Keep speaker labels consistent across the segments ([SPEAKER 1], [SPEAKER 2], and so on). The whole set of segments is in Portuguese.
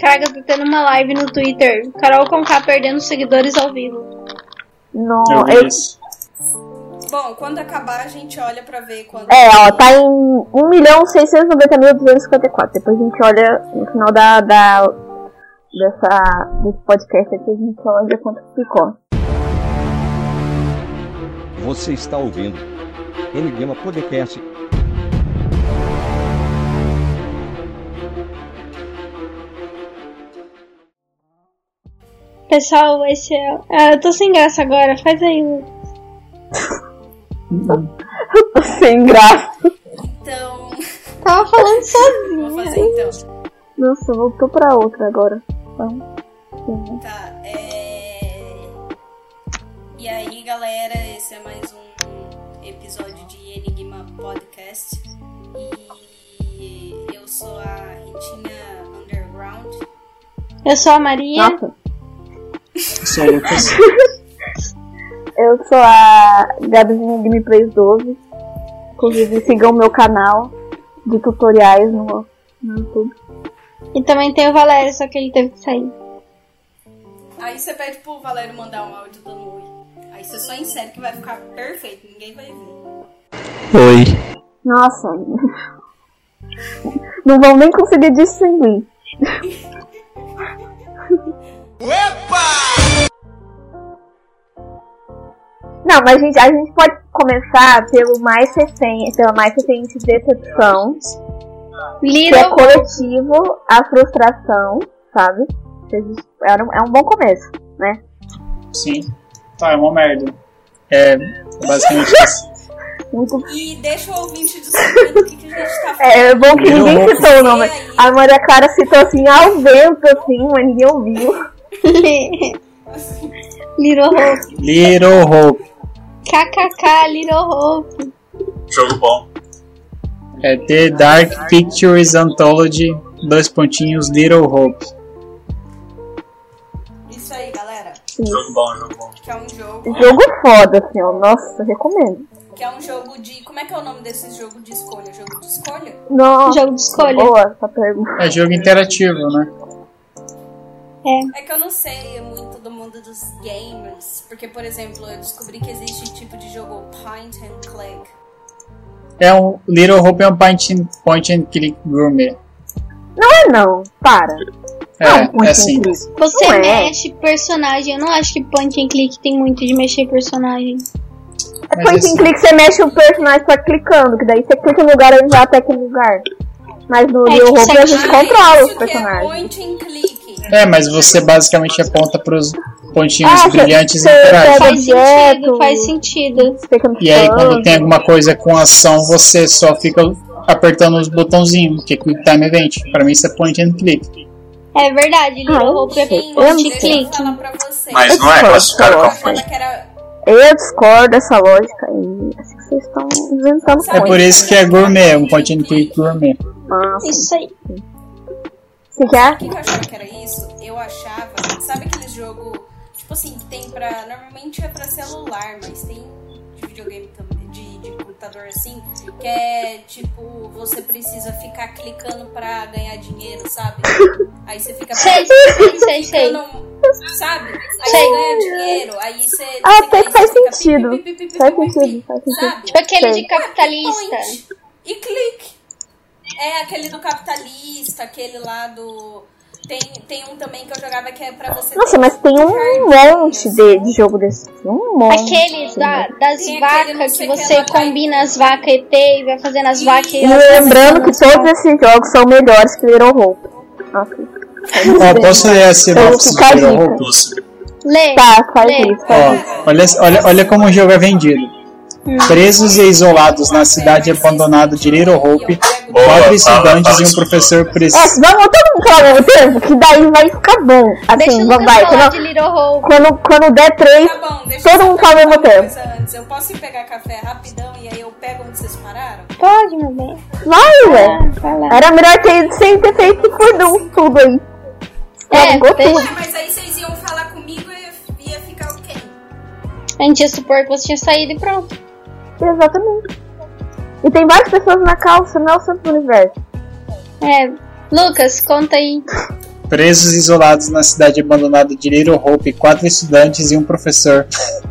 [SPEAKER 1] Carga tá tendo uma live no Twitter. Carol Conká perdendo seguidores ao vivo.
[SPEAKER 2] Não,
[SPEAKER 3] Eu vi
[SPEAKER 2] eu-
[SPEAKER 3] isso.
[SPEAKER 4] Bom, quando acabar a gente olha pra ver quando.
[SPEAKER 2] é, ó, tá em 1.690.254. Depois a gente olha no final da, da- dessa, desse podcast aqui, a gente olha quanto ficou.
[SPEAKER 5] Você está ouvindo Enigma Podcast.
[SPEAKER 1] Pessoal, esse é. Ah, eu tô sem graça agora. Faz aí. Lu.
[SPEAKER 2] Sem graça.
[SPEAKER 4] Então.
[SPEAKER 1] Tava falando sozinha.
[SPEAKER 4] Vou fazer então.
[SPEAKER 2] Nossa, voltou pra outra agora.
[SPEAKER 4] Tá. É... E aí, galera, esse é mais um episódio de Enigma Podcast. E eu sou a Ritinha Underground.
[SPEAKER 1] Eu sou a Maria.
[SPEAKER 2] Nossa.
[SPEAKER 3] Sou o Lucas.
[SPEAKER 2] Eu sou a Gabizinha Gameplays 12. Inclusive, sigam meu canal de tutoriais no, no YouTube.
[SPEAKER 1] E também tem o Valério, só que ele teve que sair.
[SPEAKER 4] Aí você pede pro Valério mandar um áudio dando oi. Aí você só insere que vai ficar perfeito, ninguém vai ver.
[SPEAKER 6] Oi.
[SPEAKER 2] Nossa. Não vão nem conseguir distinguir. Não, mas gente, a gente pode começar pelo mais recente, pela mais recente decepção, que é
[SPEAKER 1] Little.
[SPEAKER 2] coletivo, a frustração, sabe? Que a gente- era um- É um bom começo.
[SPEAKER 3] Sim. Tá, é uma merda. É, basicamente isso.
[SPEAKER 2] Muito
[SPEAKER 4] E deixa o ouvinte descobrir do que, que a gente tá falando.
[SPEAKER 2] É é bom que
[SPEAKER 3] Eu
[SPEAKER 2] ninguém
[SPEAKER 3] vou-
[SPEAKER 2] citou o nome.
[SPEAKER 4] Você aí.
[SPEAKER 2] A Maria Clara citou assim ao vento, assim, mas ninguém ouviu.
[SPEAKER 1] Little Hope.
[SPEAKER 3] Little Hope.
[SPEAKER 1] KKK, Little Hope.
[SPEAKER 7] Jogo bom.
[SPEAKER 3] É The Dark Pictures Anthology, dois pontinhos, Little Hope.
[SPEAKER 4] Isso aí, galera.
[SPEAKER 7] Jogo bom, jogo bom.
[SPEAKER 4] Que é um jogo.
[SPEAKER 2] Jogo foda, assim, ó. Nossa, recomendo.
[SPEAKER 4] Que é um jogo de. Como é que é o nome desse jogo de escolha? Jogo de escolha?
[SPEAKER 2] Nossa,
[SPEAKER 1] Jogo de escolha.
[SPEAKER 2] boa essa pergunta.
[SPEAKER 3] É jogo interativo, né?
[SPEAKER 2] Oh.
[SPEAKER 4] É que eu não sei muito do mundo dos gamers. Porque, por exemplo, eu descobri que existe tipo de jogo Point and Click.
[SPEAKER 3] É um Little Hope é um point and, point and click gourmet.
[SPEAKER 2] Ah, não, para. Não,
[SPEAKER 3] É,
[SPEAKER 2] Ah, um point
[SPEAKER 3] é
[SPEAKER 2] and
[SPEAKER 3] assim.
[SPEAKER 2] click.
[SPEAKER 1] Você
[SPEAKER 2] Não é.
[SPEAKER 1] mexe personagem. Eu não acho que point and click tem muito de mexer personagem.
[SPEAKER 2] É
[SPEAKER 3] Mas
[SPEAKER 2] point and
[SPEAKER 3] assim-
[SPEAKER 2] click, você mexe o personagem tá clicando, que daí você clica no lugar e ele vai até aquele lugar. Mas no
[SPEAKER 1] É,
[SPEAKER 2] Rio
[SPEAKER 1] tipo,
[SPEAKER 2] Hope a
[SPEAKER 1] você
[SPEAKER 2] gente
[SPEAKER 1] clica,
[SPEAKER 2] controla
[SPEAKER 4] isso
[SPEAKER 2] os
[SPEAKER 4] que é
[SPEAKER 2] personagens.
[SPEAKER 4] Point and Click.
[SPEAKER 3] É, mas você basicamente aponta pros pontinhos
[SPEAKER 2] Ah,
[SPEAKER 3] brilhantes
[SPEAKER 2] você-
[SPEAKER 3] e
[SPEAKER 2] você-
[SPEAKER 3] interage.
[SPEAKER 1] Faz sentido,
[SPEAKER 2] objeto.
[SPEAKER 1] faz sentido.
[SPEAKER 2] Você fica no
[SPEAKER 3] E aí, quando
[SPEAKER 2] canto.
[SPEAKER 3] tem alguma coisa com ação, você só fica apertando os botãozinhos, que é Quick Time Event. Pra mim, isso é point and click.
[SPEAKER 1] É verdade, Little
[SPEAKER 2] Ah,
[SPEAKER 1] Hope é
[SPEAKER 4] Gente,
[SPEAKER 1] point and
[SPEAKER 4] deixa eu
[SPEAKER 1] click.
[SPEAKER 4] falar pra vocês.
[SPEAKER 7] Mas não é
[SPEAKER 2] Escola,
[SPEAKER 7] classificado
[SPEAKER 2] escola.
[SPEAKER 7] como
[SPEAKER 4] Eu achava que era
[SPEAKER 2] Eu discordo dessa lógica aí. Acho que vocês estão inventando
[SPEAKER 4] É
[SPEAKER 3] É
[SPEAKER 2] coisa.
[SPEAKER 3] por isso que é gourmet, um point and click gourmet.
[SPEAKER 2] Nossa.
[SPEAKER 1] Isso aí.
[SPEAKER 2] Você quer?
[SPEAKER 4] O que, que eu achava que era isso? Eu achava. Sabe aquele jogo, tipo assim, que tem pra. Normalmente é pra celular, mas tem de videogame também, de, de computador assim, que é tipo, você precisa ficar clicando pra ganhar dinheiro, sabe? Aí você fica
[SPEAKER 1] Sei, sei, sei, sei.
[SPEAKER 4] clicando, sabe? Aí
[SPEAKER 1] Sei.
[SPEAKER 4] você ganha dinheiro, aí você.
[SPEAKER 2] Ah, faz-
[SPEAKER 4] você ganha,
[SPEAKER 2] faz
[SPEAKER 4] você fica
[SPEAKER 2] sentido.
[SPEAKER 4] pi, pi, pi, pi,
[SPEAKER 2] Faz
[SPEAKER 4] pi, pi,
[SPEAKER 2] sentido,
[SPEAKER 4] pi,
[SPEAKER 2] faz sentido.
[SPEAKER 4] Sabe?
[SPEAKER 1] Tipo aquele
[SPEAKER 2] Sei.
[SPEAKER 1] de capitalista.
[SPEAKER 4] Point E clique. É aquele do capitalista, aquele lá do. Tem, tem um também que eu jogava que é pra você.
[SPEAKER 2] Nossa,
[SPEAKER 4] ter
[SPEAKER 2] mas tem um
[SPEAKER 4] cardinhas.
[SPEAKER 2] monte de, de jogo desse. Um monte.
[SPEAKER 1] Aquele da, das
[SPEAKER 4] Tem aquele, não
[SPEAKER 1] vacas que
[SPEAKER 4] sei
[SPEAKER 1] você
[SPEAKER 4] que lá,
[SPEAKER 1] combina as vacas ET e vai fazendo as
[SPEAKER 4] Ih,
[SPEAKER 1] vacas.
[SPEAKER 2] é E lembrando que todos esses jogos são melhores que Little Hope. Ok. Tá,
[SPEAKER 3] Ó, posso ler a sinopse do
[SPEAKER 2] ficar
[SPEAKER 3] Little
[SPEAKER 2] rica.
[SPEAKER 3] Hope?
[SPEAKER 7] Lúcio.
[SPEAKER 1] Lê.
[SPEAKER 2] Tá, faz
[SPEAKER 1] Lê.
[SPEAKER 2] isso. Faz isso.
[SPEAKER 3] Ó, olha, olha, olha como o jogo é vendido. Presos e isolados na cidade abandonada de Little Hope, quatro estudantes e um professor
[SPEAKER 2] É,
[SPEAKER 3] preso.
[SPEAKER 2] vamos todo mundo falar ao mesmo tempo, que daí vai ficar bom.
[SPEAKER 1] Deixa
[SPEAKER 2] Assim,
[SPEAKER 1] eu
[SPEAKER 2] vai,
[SPEAKER 1] Lucas
[SPEAKER 2] vai.
[SPEAKER 1] falar
[SPEAKER 2] Quando,
[SPEAKER 1] de Little Hope.
[SPEAKER 2] quando, quando der três,
[SPEAKER 4] Tá bom, deixa
[SPEAKER 2] Todo
[SPEAKER 4] eu só
[SPEAKER 2] mundo fala ao mesmo
[SPEAKER 4] perguntar uma
[SPEAKER 2] tempo.
[SPEAKER 4] coisa antes. Eu posso ir pegar café rapidão e aí eu pego onde vocês pararam?
[SPEAKER 1] Pode, meu bem. É.
[SPEAKER 2] É, vai, velho.
[SPEAKER 1] Vai lá.
[SPEAKER 2] Era melhor ter sem ter feito tudo, tudo aí.
[SPEAKER 1] É,
[SPEAKER 2] Ela gostou.
[SPEAKER 1] deixa-
[SPEAKER 4] Ué, mas aí vocês iam falar comigo e eu ia ficar ok.
[SPEAKER 1] A gente ia supor que você tinha saído e pronto.
[SPEAKER 2] Exatamente. E tem várias pessoas na calça, não é o centro do universo.
[SPEAKER 1] É. Lucas, conta aí.
[SPEAKER 3] Presos isolados na cidade abandonada de Little Hope, quatro estudantes e um professor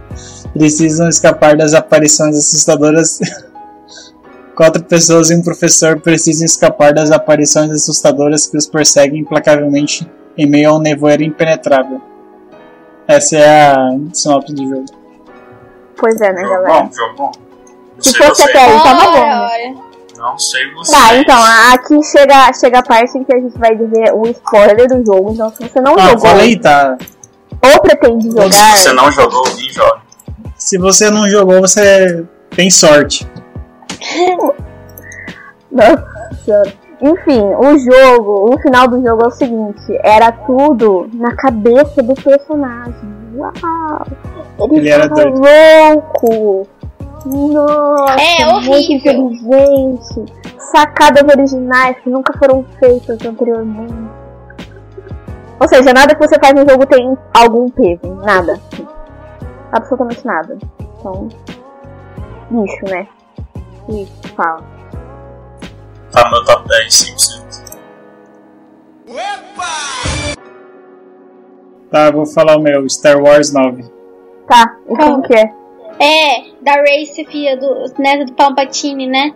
[SPEAKER 3] precisam escapar das aparições assustadoras. quatro pessoas e um professor precisam escapar das aparições assustadoras que os perseguem implacavelmente em meio a um nevoeiro impenetrável. Essa é a sinopse do jogo.
[SPEAKER 2] Pois é, né,
[SPEAKER 7] Jogo
[SPEAKER 2] galera?
[SPEAKER 7] bom, um jogo bom. Não
[SPEAKER 2] Se
[SPEAKER 7] sei
[SPEAKER 2] fosse até
[SPEAKER 7] vocês.
[SPEAKER 2] aí, tava bom.
[SPEAKER 1] Ora,
[SPEAKER 2] Né?
[SPEAKER 1] ora.
[SPEAKER 7] Não sei vocês.
[SPEAKER 2] Tá, então, a- aqui chega, chega a parte em que a gente vai dizer o spoiler do jogo. Então, se você não
[SPEAKER 3] Ah,
[SPEAKER 2] jogou
[SPEAKER 3] falei, tá.
[SPEAKER 2] ou pretende jogar,
[SPEAKER 7] Se você não jogou, alguém joga.
[SPEAKER 3] Se você não jogou, você tem sorte.
[SPEAKER 2] Nossa senhora. Enfim, o jogo, o final do jogo é o seguinte, era tudo na cabeça do personagem. Uau! Ele,
[SPEAKER 3] Ele era
[SPEAKER 2] tava
[SPEAKER 3] doido.
[SPEAKER 2] louco! Nossa,
[SPEAKER 1] É,
[SPEAKER 2] muito
[SPEAKER 1] horrível.
[SPEAKER 2] inteligente! Sacadas originais que nunca foram feitas anteriormente. Ou seja, nada que você faz no jogo tem algum peso. Nada. Absolutamente nada. Então. Lixo, né? Lixo, fala.
[SPEAKER 7] Tá no meu top 10, 100%.
[SPEAKER 3] Tá, vou falar o meu, Star Wars 9.
[SPEAKER 2] Tá, e
[SPEAKER 1] Qual?
[SPEAKER 2] como que é?
[SPEAKER 1] É, da Race, filha do neto do Palpatine, né?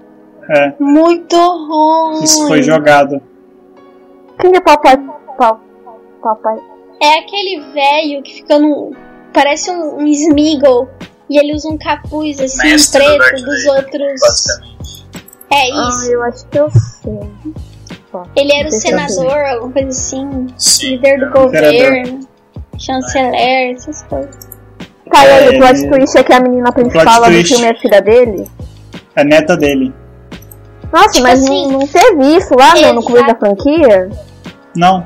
[SPEAKER 3] É,
[SPEAKER 1] Muito ruim.
[SPEAKER 3] isso foi jogado.
[SPEAKER 2] Quem é papai? Pau, papai.
[SPEAKER 1] É aquele velho que fica num. Parece um, um Smeagol. E ele usa um capuz assim,
[SPEAKER 7] Mestre do
[SPEAKER 1] preto
[SPEAKER 7] Darth
[SPEAKER 1] dos
[SPEAKER 7] Vader,
[SPEAKER 1] outros.
[SPEAKER 7] Basicamente.
[SPEAKER 1] É
[SPEAKER 2] Ah,
[SPEAKER 1] isso.
[SPEAKER 2] eu acho que eu sei.
[SPEAKER 1] Ele era o
[SPEAKER 2] Deixa eu ver.
[SPEAKER 1] senador, alguma coisa assim.
[SPEAKER 7] Sim.
[SPEAKER 1] Líder do
[SPEAKER 7] eu-
[SPEAKER 1] governo. Chanceler, essas coisas.
[SPEAKER 2] Tá, e aí, o
[SPEAKER 3] É,
[SPEAKER 2] plot twist é que a menina principal lá do
[SPEAKER 3] twist.
[SPEAKER 2] filme é a filha dele?
[SPEAKER 3] A É neta dele.
[SPEAKER 2] Nossa,
[SPEAKER 1] Tipo
[SPEAKER 2] mas não-
[SPEAKER 1] assim,
[SPEAKER 2] não, teve isso lá no- no começo da
[SPEAKER 1] exato.
[SPEAKER 2] franquia?
[SPEAKER 3] Não,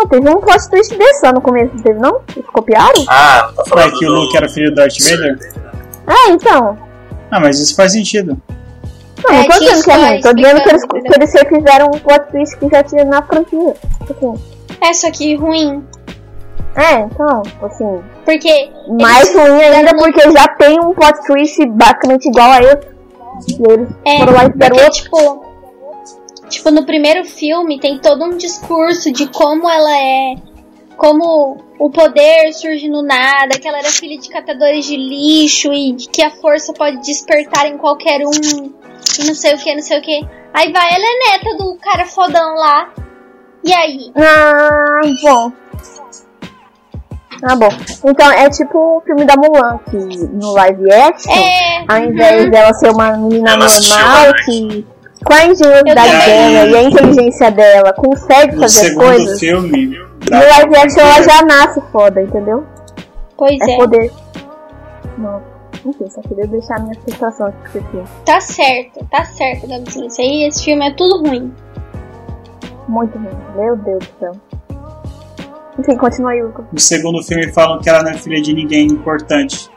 [SPEAKER 2] Não, teve um plot twist desse lá no começo, não teve não? Eles copiaram?
[SPEAKER 7] Ah, tá
[SPEAKER 3] foi
[SPEAKER 7] falando
[SPEAKER 3] que o
[SPEAKER 7] do...
[SPEAKER 3] Luke era filho do Darth Vader?
[SPEAKER 2] É, então.
[SPEAKER 3] Ah, mas isso faz sentido.
[SPEAKER 2] Não, não
[SPEAKER 1] É,
[SPEAKER 2] tô
[SPEAKER 1] tinha
[SPEAKER 2] dizendo que é ruim, tô
[SPEAKER 1] história
[SPEAKER 2] dizendo que eles,
[SPEAKER 1] explicando,
[SPEAKER 2] que eles refizeram um plot twist que já tinha na franquia. Tipo Assim,
[SPEAKER 1] É, só que ruim.
[SPEAKER 2] é, então, assim,
[SPEAKER 1] Porque. eles
[SPEAKER 2] mais ruim ainda
[SPEAKER 1] fizeram um-
[SPEAKER 2] porque já tem um plot twist basicamente igual a esse. E eles
[SPEAKER 1] É,
[SPEAKER 2] foram lá e fizeram
[SPEAKER 1] porque,
[SPEAKER 2] outro.
[SPEAKER 1] tipo. Tipo, no primeiro filme tem todo um discurso de como ela é. Como o poder surge no nada, que ela era filha de catadores de lixo e de que a força pode despertar em qualquer um. E não sei o que, não sei o que. Aí vai, ela é neta do cara fodão lá. E aí?
[SPEAKER 2] Ah, bom. Ah, bom. Então é tipo o filme da Mulan, que no live action,
[SPEAKER 1] É.
[SPEAKER 2] ao invés dela ser uma menina
[SPEAKER 7] Ela assistiu
[SPEAKER 2] normal,
[SPEAKER 7] live
[SPEAKER 2] que com a ingenuidade
[SPEAKER 1] também.
[SPEAKER 2] dela e a inteligência dela consegue
[SPEAKER 3] No
[SPEAKER 2] fazer
[SPEAKER 3] segundo
[SPEAKER 2] coisas, é
[SPEAKER 3] filme.
[SPEAKER 2] no live action ela já nasce foda, entendeu?
[SPEAKER 1] Pois
[SPEAKER 2] É,
[SPEAKER 1] é.
[SPEAKER 2] poder. Não. Enfim, só queria deixar a minha frustração aqui. porque
[SPEAKER 1] Tá certo, tá certo, Gabizinho. Isso aí, esse filme é tudo ruim.
[SPEAKER 2] Muito ruim. Meu Deus do céu. Enfim, continua aí, Lucas.
[SPEAKER 3] No segundo filme falam que ela não é filha de ninguém importante.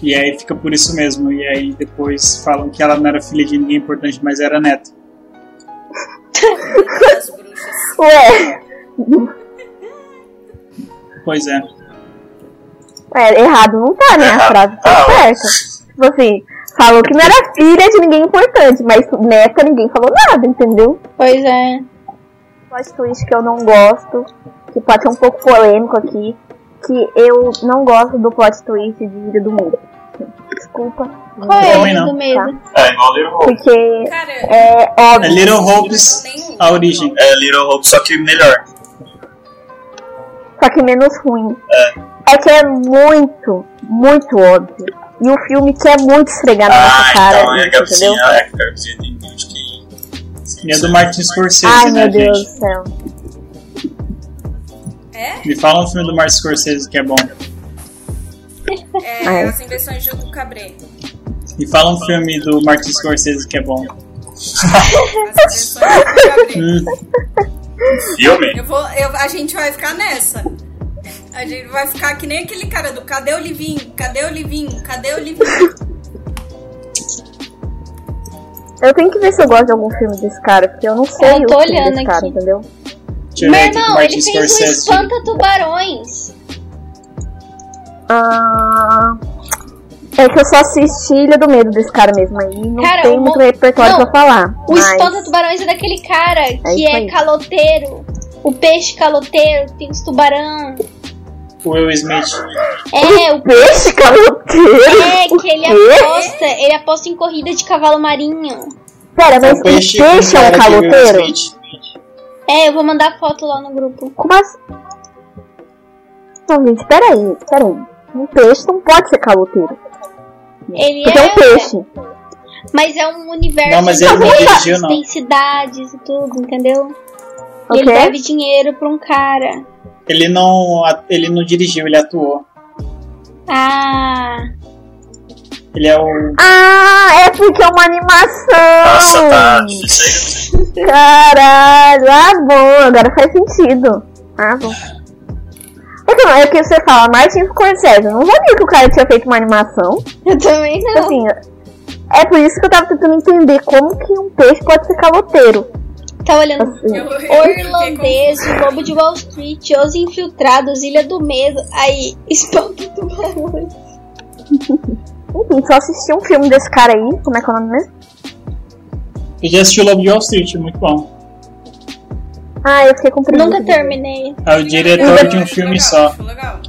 [SPEAKER 3] E aí fica por isso mesmo. E aí depois falam que ela não era filha de ninguém importante, mas era neta.
[SPEAKER 4] das bruxas.
[SPEAKER 2] Ué,
[SPEAKER 3] Pois é.
[SPEAKER 2] é, errado não tá, né? A frase tá
[SPEAKER 7] Tá, ó.
[SPEAKER 2] certa. Tipo assim, falou que não era filha de ninguém importante, mas neta ninguém falou nada, entendeu?
[SPEAKER 1] Pois é.
[SPEAKER 2] Plot twist que eu não gosto, que pode ser um pouco polêmico aqui, que eu não gosto do plot twist de Ilha do Medo. Desculpa.
[SPEAKER 1] Qual é
[SPEAKER 3] Também
[SPEAKER 1] ele
[SPEAKER 3] não.
[SPEAKER 1] do medo?
[SPEAKER 7] É, igual Little Hope.
[SPEAKER 2] Porque
[SPEAKER 4] Cara,
[SPEAKER 2] é
[SPEAKER 3] É
[SPEAKER 2] óbvio.
[SPEAKER 3] Little Hopes, a origem.
[SPEAKER 7] É Little Hope, só que melhor.
[SPEAKER 2] só que menos ruim. É que é muito, muito óbvio. E o filme quer muito esfregar na
[SPEAKER 7] Ah,
[SPEAKER 2] nossa cara,
[SPEAKER 7] então é a
[SPEAKER 2] entendeu?
[SPEAKER 7] Gabizinha. É, a Gabizinha tem vídeo que...
[SPEAKER 3] E é do Martin Scorsese,
[SPEAKER 2] Ai,
[SPEAKER 3] né,
[SPEAKER 2] meu Deus
[SPEAKER 3] gente?
[SPEAKER 2] do céu.
[SPEAKER 4] É?
[SPEAKER 3] Me fala um filme do Martin Scorsese que é bom.
[SPEAKER 4] É, as invenções de Hugo Cabré.
[SPEAKER 3] Me fala um filme do Martin Scorsese que é bom.
[SPEAKER 4] As invenções de Hugo Cabré.
[SPEAKER 3] Hum,
[SPEAKER 7] Filme?
[SPEAKER 4] Eu vou, eu, a gente vai ficar nessa. A gente vai ficar que nem aquele cara do cadê o Livinho? Cadê o Livinho? Cadê o Livinho?
[SPEAKER 2] Eu tenho que ver se eu gosto de algum filme desse cara, porque eu não sei
[SPEAKER 1] Eu tô
[SPEAKER 2] o filme
[SPEAKER 1] olhando
[SPEAKER 2] desse cara,
[SPEAKER 1] aqui.
[SPEAKER 2] entendeu?
[SPEAKER 3] deixa eu
[SPEAKER 1] Meu
[SPEAKER 3] ver aqui,
[SPEAKER 1] irmão,
[SPEAKER 3] Martin
[SPEAKER 1] ele fez um
[SPEAKER 3] Scorsese.
[SPEAKER 1] espanta tubarões.
[SPEAKER 2] Ah, é que eu só assisti Ilha do Medo desse cara mesmo, aí não
[SPEAKER 1] Cara,
[SPEAKER 2] tem
[SPEAKER 1] o
[SPEAKER 2] muito
[SPEAKER 1] mo-
[SPEAKER 2] repertório
[SPEAKER 1] não,
[SPEAKER 2] pra falar.
[SPEAKER 1] O
[SPEAKER 2] mas-
[SPEAKER 1] espanta tubarões é daquele cara que
[SPEAKER 2] isso
[SPEAKER 1] é
[SPEAKER 2] aí.
[SPEAKER 1] caloteiro o peixe caloteiro, tem os tubarão.
[SPEAKER 3] O Will Smith.
[SPEAKER 1] É, o
[SPEAKER 2] Peixe, cara, o quê?
[SPEAKER 1] é que ele
[SPEAKER 2] quê?
[SPEAKER 1] aposta, ele aposta em corrida de cavalo marinho.
[SPEAKER 2] Pera, mas
[SPEAKER 3] O
[SPEAKER 2] o peixe, é um
[SPEAKER 3] cara de Will
[SPEAKER 2] caloteiro?
[SPEAKER 3] Smith.
[SPEAKER 1] É, eu vou mandar foto lá no grupo.
[SPEAKER 2] Como assim? Não, então, gente, peraí, peraí. Um peixe não pode ser caloteiro.
[SPEAKER 1] Ele
[SPEAKER 2] Porque é um peixe.
[SPEAKER 1] Mas é um universo
[SPEAKER 3] Não, mas
[SPEAKER 1] de
[SPEAKER 3] ele não
[SPEAKER 1] coisas,
[SPEAKER 3] dirigiu, não.
[SPEAKER 1] tem cidades e tudo, entendeu? E
[SPEAKER 2] Ok.
[SPEAKER 1] ele deve dinheiro pra um cara.
[SPEAKER 3] Ele não, a- ele não dirigiu, ele atuou.
[SPEAKER 1] Ah,
[SPEAKER 3] Ele é o.
[SPEAKER 2] Ah, é porque é uma animação!
[SPEAKER 7] Nossa, tá difícil aí.
[SPEAKER 2] Caralho, ah bom, agora faz sentido. Ah, bom. É que, é que você fala, Martin Scorsese, eu não sabia que o cara tinha feito uma animação.
[SPEAKER 1] eu também
[SPEAKER 2] Tipo
[SPEAKER 1] não.
[SPEAKER 2] Assim, é por isso que eu tava tentando entender como que um peixe pode ser caloteiro.
[SPEAKER 1] Tá olhando.
[SPEAKER 2] Assim,
[SPEAKER 4] Eu- eu
[SPEAKER 1] O
[SPEAKER 4] fiquei
[SPEAKER 1] irlandês, o lobo de Wall Street, os infiltrados, Ilha do Medo. Aí, é espanto tubarões.
[SPEAKER 2] enfim, só assisti um filme desse cara aí, como é que é o nome mesmo?
[SPEAKER 3] Eu já assisti o Lobo de Wall Street, muito bom.
[SPEAKER 2] Ah, eu fiquei com preguiça.
[SPEAKER 1] Nunca terminei.
[SPEAKER 3] É o
[SPEAKER 4] com-
[SPEAKER 3] diretor de um
[SPEAKER 4] Acho
[SPEAKER 3] filme
[SPEAKER 4] legal,
[SPEAKER 3] só.
[SPEAKER 4] acho legal.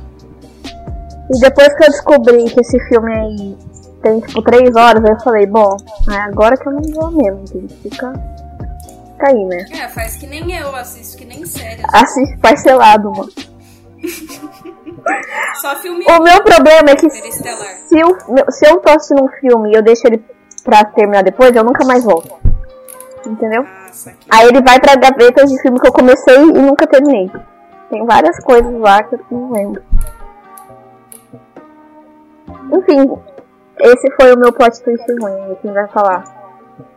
[SPEAKER 2] E depois que eu descobri que esse filme aí tem tipo três horas, aí eu falei, bom, é agora que eu não vou mesmo, gente. Fica, fica aí, né?
[SPEAKER 4] É, faz que nem eu assisto, que nem sério.
[SPEAKER 2] Assiste parcelado, mano.
[SPEAKER 4] Só filme
[SPEAKER 2] Ah, O meu problema é que
[SPEAKER 4] Interestelar.
[SPEAKER 2] se eu, meu- se eu tô assistindo um filme e eu deixo ele pra terminar depois, eu nunca mais volto. Entendeu?
[SPEAKER 4] Nossa, que
[SPEAKER 2] Aí ele vai pra gavetas de filme que eu comecei e nunca terminei. Tem várias coisas lá que eu não lembro. Enfim, esse foi o meu plot twist ruim, quem vai falar.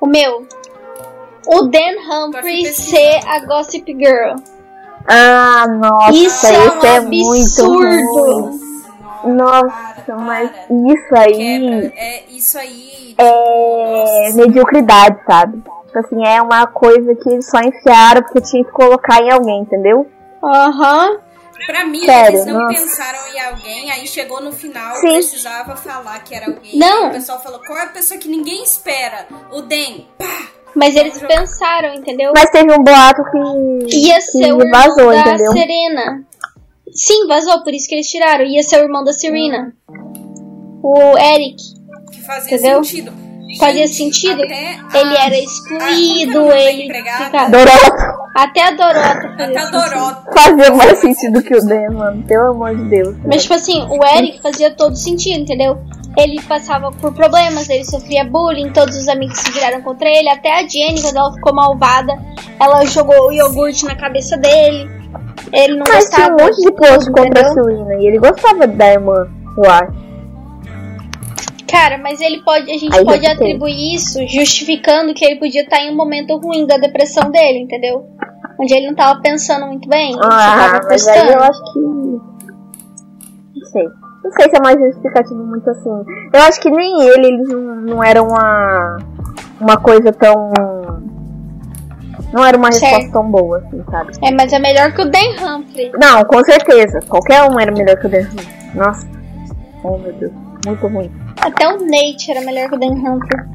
[SPEAKER 1] O meu. O Dan Humphrey
[SPEAKER 4] pesquisando.
[SPEAKER 1] ser a Gossip Girl.
[SPEAKER 2] Ah, nossa,
[SPEAKER 1] Isso é um
[SPEAKER 2] esse é, muito
[SPEAKER 1] absurdo.
[SPEAKER 2] ruim.
[SPEAKER 4] Nossa,
[SPEAKER 2] Nossa,
[SPEAKER 4] para,
[SPEAKER 2] mas
[SPEAKER 4] para.
[SPEAKER 2] isso aí
[SPEAKER 4] Quebra. É isso aí.
[SPEAKER 2] é mediocridade, sabe? Tipo assim, é uma coisa que eles só enfiaram porque tinha que colocar em alguém, entendeu?
[SPEAKER 1] Aham.
[SPEAKER 4] Pra mim,
[SPEAKER 2] Sério,
[SPEAKER 4] eles não
[SPEAKER 2] nossa.
[SPEAKER 4] pensaram em alguém, aí chegou no final,
[SPEAKER 2] Sim.
[SPEAKER 4] precisava falar que era alguém.
[SPEAKER 1] Não.
[SPEAKER 4] Aí O pessoal falou, qual é a pessoa que ninguém espera? O Den.
[SPEAKER 1] Mas eles pensaram, entendeu?
[SPEAKER 2] Mas teve um boato que,
[SPEAKER 1] Ia ser um o
[SPEAKER 2] que
[SPEAKER 1] irmão
[SPEAKER 2] vazou,
[SPEAKER 1] da
[SPEAKER 2] entendeu?
[SPEAKER 1] Serena. Sim, vazou, por isso que eles tiraram. Ia ser o irmão da Serena. O Eric.
[SPEAKER 4] Que fazia
[SPEAKER 1] Entendeu?
[SPEAKER 4] sentido.
[SPEAKER 1] Fazia sentido?
[SPEAKER 4] até a-
[SPEAKER 1] Ele era
[SPEAKER 4] Ah,
[SPEAKER 1] excluído,
[SPEAKER 4] nunca foi
[SPEAKER 1] ele.
[SPEAKER 4] empregado.
[SPEAKER 1] ficava-
[SPEAKER 2] Dorota
[SPEAKER 1] Até a Dorota
[SPEAKER 4] Até
[SPEAKER 1] fazia
[SPEAKER 4] a Dorota.
[SPEAKER 2] fazia mais sentido que o Dan, mano. Pelo amor de Deus.
[SPEAKER 1] Mas, tipo assim, o
[SPEAKER 2] Então-
[SPEAKER 1] Eric fazia todo sentido, entendeu? Ele passava por problemas, ele sofria bullying, todos os amigos se viraram contra ele, até a Jenny, quando ela ficou malvada, ela jogou o iogurte na cabeça dele. Ele não
[SPEAKER 2] Mas tinha
[SPEAKER 1] gostava.
[SPEAKER 2] um monte de post contra a
[SPEAKER 1] entendeu?
[SPEAKER 2] Suína e ele gostava da irmã, eu acho.
[SPEAKER 1] Cara, mas ele pode. A gente
[SPEAKER 2] Aí
[SPEAKER 1] pode
[SPEAKER 2] já ficou.
[SPEAKER 1] atribuir isso justificando que ele podia estar em um momento ruim da depressão dele, entendeu? Onde ele não tava pensando muito bem. ele só
[SPEAKER 2] Ah,
[SPEAKER 1] tava
[SPEAKER 2] mas aí eu
[SPEAKER 1] postando.
[SPEAKER 2] acho que. Não sei. Não sei se é mais justificativo muito assim. Eu acho que nem ele, eles não, não eram uma. Uma coisa tão. Não era uma resposta
[SPEAKER 1] Certo.
[SPEAKER 2] tão boa, assim, sabe?
[SPEAKER 1] É, mas é melhor que o Dan Humphrey.
[SPEAKER 2] Não, com certeza. Qualquer um era melhor que o Denver. Nossa. Oh, meu Deus. Muito ruim.
[SPEAKER 1] Até o Nate era melhor que o Dan Humphrey.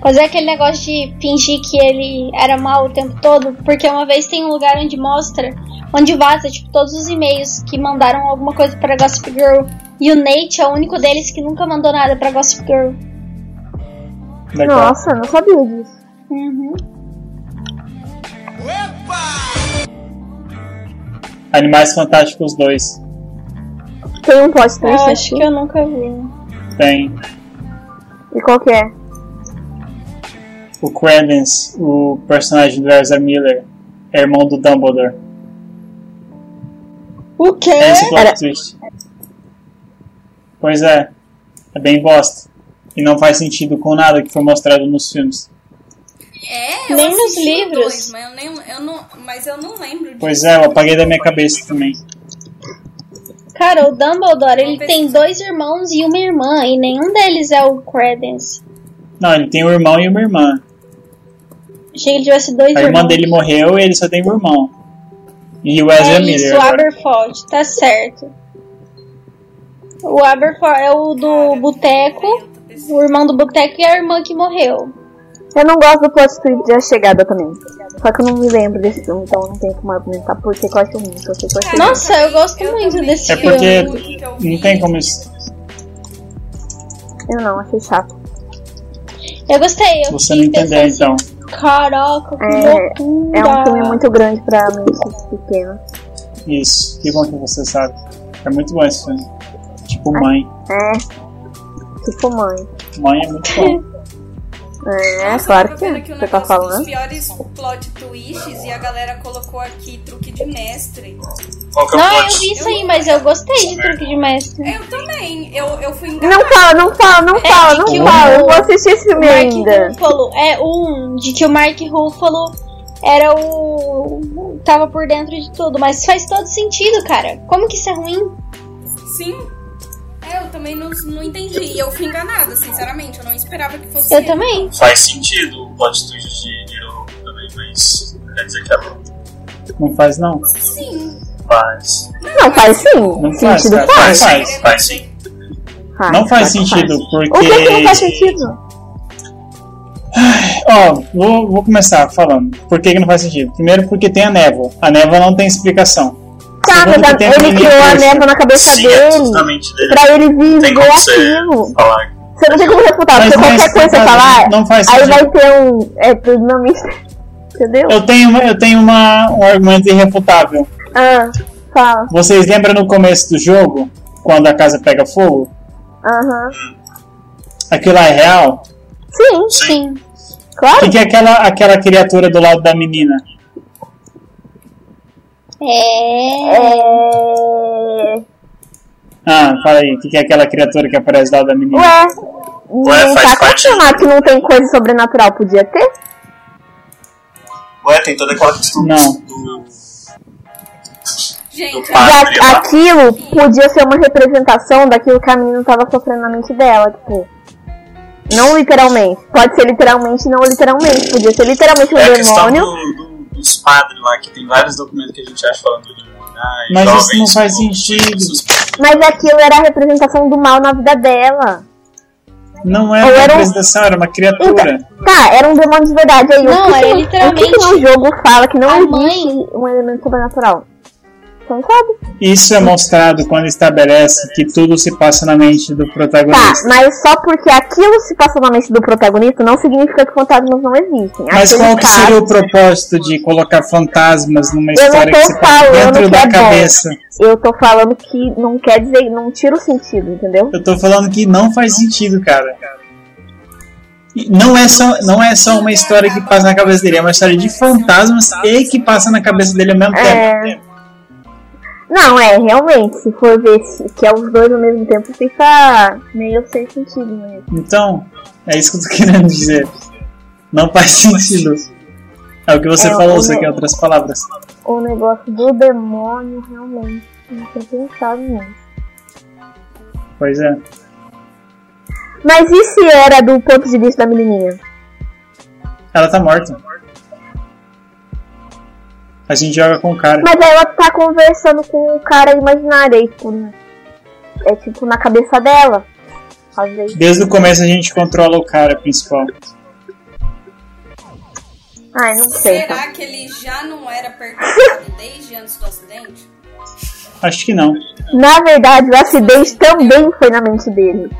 [SPEAKER 1] Fazer aquele negócio de fingir que ele era mal o tempo todo, porque uma vez tem um lugar onde mostra, onde vaza, tipo, todos os e-mails que mandaram alguma coisa pra Gossip Girl. E o Nate é o único deles que nunca mandou nada pra Gossip Girl.
[SPEAKER 3] Legal.
[SPEAKER 2] Nossa, eu não sabia disso.
[SPEAKER 1] Uhum.
[SPEAKER 3] Animais Fantásticos 2.
[SPEAKER 2] Tem um plot
[SPEAKER 1] Eu
[SPEAKER 2] twist
[SPEAKER 1] É, acho
[SPEAKER 2] aqui.
[SPEAKER 1] que eu nunca vi.
[SPEAKER 3] Tem
[SPEAKER 2] E qual que é?
[SPEAKER 3] o Credence, o personagem do Ezra Miller, é irmão do Dumbledore.
[SPEAKER 1] O quê?
[SPEAKER 3] É esse plot
[SPEAKER 2] Era-
[SPEAKER 3] twist. Pois é, é bem bosta. E não faz sentido com nada que foi mostrado nos filmes.
[SPEAKER 4] É, eu
[SPEAKER 1] Nem nos
[SPEAKER 4] assisti o
[SPEAKER 1] livros.
[SPEAKER 4] dois, mas, eu nem, eu não, mas eu não lembro disso.
[SPEAKER 3] Pois é, eu apaguei da minha cabeça também.
[SPEAKER 1] Cara, o Dumbledore, ele tem dois irmãos e uma irmã, e nenhum deles é o Credence.
[SPEAKER 3] Não, ele tem um irmão e uma irmã.
[SPEAKER 1] Achei que ele tivesse dois
[SPEAKER 3] A
[SPEAKER 1] irmãos.
[SPEAKER 3] irmã dele morreu e ele só tem um irmão. E o Ezra
[SPEAKER 1] é
[SPEAKER 3] Miller.
[SPEAKER 1] isso, o
[SPEAKER 3] agora.
[SPEAKER 1] Aberford, tá certo. O Aberford é o do Boteco, o irmão do Boteco e a irmã que morreu.
[SPEAKER 2] Eu não gosto do plot twist de A Chegada também. Só que eu não me lembro desse filme, então não tem como argumentar porque eu acho muito. Eu sei que eu achei.
[SPEAKER 4] Cara,
[SPEAKER 1] Nossa, eu gosto muito
[SPEAKER 4] também,
[SPEAKER 1] desse
[SPEAKER 4] eu
[SPEAKER 1] filme.
[SPEAKER 4] também,
[SPEAKER 3] É
[SPEAKER 4] eu
[SPEAKER 3] porque
[SPEAKER 4] vi, eu vi.
[SPEAKER 3] Não tem como isso.
[SPEAKER 2] Eu não, achei chato.
[SPEAKER 1] Eu gostei, eu
[SPEAKER 3] Você
[SPEAKER 1] fiquei
[SPEAKER 3] não entender,
[SPEAKER 1] pensando
[SPEAKER 3] então.
[SPEAKER 1] assim, Caraca, que
[SPEAKER 2] É,
[SPEAKER 1] loucura.
[SPEAKER 2] É um filme muito grande pra mente pequena.
[SPEAKER 3] Isso, que bom que você sabe. É muito bom esse filme. Tipo, mãe.
[SPEAKER 2] É. Tipo mãe.
[SPEAKER 3] Mãe é muito bom.
[SPEAKER 2] É,
[SPEAKER 4] Nossa,
[SPEAKER 2] claro
[SPEAKER 4] eu
[SPEAKER 2] que
[SPEAKER 4] tô vendo
[SPEAKER 2] é.
[SPEAKER 4] aqui o
[SPEAKER 2] Você tá
[SPEAKER 4] negócio dos
[SPEAKER 2] falando?
[SPEAKER 4] piores plot twists e a galera colocou aqui truque de mestre.
[SPEAKER 7] Qual que é o
[SPEAKER 1] Não, eu
[SPEAKER 7] plot?
[SPEAKER 1] vi isso aí, mas eu gostei de Truque de Mestre.
[SPEAKER 4] É, Eu também. Eu, eu fui enganada.
[SPEAKER 2] Não fala, não fala, não
[SPEAKER 1] É,
[SPEAKER 2] fala,
[SPEAKER 1] que
[SPEAKER 2] não
[SPEAKER 1] o-
[SPEAKER 2] fala. Eu não vou assistir esse filme
[SPEAKER 1] Mark
[SPEAKER 2] ainda.
[SPEAKER 1] Ruffalo, é um de que o Mark Ruffalo era o. tava por dentro de tudo, mas faz todo sentido, cara. Como que isso é ruim?
[SPEAKER 4] Sim. É, eu também não, não entendi. E eu fui enganada, sinceramente. Eu não esperava que fosse.
[SPEAKER 1] Eu também.
[SPEAKER 7] Faz sentido o plot twist de Little Hope também, mas quer dizer que é bom.
[SPEAKER 3] Não faz, não.
[SPEAKER 4] Sim.
[SPEAKER 7] Mas
[SPEAKER 1] tá
[SPEAKER 2] Não, faz sim.
[SPEAKER 3] Não faz,
[SPEAKER 2] sentido
[SPEAKER 3] cara.
[SPEAKER 2] faz.
[SPEAKER 7] faz,
[SPEAKER 3] faz.
[SPEAKER 7] sim, faz sim.
[SPEAKER 2] Faz,
[SPEAKER 3] Não faz
[SPEAKER 2] claro que
[SPEAKER 3] sentido, porque.
[SPEAKER 2] O que, é que não faz sentido?
[SPEAKER 3] Ó, vou, vou começar falando. Por que, que não faz sentido? Primeiro, porque tem a névoa. A névoa não tem explicação.
[SPEAKER 2] Tá,
[SPEAKER 3] Segundo
[SPEAKER 2] mas
[SPEAKER 3] que tem
[SPEAKER 2] a- ele
[SPEAKER 3] aquele
[SPEAKER 2] criou a
[SPEAKER 3] universo.
[SPEAKER 2] névoa na cabeça
[SPEAKER 7] Sim, é
[SPEAKER 2] dele
[SPEAKER 7] totalmente dele.
[SPEAKER 2] pra ele vir
[SPEAKER 7] Tem
[SPEAKER 2] igual
[SPEAKER 7] como você
[SPEAKER 2] aquilo.
[SPEAKER 7] falar.
[SPEAKER 2] Você não tem como refutar,
[SPEAKER 3] Mas
[SPEAKER 2] porque
[SPEAKER 3] não
[SPEAKER 2] qualquer
[SPEAKER 3] é
[SPEAKER 2] coisa que você
[SPEAKER 3] explicado,
[SPEAKER 2] falar,
[SPEAKER 3] não faz
[SPEAKER 2] aí
[SPEAKER 3] sentido.
[SPEAKER 2] vai ter um. É, pro dinamista. Entendeu?
[SPEAKER 3] Eu tenho, uma- eu tenho uma, um argumento irrefutável.
[SPEAKER 2] Ah, fala.
[SPEAKER 3] Vocês lembram no começo do jogo, quando a casa pega fogo?
[SPEAKER 2] Aham.
[SPEAKER 3] Aquilo lá é real?
[SPEAKER 2] Sim,
[SPEAKER 1] Sim.
[SPEAKER 3] O
[SPEAKER 2] claro.
[SPEAKER 3] que, que é aquela, aquela criatura do lado da menina?
[SPEAKER 1] É.
[SPEAKER 2] É.
[SPEAKER 3] Ah, fala aí. O que, que é aquela criatura que aparece do lado da menina?
[SPEAKER 2] Ué. não
[SPEAKER 7] faz
[SPEAKER 2] tá
[SPEAKER 7] parte.
[SPEAKER 2] confirmado que não tem coisa sobrenatural, podia ter?
[SPEAKER 7] Ué, tem toda aquela questão
[SPEAKER 3] Não.
[SPEAKER 7] do.
[SPEAKER 4] Gente,
[SPEAKER 2] Já
[SPEAKER 7] Ah, podia.
[SPEAKER 2] aquilo podia ser uma representação daquilo que a menina tava sofrendo na mente dela, tipo. Não literalmente. Pode ser literalmente, não literalmente. Podia ser literalmente um
[SPEAKER 7] É a questão
[SPEAKER 2] demônio.
[SPEAKER 7] do, do- dos padres lá, que tem vários documentos que a gente acha falando de. Ah,
[SPEAKER 3] Mas
[SPEAKER 7] jovens
[SPEAKER 3] isso não faz
[SPEAKER 7] com-
[SPEAKER 3] sentido.
[SPEAKER 2] Mas aquilo era a representação do mal na vida dela.
[SPEAKER 3] Não era
[SPEAKER 2] Ou
[SPEAKER 3] uma
[SPEAKER 2] era um-
[SPEAKER 3] representação, era uma
[SPEAKER 2] Então,
[SPEAKER 3] criatura.
[SPEAKER 2] tá, era um demônio de verdade aí.
[SPEAKER 1] Não,
[SPEAKER 2] o que
[SPEAKER 1] era
[SPEAKER 2] que no- O que, que no
[SPEAKER 1] literalmente
[SPEAKER 2] jogo fala que não
[SPEAKER 1] a
[SPEAKER 2] existe
[SPEAKER 1] mãe.
[SPEAKER 2] um elemento sobrenatural? Você não sabe? Tá,
[SPEAKER 3] Isso é mostrado quando estabelece que tudo se passa na mente do
[SPEAKER 2] Tá,
[SPEAKER 3] protagonista.
[SPEAKER 2] mas só porque aquilo se passou na mente do protagonista não significa que fantasmas não existem.
[SPEAKER 3] Mas
[SPEAKER 2] Aquele
[SPEAKER 3] qual que
[SPEAKER 2] caso-
[SPEAKER 3] seria o propósito de colocar fantasmas
[SPEAKER 2] não
[SPEAKER 3] numa história
[SPEAKER 2] tô
[SPEAKER 3] que se passa
[SPEAKER 2] falando
[SPEAKER 3] dentro
[SPEAKER 2] que
[SPEAKER 3] da
[SPEAKER 2] é bom.
[SPEAKER 3] cabeça?
[SPEAKER 2] Eu tô falando que não quer dizer, não tira o sentido, entendeu?
[SPEAKER 3] Eu tô falando que não faz sentido, cara. E Não é, só, não é só uma história que passa na cabeça dele, é uma história de fantasmas e que passa na cabeça dele ao mesmo
[SPEAKER 2] É.
[SPEAKER 3] tempo.
[SPEAKER 2] Não, é, realmente, se for ver se- que é os dois ao mesmo tempo, fica meio sem sentido mesmo.
[SPEAKER 3] Então, é isso que eu tô querendo dizer. Não faz sentido. É o que você
[SPEAKER 2] É,
[SPEAKER 3] falou,
[SPEAKER 2] o
[SPEAKER 3] você
[SPEAKER 2] meu-
[SPEAKER 3] quer outras palavras.
[SPEAKER 2] O negócio do demônio, realmente, não tinha pensado nisso.
[SPEAKER 3] Pois é.
[SPEAKER 2] Mas e se era do ponto de vista da menininha?
[SPEAKER 3] Ela tá morta. A gente joga com o cara.
[SPEAKER 2] Mas aí ela tá conversando com o cara imaginário, aí, tipo, é tipo na cabeça dela. Às vezes.
[SPEAKER 3] Desde o começo a gente controla o cara principal.
[SPEAKER 2] Ai, não sei. então.
[SPEAKER 4] será que ele já não era perguntado desde antes do acidente?
[SPEAKER 3] Acho que não.
[SPEAKER 2] então. Na verdade, o acidente também foi na mente dele.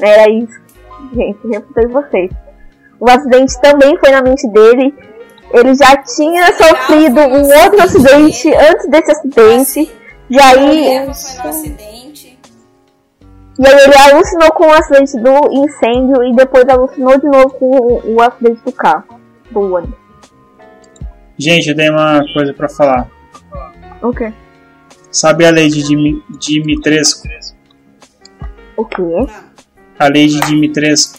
[SPEAKER 2] Era isso. Gente, refutei vocês. O acidente também foi na mente dele. Ele já tinha sofrido um outro acidente antes desse acidente. E aí,
[SPEAKER 4] Eva Assim, foi no acidente.
[SPEAKER 2] e aí ele alucinou com o acidente do incêndio e depois alucinou de novo com o, o acidente do carro. Do ônibus.
[SPEAKER 3] Gente, eu tenho uma coisa pra falar.
[SPEAKER 2] O quê?
[SPEAKER 3] Sabe a lei de Dimi- Dimitrescu?
[SPEAKER 2] O quê?
[SPEAKER 4] Não,
[SPEAKER 3] A lei de Dimitrescu,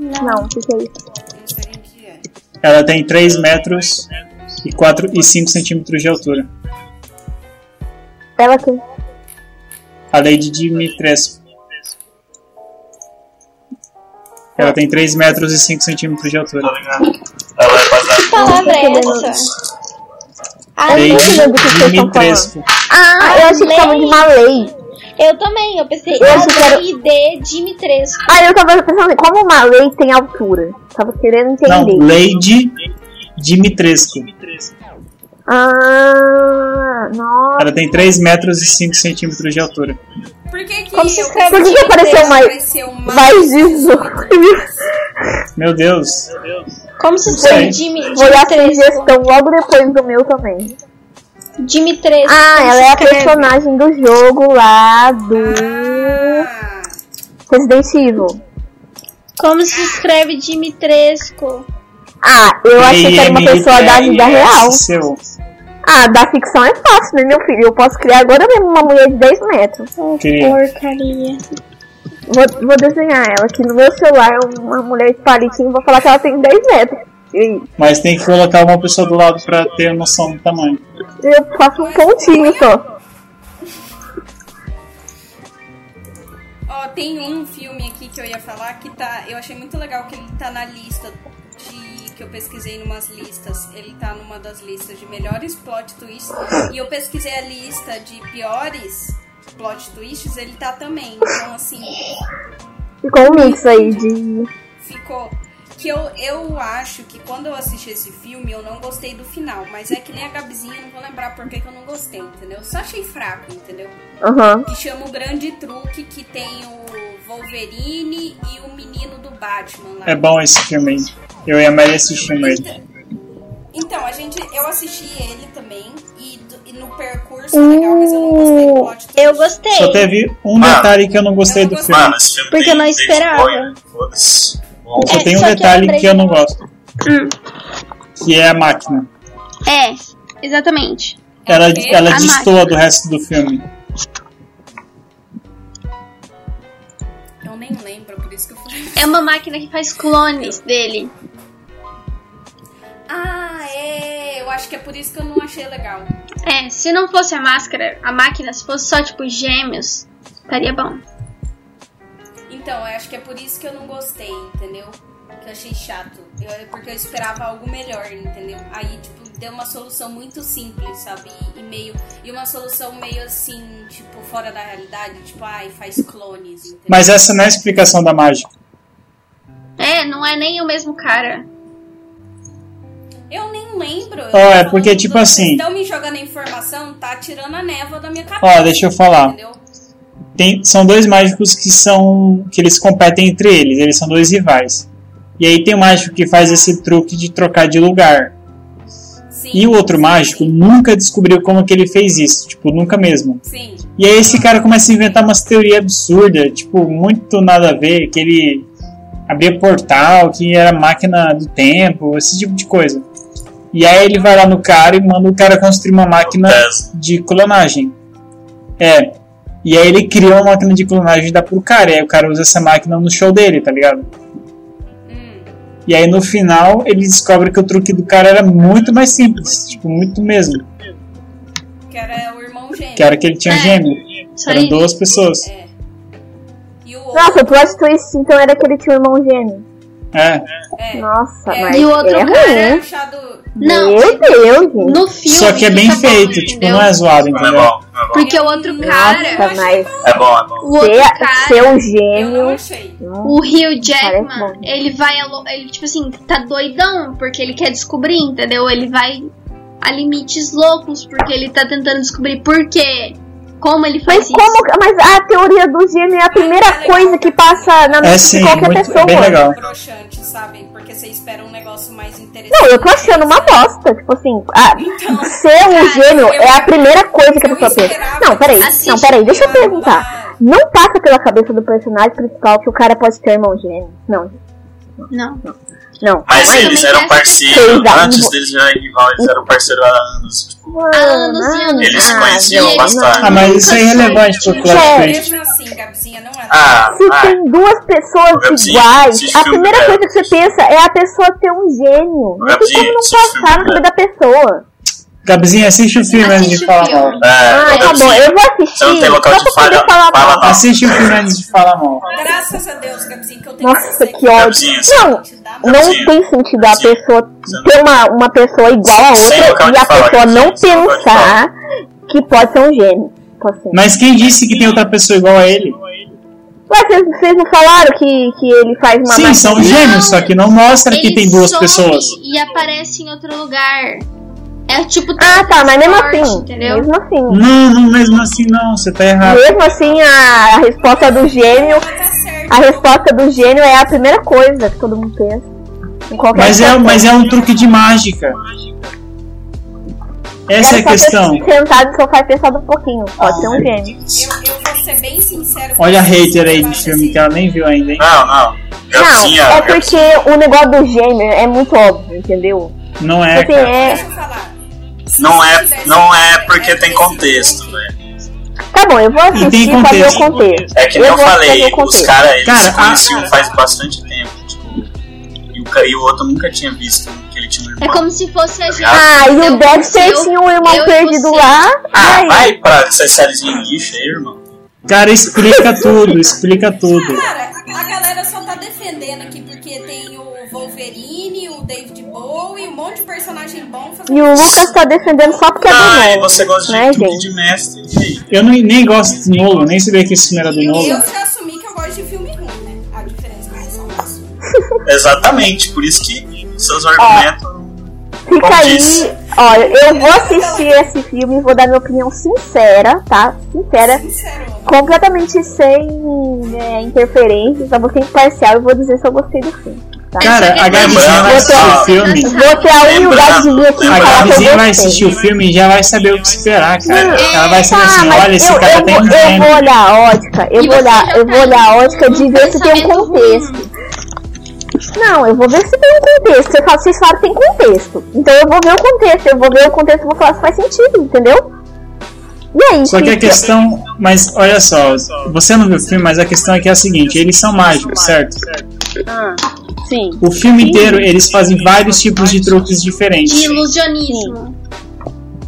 [SPEAKER 2] Não, o que que é isso?
[SPEAKER 4] não sei nem o que é.
[SPEAKER 3] ela tem 3 metros e 4 e 5 centímetros de altura.
[SPEAKER 2] Ela quem?
[SPEAKER 3] A lei de Dimitrescu. Ela tem 3 metros e 5 centímetros de altura.
[SPEAKER 7] Tá ligado? Ela é baseada
[SPEAKER 1] Que palavra é essa?
[SPEAKER 2] Ah, eu
[SPEAKER 3] Lei
[SPEAKER 2] não
[SPEAKER 3] de
[SPEAKER 2] lembro o que vocês estão falando.
[SPEAKER 3] Dimitrescu.
[SPEAKER 2] Ah, eu achei que
[SPEAKER 1] lei.
[SPEAKER 2] tava de uma lei.
[SPEAKER 1] Eu também, eu pensei
[SPEAKER 2] Eu acho que era-
[SPEAKER 1] ADD Dimitrescu.
[SPEAKER 2] Aí eu tava pensando assim, como uma lei tem altura? Tava querendo
[SPEAKER 3] Não,
[SPEAKER 2] entender.
[SPEAKER 3] Lady Dimitrescu.
[SPEAKER 2] Ah, nossa.
[SPEAKER 3] Ela tem 3 metros e 5 centímetros de altura.
[SPEAKER 4] Por que que
[SPEAKER 1] Como se
[SPEAKER 4] eu-
[SPEAKER 1] escreve
[SPEAKER 2] Por que que apareceu mais-
[SPEAKER 4] apareceu mais?
[SPEAKER 2] Mais 18 mil.
[SPEAKER 3] Meu Deus.
[SPEAKER 1] Como se
[SPEAKER 3] sei.
[SPEAKER 1] fosse Dimi,
[SPEAKER 2] Vou olhar essa
[SPEAKER 1] Dimitrescu.
[SPEAKER 2] ingestão logo depois do meu também.
[SPEAKER 1] Dimitrescu.
[SPEAKER 2] Ah,
[SPEAKER 1] como
[SPEAKER 2] ela
[SPEAKER 1] se
[SPEAKER 2] é a
[SPEAKER 1] escreve.
[SPEAKER 2] personagem do jogo lá do
[SPEAKER 4] Ah,
[SPEAKER 2] Resident Evil.
[SPEAKER 1] Como se escreve Dimitrescu?
[SPEAKER 2] Ah, eu achei que era uma pessoa da vida real.
[SPEAKER 3] Seu.
[SPEAKER 2] Ah, da ficção é fácil, né, meu filho? Eu posso criar agora mesmo uma mulher de 10 metros.
[SPEAKER 1] Oh,
[SPEAKER 3] Que-
[SPEAKER 1] porcaria.
[SPEAKER 2] Vou, vou desenhar ela aqui no meu celular, é uma mulher de palitinho, vou falar que ela tem 10 metros. E
[SPEAKER 3] Mas tem que colocar uma pessoa do lado pra ter noção do tamanho.
[SPEAKER 2] eu faço um pontinho só.
[SPEAKER 4] ó, tem um filme aqui que eu ia falar que tá. Eu achei muito legal que ele tá na lista de. que eu pesquisei em umas listas. Ele tá numa das listas de melhores plot twists. E eu pesquisei a lista de piores plot twists, ele tá também. Então assim.
[SPEAKER 2] Ficou um mix aí de.
[SPEAKER 4] ficou. Que eu, eu acho que quando eu assisti esse filme eu não gostei do final, mas é que nem a Gabizinha, eu não vou lembrar por que que eu não gostei, entendeu? Só achei fraco, entendeu?
[SPEAKER 2] Aham.
[SPEAKER 4] Que chama o Grande Truque, que tem o Wolverine e o menino do Batman lá.
[SPEAKER 3] É bom esse filme. aí. Eu e a Maria assistimos ele.
[SPEAKER 4] Então, então, a gente, eu assisti ele também, e, do- e no percurso legal, mas eu não gostei
[SPEAKER 2] Uh.
[SPEAKER 4] do plot twist.
[SPEAKER 1] Uh, Eu gostei.
[SPEAKER 3] Só teve um detalhe que eu não gostei do filme.
[SPEAKER 7] Mano, esse filme
[SPEAKER 1] Porque
[SPEAKER 7] tem-
[SPEAKER 1] eu não
[SPEAKER 7] tem
[SPEAKER 1] esperava.
[SPEAKER 7] spoiler, Foda-se. Bom,
[SPEAKER 1] É,
[SPEAKER 3] Só tem um
[SPEAKER 1] só que eu
[SPEAKER 3] detalhe que
[SPEAKER 1] lembrei-
[SPEAKER 3] eu, não gosto.
[SPEAKER 1] Hum.
[SPEAKER 3] Que é a máquina.
[SPEAKER 1] É, exatamente.
[SPEAKER 3] Ela,
[SPEAKER 4] o quê?
[SPEAKER 3] ela
[SPEAKER 1] É A
[SPEAKER 3] destoa do resto do filme.
[SPEAKER 4] Eu nem lembro, por isso que eu falei.
[SPEAKER 1] É uma máquina que faz clones dele.
[SPEAKER 4] Ah, é! Eu acho que é por isso que eu não achei legal.
[SPEAKER 1] É, se não fosse a máscara, a máquina, se fosse só tipo gêmeos, estaria bom.
[SPEAKER 4] Então, eu acho que é por isso que eu não gostei, entendeu? Que eu achei chato. Eu- é porque eu esperava algo melhor, entendeu? Aí, tipo, deu uma solução muito simples, sabe? E, e meio. E uma solução meio assim, tipo, fora da realidade, tipo, ai, faz clones, entendeu?
[SPEAKER 3] Mas essa não é a explicação da mágica.
[SPEAKER 1] É, não é nem o mesmo cara.
[SPEAKER 4] Eu nem lembro. eu
[SPEAKER 3] Ó,
[SPEAKER 4] tô
[SPEAKER 3] é
[SPEAKER 4] falando
[SPEAKER 3] porque,
[SPEAKER 4] tudo,
[SPEAKER 3] tipo
[SPEAKER 4] vocês
[SPEAKER 3] assim-
[SPEAKER 4] Estão me jogando a informação, tá tirando a névoa da minha cabeça.
[SPEAKER 3] Ó, deixa eu falar.
[SPEAKER 4] Entendeu?
[SPEAKER 3] Tem- são dois mágicos que são que eles competem entre eles, eles são dois rivais. E aí tem o mágico que faz esse truque de trocar de lugar.
[SPEAKER 4] Sim.
[SPEAKER 3] E o outro mágico nunca descobriu como que ele fez isso, tipo, nunca mesmo.
[SPEAKER 4] Sim.
[SPEAKER 3] E aí esse cara começa a inventar umas teorias absurdas, tipo, muito nada a ver, que ele abria portal, que era máquina do tempo, esse tipo de coisa. E aí ele vai lá no cara e manda o cara construir uma máquina
[SPEAKER 7] Tesla.
[SPEAKER 3] de clonagem. É. E aí ele criou uma máquina de clonagem e dá pro cara. E aí o cara usa essa máquina no show dele, tá ligado?
[SPEAKER 4] Hum.
[SPEAKER 3] E aí no final ele descobre que o truque do cara era muito mais simples. Tipo, muito mesmo.
[SPEAKER 4] Que era o irmão gêmeo.
[SPEAKER 3] Que era que ele tinha
[SPEAKER 1] É.
[SPEAKER 3] gêmeo.
[SPEAKER 1] Só
[SPEAKER 3] Eram
[SPEAKER 1] isso.
[SPEAKER 3] duas pessoas.
[SPEAKER 4] É. E o outro.
[SPEAKER 2] Nossa, o plot twist então era aquele tio irmão gêmeo.
[SPEAKER 3] É.
[SPEAKER 4] É.
[SPEAKER 2] Nossa,
[SPEAKER 4] É.
[SPEAKER 2] mas
[SPEAKER 1] E o outro
[SPEAKER 2] é
[SPEAKER 1] cara-
[SPEAKER 2] ruim.
[SPEAKER 4] era achado-
[SPEAKER 1] Não,
[SPEAKER 2] Meu Deus, gente.
[SPEAKER 1] no filme.
[SPEAKER 3] Só que é bem
[SPEAKER 1] fica bom,
[SPEAKER 3] feito. Tipo,
[SPEAKER 1] entendeu?
[SPEAKER 3] não é zoado,
[SPEAKER 7] Não é
[SPEAKER 3] entendeu?
[SPEAKER 7] bom, não é bom.
[SPEAKER 1] Porque o outro cara,
[SPEAKER 2] Nossa, mas
[SPEAKER 7] É bom, é bom.
[SPEAKER 1] o outro
[SPEAKER 2] ser,
[SPEAKER 1] cara,
[SPEAKER 2] ser um
[SPEAKER 4] Eu não
[SPEAKER 2] gênio.
[SPEAKER 4] achei.
[SPEAKER 1] o Hugh
[SPEAKER 2] Parece
[SPEAKER 1] Jackman,
[SPEAKER 2] bom.
[SPEAKER 1] ele vai, alo- ele tipo assim, tá doidão porque ele quer descobrir, entendeu? Ele vai a limites loucos porque ele tá tentando descobrir por quê, como ele faz
[SPEAKER 2] Mas
[SPEAKER 1] isso.
[SPEAKER 2] como. Mas a teoria do gênio é a primeira coisa que passa na
[SPEAKER 3] É
[SPEAKER 2] mente
[SPEAKER 3] sim,
[SPEAKER 2] de qualquer
[SPEAKER 3] muito,
[SPEAKER 2] pessoa.
[SPEAKER 3] bem legal.
[SPEAKER 4] broxante, sabe? Porque você espera um negócio mais interessante.
[SPEAKER 2] Não, eu tô achando uma bosta. Tipo assim, a-
[SPEAKER 4] Então,
[SPEAKER 2] ser um gênio é a primeira coisa que a
[SPEAKER 4] eu
[SPEAKER 2] pessoa pensa.
[SPEAKER 4] esperava
[SPEAKER 2] Não, peraí.
[SPEAKER 1] assistir
[SPEAKER 2] Não, peraí, deixa eu
[SPEAKER 4] uma-
[SPEAKER 2] perguntar. Não passa pela cabeça do personagem principal que o cara pode ter irmão gêmeo. Não,
[SPEAKER 1] Não.
[SPEAKER 2] não. é
[SPEAKER 7] Mas
[SPEAKER 1] Mas
[SPEAKER 7] eles
[SPEAKER 1] também
[SPEAKER 7] eram
[SPEAKER 1] tem-
[SPEAKER 7] parceiros.
[SPEAKER 2] Sei lá,
[SPEAKER 7] Antes
[SPEAKER 2] não-
[SPEAKER 7] deles já rival, eles eram parceiros há anos. Tipo,
[SPEAKER 1] Há anos e anos.
[SPEAKER 7] Eles se
[SPEAKER 1] Ah,
[SPEAKER 7] conheciam
[SPEAKER 1] e ele-
[SPEAKER 7] bastante.
[SPEAKER 3] Ah, mas isso é irrelevante pro plot
[SPEAKER 2] É.
[SPEAKER 3] twist.
[SPEAKER 4] Mesmo assim, Gabizinha, não é.
[SPEAKER 7] ah,
[SPEAKER 2] Se
[SPEAKER 7] ah,
[SPEAKER 2] tem duas pessoas
[SPEAKER 7] Gabi,
[SPEAKER 2] iguais,
[SPEAKER 7] assiste
[SPEAKER 2] a
[SPEAKER 7] filme,
[SPEAKER 2] primeira
[SPEAKER 7] cara.
[SPEAKER 2] coisa que você pensa é a pessoa ter um gênio. Não
[SPEAKER 7] Gabi,
[SPEAKER 2] tem como não
[SPEAKER 7] assiste filme,
[SPEAKER 2] passar na cabeça
[SPEAKER 7] cara.
[SPEAKER 2] da pessoa.
[SPEAKER 3] Gabizinha, assiste o filme antes de
[SPEAKER 1] Assiste o
[SPEAKER 3] falar
[SPEAKER 1] filme.
[SPEAKER 3] mal.
[SPEAKER 7] é,
[SPEAKER 2] Ah, tá bom, eu vou
[SPEAKER 7] Você não
[SPEAKER 2] assistir.
[SPEAKER 7] tem
[SPEAKER 2] Só
[SPEAKER 7] local
[SPEAKER 2] pra
[SPEAKER 7] de
[SPEAKER 2] poder
[SPEAKER 7] falha,
[SPEAKER 2] falar
[SPEAKER 7] fala
[SPEAKER 2] mal.
[SPEAKER 7] mal.
[SPEAKER 3] Assiste o filme antes de falar mal.
[SPEAKER 4] Graças a Deus, Gabizinha, que eu tenho
[SPEAKER 2] Nossa,
[SPEAKER 4] certeza
[SPEAKER 2] que ódio.
[SPEAKER 7] Gabizinha,
[SPEAKER 2] Não,
[SPEAKER 4] te dá
[SPEAKER 2] não
[SPEAKER 7] Sim.
[SPEAKER 2] tem sentido a
[SPEAKER 7] Sim.
[SPEAKER 2] pessoa
[SPEAKER 7] Sim.
[SPEAKER 2] ter uma, uma pessoa igual a
[SPEAKER 7] Sim, eu
[SPEAKER 2] outra
[SPEAKER 7] acabo
[SPEAKER 2] e
[SPEAKER 7] de
[SPEAKER 2] a
[SPEAKER 7] falar
[SPEAKER 2] pessoa
[SPEAKER 7] isso,
[SPEAKER 2] não
[SPEAKER 7] sim, eu acabo de
[SPEAKER 2] pensar que pode ser um gênio. pode ser.
[SPEAKER 3] Mas quem disse que tem outra pessoa igual a ele?
[SPEAKER 2] Ué, vocês, vocês não falaram que, que ele faz uma
[SPEAKER 3] Sim, são
[SPEAKER 2] máquina-
[SPEAKER 3] gêmeos, só que não mostra que
[SPEAKER 1] Ele
[SPEAKER 3] tem duas
[SPEAKER 1] some
[SPEAKER 3] pessoas.
[SPEAKER 1] E aparece em outro lugar. É tipo.
[SPEAKER 2] Ah, tá, mas mesmo assim.
[SPEAKER 1] Entendeu?
[SPEAKER 2] Mesmo assim.
[SPEAKER 3] Não, não, mesmo assim não, você tá errado.
[SPEAKER 2] Mesmo assim, a, a resposta do gênio.
[SPEAKER 4] Tá certo.
[SPEAKER 2] A resposta do gênio é a primeira coisa que todo mundo pensa. Em qualquer
[SPEAKER 3] Mas é,
[SPEAKER 2] situação.
[SPEAKER 3] mas é um truque de mágica. Essa é a
[SPEAKER 2] Cara, só
[SPEAKER 3] questão.
[SPEAKER 2] ter Sentado no sofá e pensado um pouquinho.
[SPEAKER 7] Ah,
[SPEAKER 2] Pode ser um gênio.
[SPEAKER 4] Eu, eu vou ser bem sincero.
[SPEAKER 3] Olha a
[SPEAKER 4] com vocês,
[SPEAKER 3] hater aí
[SPEAKER 4] eu
[SPEAKER 3] de
[SPEAKER 4] acho
[SPEAKER 3] filme
[SPEAKER 4] assim,
[SPEAKER 3] que ela nem viu ainda, hein?
[SPEAKER 7] Não, não. Gatinha.
[SPEAKER 2] Não, é
[SPEAKER 7] gatinha.
[SPEAKER 2] porque o negócio do gênio é muito óbvio, entendeu?
[SPEAKER 3] Não é,
[SPEAKER 2] Assim,
[SPEAKER 3] cara.
[SPEAKER 2] é.
[SPEAKER 4] Deixa eu falar. Se
[SPEAKER 7] Não
[SPEAKER 4] vocês
[SPEAKER 7] é,
[SPEAKER 4] fizessem-
[SPEAKER 7] não é porque
[SPEAKER 4] é
[SPEAKER 7] tem contexto, velho.
[SPEAKER 2] Tá bom, eu vou
[SPEAKER 3] E tem
[SPEAKER 2] assistir e fazer o
[SPEAKER 3] contexto.
[SPEAKER 2] contexto.
[SPEAKER 7] É que nem
[SPEAKER 2] eu
[SPEAKER 7] eu
[SPEAKER 2] vou
[SPEAKER 7] falei,
[SPEAKER 2] fazer o
[SPEAKER 7] os
[SPEAKER 2] contexto.
[SPEAKER 7] caras eles
[SPEAKER 3] Cara,
[SPEAKER 7] se
[SPEAKER 3] a-
[SPEAKER 7] conheciam faz bastante tempo. Tipo, e, o, ca- e o outro nunca tinha visto que ele tinha um
[SPEAKER 1] É
[SPEAKER 7] irmão.
[SPEAKER 1] como se fosse a gente.
[SPEAKER 2] Ah, e
[SPEAKER 1] Eu
[SPEAKER 2] o Dexter
[SPEAKER 1] eu-
[SPEAKER 2] tinha um irmão
[SPEAKER 1] eu e
[SPEAKER 2] perdido
[SPEAKER 1] você.
[SPEAKER 2] lá.
[SPEAKER 7] Ah,
[SPEAKER 2] e aí?
[SPEAKER 7] vai pra essa sériezinha lixo aí, irmão.
[SPEAKER 3] Cara, explica tudo, explica tudo.
[SPEAKER 4] Ah, Cara, a galera só tá defendendo aqui porque tem o Wolverine, o David Bowie, um monte de personagem bom fazendo.
[SPEAKER 2] E o Lucas tá defendendo só porque é
[SPEAKER 7] Ah, e
[SPEAKER 2] do
[SPEAKER 7] você gosta de
[SPEAKER 2] Né,
[SPEAKER 7] truque
[SPEAKER 2] gente?
[SPEAKER 7] de mestre. E aí?
[SPEAKER 3] Eu não- nem gosto de Nolan, nem sabia que esse filme era do
[SPEAKER 4] Eu
[SPEAKER 3] Nolan.
[SPEAKER 4] já assumi que eu gosto de filme ruim, né? A diferença é só isso.
[SPEAKER 7] Exatamente, por isso que seus argumentos.
[SPEAKER 2] Ah, Fica aí.
[SPEAKER 7] diz.
[SPEAKER 2] Olha, eu vou assistir esse filme e vou dar minha opinião sincera, tá? Sincera.
[SPEAKER 4] Sincero.
[SPEAKER 2] Completamente sem é, interferências, eu vou ser imparcial e vou dizer se eu gostei do filme.
[SPEAKER 3] Cara, a Gabizinha vai assistir o filme.
[SPEAKER 2] Vou ter a humildade de vir aqui e
[SPEAKER 3] A
[SPEAKER 2] falar que eu
[SPEAKER 3] Gabizinha vai
[SPEAKER 2] gostei.
[SPEAKER 3] assistir o filme e já vai saber o que esperar, cara. Ela vai saber assim,
[SPEAKER 2] mas
[SPEAKER 3] olha, esse
[SPEAKER 2] eu,
[SPEAKER 3] cara
[SPEAKER 2] eu,
[SPEAKER 3] tem
[SPEAKER 2] vou- eu
[SPEAKER 3] gênio.
[SPEAKER 2] vou olhar a ótica, eu
[SPEAKER 1] E
[SPEAKER 2] vou
[SPEAKER 1] você
[SPEAKER 2] olhar,
[SPEAKER 1] já
[SPEAKER 2] eu
[SPEAKER 1] tá
[SPEAKER 2] vou olhar a ótica de
[SPEAKER 1] num
[SPEAKER 2] ver se tem um
[SPEAKER 1] pensamento
[SPEAKER 2] contexto. Não, eu vou ver se tem um contexto. Você fala, vocês falam que tem contexto. Então eu vou ver o contexto, eu vou ver o contexto e vou falar se faz sentido, entendeu? E aí,
[SPEAKER 3] Só que a
[SPEAKER 2] fica-
[SPEAKER 3] questão, mas olha só, você não viu o filme, mas a questão é que é a seguinte, eles são mágicos, certo?
[SPEAKER 1] Ah,
[SPEAKER 6] Sim.
[SPEAKER 3] O filme inteiro eles fazem vários tipos de truques diferentes.
[SPEAKER 1] De ilusionismo.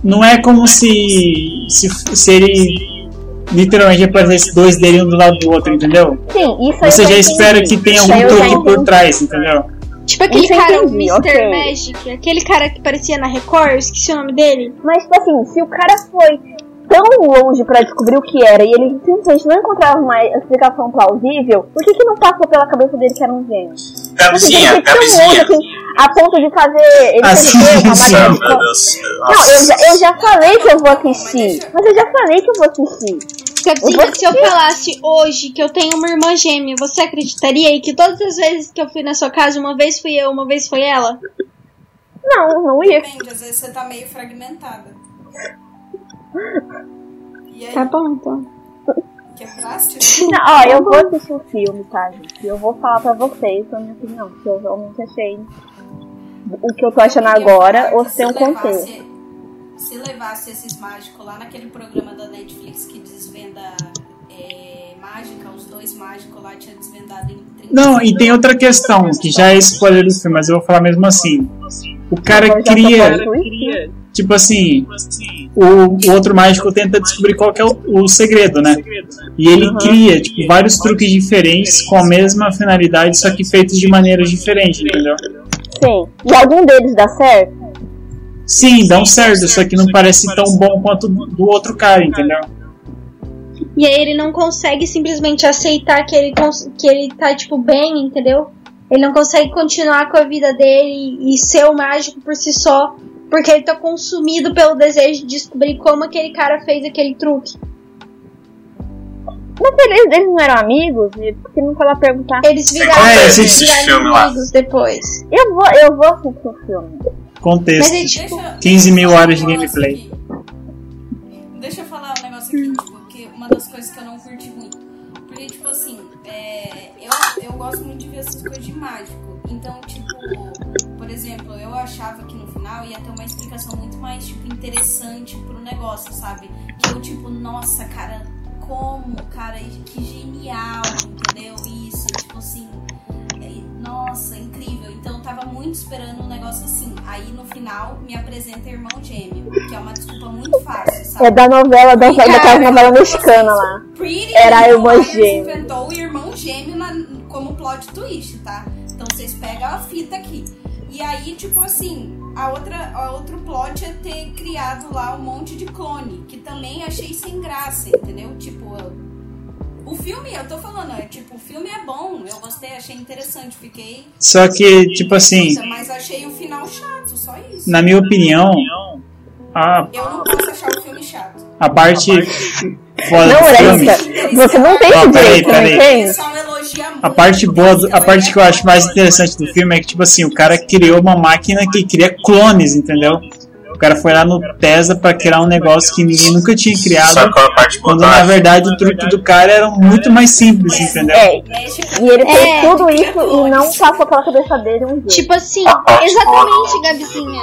[SPEAKER 3] Não é como se se, se ele literalmente aparecesse dois dele um do lado do outro, entendeu?
[SPEAKER 2] Sim, isso aí
[SPEAKER 3] Você
[SPEAKER 2] eu
[SPEAKER 3] já
[SPEAKER 2] entendi.
[SPEAKER 3] espera que tenha
[SPEAKER 2] Isso
[SPEAKER 3] algum
[SPEAKER 2] aí eu já
[SPEAKER 3] truque por
[SPEAKER 2] entendi.
[SPEAKER 3] trás, entendeu?
[SPEAKER 1] Tipo aquele
[SPEAKER 2] Isso eu
[SPEAKER 1] cara, o
[SPEAKER 2] entendi,
[SPEAKER 1] Mr.
[SPEAKER 2] ok.
[SPEAKER 1] Magic, aquele cara que parecia na Record, eu esqueci o nome dele.
[SPEAKER 2] Mas, tipo assim, se o cara foi tão longe pra descobrir o que era e ele simplesmente não encontrava mais explicação plausível, por que que não passou pela cabeça dele que era um gênio?
[SPEAKER 7] Gabizinha, Gabizinha.
[SPEAKER 2] um assim, a ponto de fazer ele
[SPEAKER 3] Assim,
[SPEAKER 2] perder uma
[SPEAKER 3] sim.
[SPEAKER 2] maneira
[SPEAKER 7] Não,
[SPEAKER 2] de-
[SPEAKER 7] é, meu Deus.
[SPEAKER 2] né? Não, eu já, eu já falei que eu vou assistir.
[SPEAKER 4] Nossa.
[SPEAKER 2] Mas eu já falei que eu vou assistir.
[SPEAKER 1] Gabizinha, se eu falasse hoje que eu tenho uma irmã gêmea, você acreditaria? E que todas as vezes que eu fui na sua casa, uma vez fui eu, uma vez foi ela?
[SPEAKER 2] Não, não ia.
[SPEAKER 4] Depende, às vezes você tá meio fragmentada. E aí,
[SPEAKER 1] Tá bom, então.
[SPEAKER 4] que é plástico?
[SPEAKER 2] Não, ó, eu vou assistir o filme, tá, gente? E eu vou falar pra vocês a minha opinião. Que eu realmente achei o que eu tô achando agora ou se tem um contexto.
[SPEAKER 4] levasse- Se levasse esses mágicos lá naquele programa da Netflix que desvenda é, mágica, os dois mágicos lá tinham desvendado em 30
[SPEAKER 3] Não, e tem outra questão que já é spoiler do filme, mas eu vou falar mesmo assim. O cara
[SPEAKER 2] Agora já tô
[SPEAKER 3] cria,
[SPEAKER 2] falando isso.
[SPEAKER 3] tipo assim, o, o outro mágico tenta descobrir qual que é o, o segredo, né? E ele
[SPEAKER 2] Uhum.
[SPEAKER 3] cria, tipo, vários truques diferentes com a mesma finalidade, só que feitos de maneiras diferentes, entendeu?
[SPEAKER 2] Sim. E algum deles dá certo?
[SPEAKER 3] Sim, dão certo, só que não parece tão bom quanto do do outro cara, entendeu?
[SPEAKER 1] E aí ele não consegue simplesmente aceitar que ele, cons- que ele tá, tipo, bem, entendeu? Ele não consegue continuar com a vida dele e ser o mágico por si só, porque ele tá consumido pelo desejo de descobrir como aquele cara fez aquele truque.
[SPEAKER 2] Mas eles, eles não eram amigos? E por que não foi lá perguntar?
[SPEAKER 1] Eles viraram,
[SPEAKER 3] Ah, é,
[SPEAKER 1] eles
[SPEAKER 3] existe
[SPEAKER 1] viraram
[SPEAKER 7] esse filme lá.
[SPEAKER 1] amigos depois.
[SPEAKER 2] Eu vou, eu vou assistir o filme.
[SPEAKER 1] Mas é
[SPEAKER 3] Contexto.
[SPEAKER 1] tipo,
[SPEAKER 3] 15 mil horas de
[SPEAKER 4] Nossa,
[SPEAKER 3] gameplay.
[SPEAKER 4] que- um Deixa eu falar um negócio aqui, tipo, que uma das coisas que eu não curti muito. Porque, tipo assim, é, eu, eu gosto muito de ver essas coisas de mágico. Então, tipo, por exemplo, eu achava que no final ia ter uma explicação muito mais, tipo, interessante pro negócio, sabe? Que eu, tipo, nossa, cara, como, cara, que genial, entendeu? Isso, tipo assim, e, Nossa, incrível. Então eu tava muito esperando um negócio assim. Aí no final me apresenta irmão gêmeo, que é uma desculpa muito fácil, sabe?
[SPEAKER 2] É da novela, da,
[SPEAKER 4] Cara,
[SPEAKER 2] daquela novela mexicana lá.
[SPEAKER 4] Pretty
[SPEAKER 2] era
[SPEAKER 4] Little
[SPEAKER 2] irmã
[SPEAKER 4] Liars
[SPEAKER 2] gêmea.
[SPEAKER 4] inventou o irmão gêmeo na- como plot twist, tá? Então vocês pegam a fita aqui. E aí, tipo assim, a outra, a outro plot é ter criado lá um monte de clone, que também achei sem graça, entendeu? Tipo, eu- o filme, eu tô falando, é tipo, o filme é bom, eu gostei, achei interessante, fiquei.
[SPEAKER 3] Só que, tipo assim,
[SPEAKER 4] Mas achei o final chato, só isso.
[SPEAKER 3] na minha opinião, a,
[SPEAKER 4] Eu não posso achar o filme chato.
[SPEAKER 3] a parte foda
[SPEAKER 2] Não,
[SPEAKER 3] do filme.
[SPEAKER 2] Larissa, você não tem esse
[SPEAKER 3] Ó, Ah, peraí,
[SPEAKER 2] direito, né, não
[SPEAKER 3] peraí.
[SPEAKER 4] O
[SPEAKER 2] tem?
[SPEAKER 4] pessoal elogia muito.
[SPEAKER 3] A parte boa, do- a
[SPEAKER 4] então
[SPEAKER 3] parte
[SPEAKER 4] é
[SPEAKER 3] que eu acho mais
[SPEAKER 4] bom.
[SPEAKER 3] interessante do filme é que, tipo assim, o cara criou uma máquina que cria clones, entendeu? O cara foi lá no Tesla pra criar um negócio que ninguém nunca tinha
[SPEAKER 7] Sabe
[SPEAKER 3] criado,
[SPEAKER 7] qual é a parte boa
[SPEAKER 3] quando
[SPEAKER 7] da
[SPEAKER 3] na
[SPEAKER 7] arte?
[SPEAKER 3] verdade o truque do cara era muito mais simples, entendeu?
[SPEAKER 2] É,
[SPEAKER 4] Mexe com
[SPEAKER 2] e ele fez
[SPEAKER 1] É.
[SPEAKER 2] tudo isso e não passou pela cabeça dele um dia.
[SPEAKER 1] Tipo assim,
[SPEAKER 7] A parte
[SPEAKER 1] exatamente,
[SPEAKER 7] boa do-
[SPEAKER 1] Gabizinha.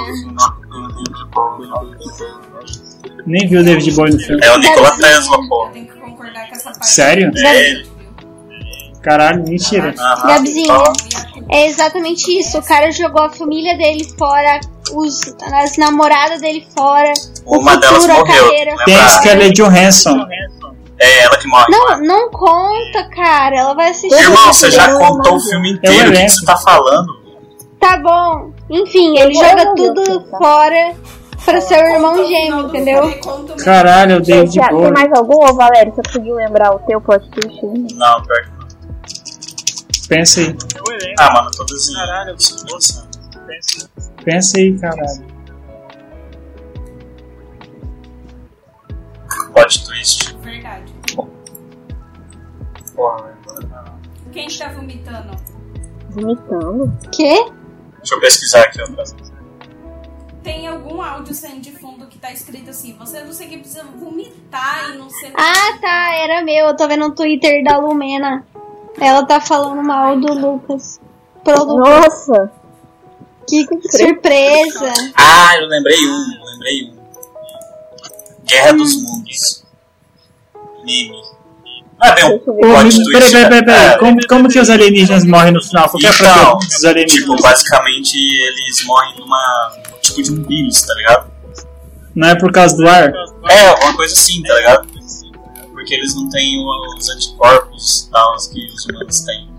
[SPEAKER 3] Nem viu o David Bowie no filme.
[SPEAKER 7] É o Nikola Tesla, pô.
[SPEAKER 4] Eu tenho que concordar com essa parte.
[SPEAKER 3] Sério?
[SPEAKER 1] Gabi-
[SPEAKER 7] É.
[SPEAKER 3] Caralho, mentira.
[SPEAKER 7] Aham.
[SPEAKER 1] Gabizinha,
[SPEAKER 7] Ó,
[SPEAKER 1] é exatamente isso. O cara jogou a família dele fora, os, as namoradas dele fora, o
[SPEAKER 7] Uma delas
[SPEAKER 1] futuro, a
[SPEAKER 7] morreu.
[SPEAKER 1] carreira.
[SPEAKER 7] lembra?
[SPEAKER 3] Tem é a Scarlett Johansson.
[SPEAKER 7] É ela que morre.
[SPEAKER 1] Não, não conta, cara. Ela vai assistir.
[SPEAKER 7] Irmão, você já
[SPEAKER 2] Eu
[SPEAKER 7] contou um
[SPEAKER 2] lembro.
[SPEAKER 7] o filme
[SPEAKER 3] Eu
[SPEAKER 7] inteiro. O que que
[SPEAKER 3] lembro.
[SPEAKER 7] você tá falando?
[SPEAKER 1] Tá bom. Enfim, ele
[SPEAKER 2] Eu
[SPEAKER 1] joga
[SPEAKER 2] não vou
[SPEAKER 1] tudo
[SPEAKER 2] contar.
[SPEAKER 1] fora pra seu irmão
[SPEAKER 4] tá? Conta o final
[SPEAKER 1] gêmeo,
[SPEAKER 4] do
[SPEAKER 1] entendeu?
[SPEAKER 4] filme, Então, conta o meu-
[SPEAKER 3] Caralho, é o
[SPEAKER 2] Gente,
[SPEAKER 3] David
[SPEAKER 2] ah, tem
[SPEAKER 3] Bowie.
[SPEAKER 2] mais algum, ô Valério? Você conseguiu lembrar o teu plot twist? ainda?
[SPEAKER 7] Não, pior que não.
[SPEAKER 3] Pensa aí,
[SPEAKER 7] Ah, mano, todas em. Caralho, nossa.
[SPEAKER 3] pensa aí, caralho.
[SPEAKER 7] Plot twist.
[SPEAKER 4] Verdade.
[SPEAKER 7] Porra, agora não.
[SPEAKER 4] Quem tá vomitando?
[SPEAKER 2] Vomitando.
[SPEAKER 1] Quê?
[SPEAKER 7] Deixa eu pesquisar aqui, ó. pra-
[SPEAKER 4] Tem algum áudio saindo de fundo que tá escrito assim, você não sei o que precisa vomitar e não sei o
[SPEAKER 1] Ah, tá. Era meu. Eu tô vendo o Twitter da Lumena. Ela tá falando mal do Lucas. Pro Lu-
[SPEAKER 2] Nossa!
[SPEAKER 1] Que surpresa.
[SPEAKER 7] Ah, eu lembrei um, eu lembrei um. Guerra dos Mundos. Meme. Ah, tem um
[SPEAKER 2] Deixa eu ver.
[SPEAKER 3] Ô,
[SPEAKER 7] plot
[SPEAKER 3] me-
[SPEAKER 7] twist.
[SPEAKER 3] Peraí, peraí, peraí,
[SPEAKER 7] né?
[SPEAKER 3] peraí. Como, como que os alienígenas morrem no final? Qual que é a
[SPEAKER 7] Então,
[SPEAKER 3] frase dos alienígenas?
[SPEAKER 7] tipo, basicamente eles morrem numa. tipo de um vírus, tá ligado?
[SPEAKER 3] Não é por causa do ar?
[SPEAKER 7] É, alguma coisa assim, tá ligado? Porque eles não têm o- os anticorpos e tal que os humanos têm.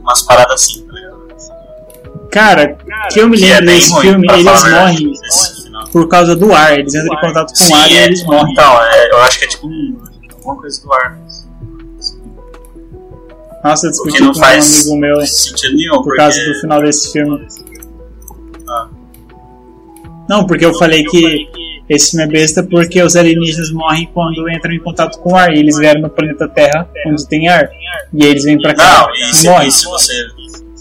[SPEAKER 7] Umas paradas assim, tá ligado?
[SPEAKER 3] Cara, que eu me
[SPEAKER 7] Que é
[SPEAKER 3] lembro
[SPEAKER 7] bem
[SPEAKER 3] desse
[SPEAKER 7] ruim, Tá
[SPEAKER 3] filme,
[SPEAKER 7] pra
[SPEAKER 3] eles
[SPEAKER 7] falar a verdade,
[SPEAKER 3] morrem
[SPEAKER 7] esse final.
[SPEAKER 3] por causa do ar. Eles entram em contato com o ar
[SPEAKER 7] Sim,
[SPEAKER 3] e
[SPEAKER 7] é,
[SPEAKER 3] eles morrem.
[SPEAKER 7] Então, é, eu acho que é tipo um, alguma coisa do ar.
[SPEAKER 3] Nossa, eu
[SPEAKER 7] O que
[SPEAKER 3] discuti com
[SPEAKER 7] não
[SPEAKER 3] um
[SPEAKER 7] faz
[SPEAKER 3] amigo meu
[SPEAKER 7] sentido nenhum,
[SPEAKER 3] por
[SPEAKER 7] porque...
[SPEAKER 3] causa do final desse filme.
[SPEAKER 7] Ah.
[SPEAKER 3] Não, porque eu falei que esse filme é besta porque os alienígenas morrem quando entram em contato com o ar. E eles vieram no planeta Terra, onde tem ar. E eles vêm pra cá
[SPEAKER 7] Não, e
[SPEAKER 3] e
[SPEAKER 7] se,
[SPEAKER 3] morrem.
[SPEAKER 7] e se você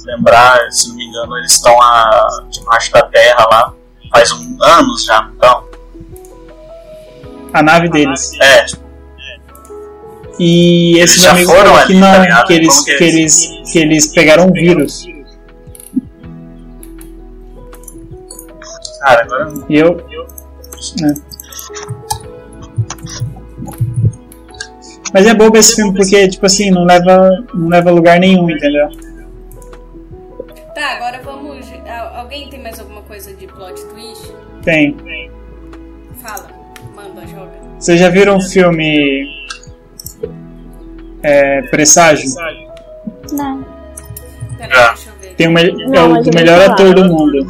[SPEAKER 7] lembrar, se não me engano, eles estão lá debaixo da terra lá faz um anos já, então.
[SPEAKER 3] A nave deles.
[SPEAKER 7] É, tipo,
[SPEAKER 3] E esses
[SPEAKER 7] Eles já
[SPEAKER 3] amigos
[SPEAKER 7] foram
[SPEAKER 3] falam que
[SPEAKER 7] ali, tá
[SPEAKER 3] não,
[SPEAKER 7] ligado?
[SPEAKER 3] que, eles,
[SPEAKER 7] Como
[SPEAKER 3] que,
[SPEAKER 7] que
[SPEAKER 3] eles, que eles pegaram um vírus.
[SPEAKER 7] cara, agora eu não
[SPEAKER 3] E eu. né. Mas é bobo esse filme porque, tipo assim, não leva, não leva a lugar nenhum, entendeu?
[SPEAKER 4] que. Tá, agora vamos. Al- Alguém tem mais alguma coisa de plot twist?
[SPEAKER 3] Tem.
[SPEAKER 4] Fala, manda, joga.
[SPEAKER 3] Vocês já viram o filme. É, Presságio?
[SPEAKER 1] Não.
[SPEAKER 4] Peraí,
[SPEAKER 7] Ah.
[SPEAKER 4] deixa eu ver.
[SPEAKER 3] Tem o me- é
[SPEAKER 2] Não,
[SPEAKER 3] o
[SPEAKER 2] mas eu
[SPEAKER 3] do
[SPEAKER 2] não
[SPEAKER 3] melhor
[SPEAKER 2] sei lá.
[SPEAKER 3] ator do mundo.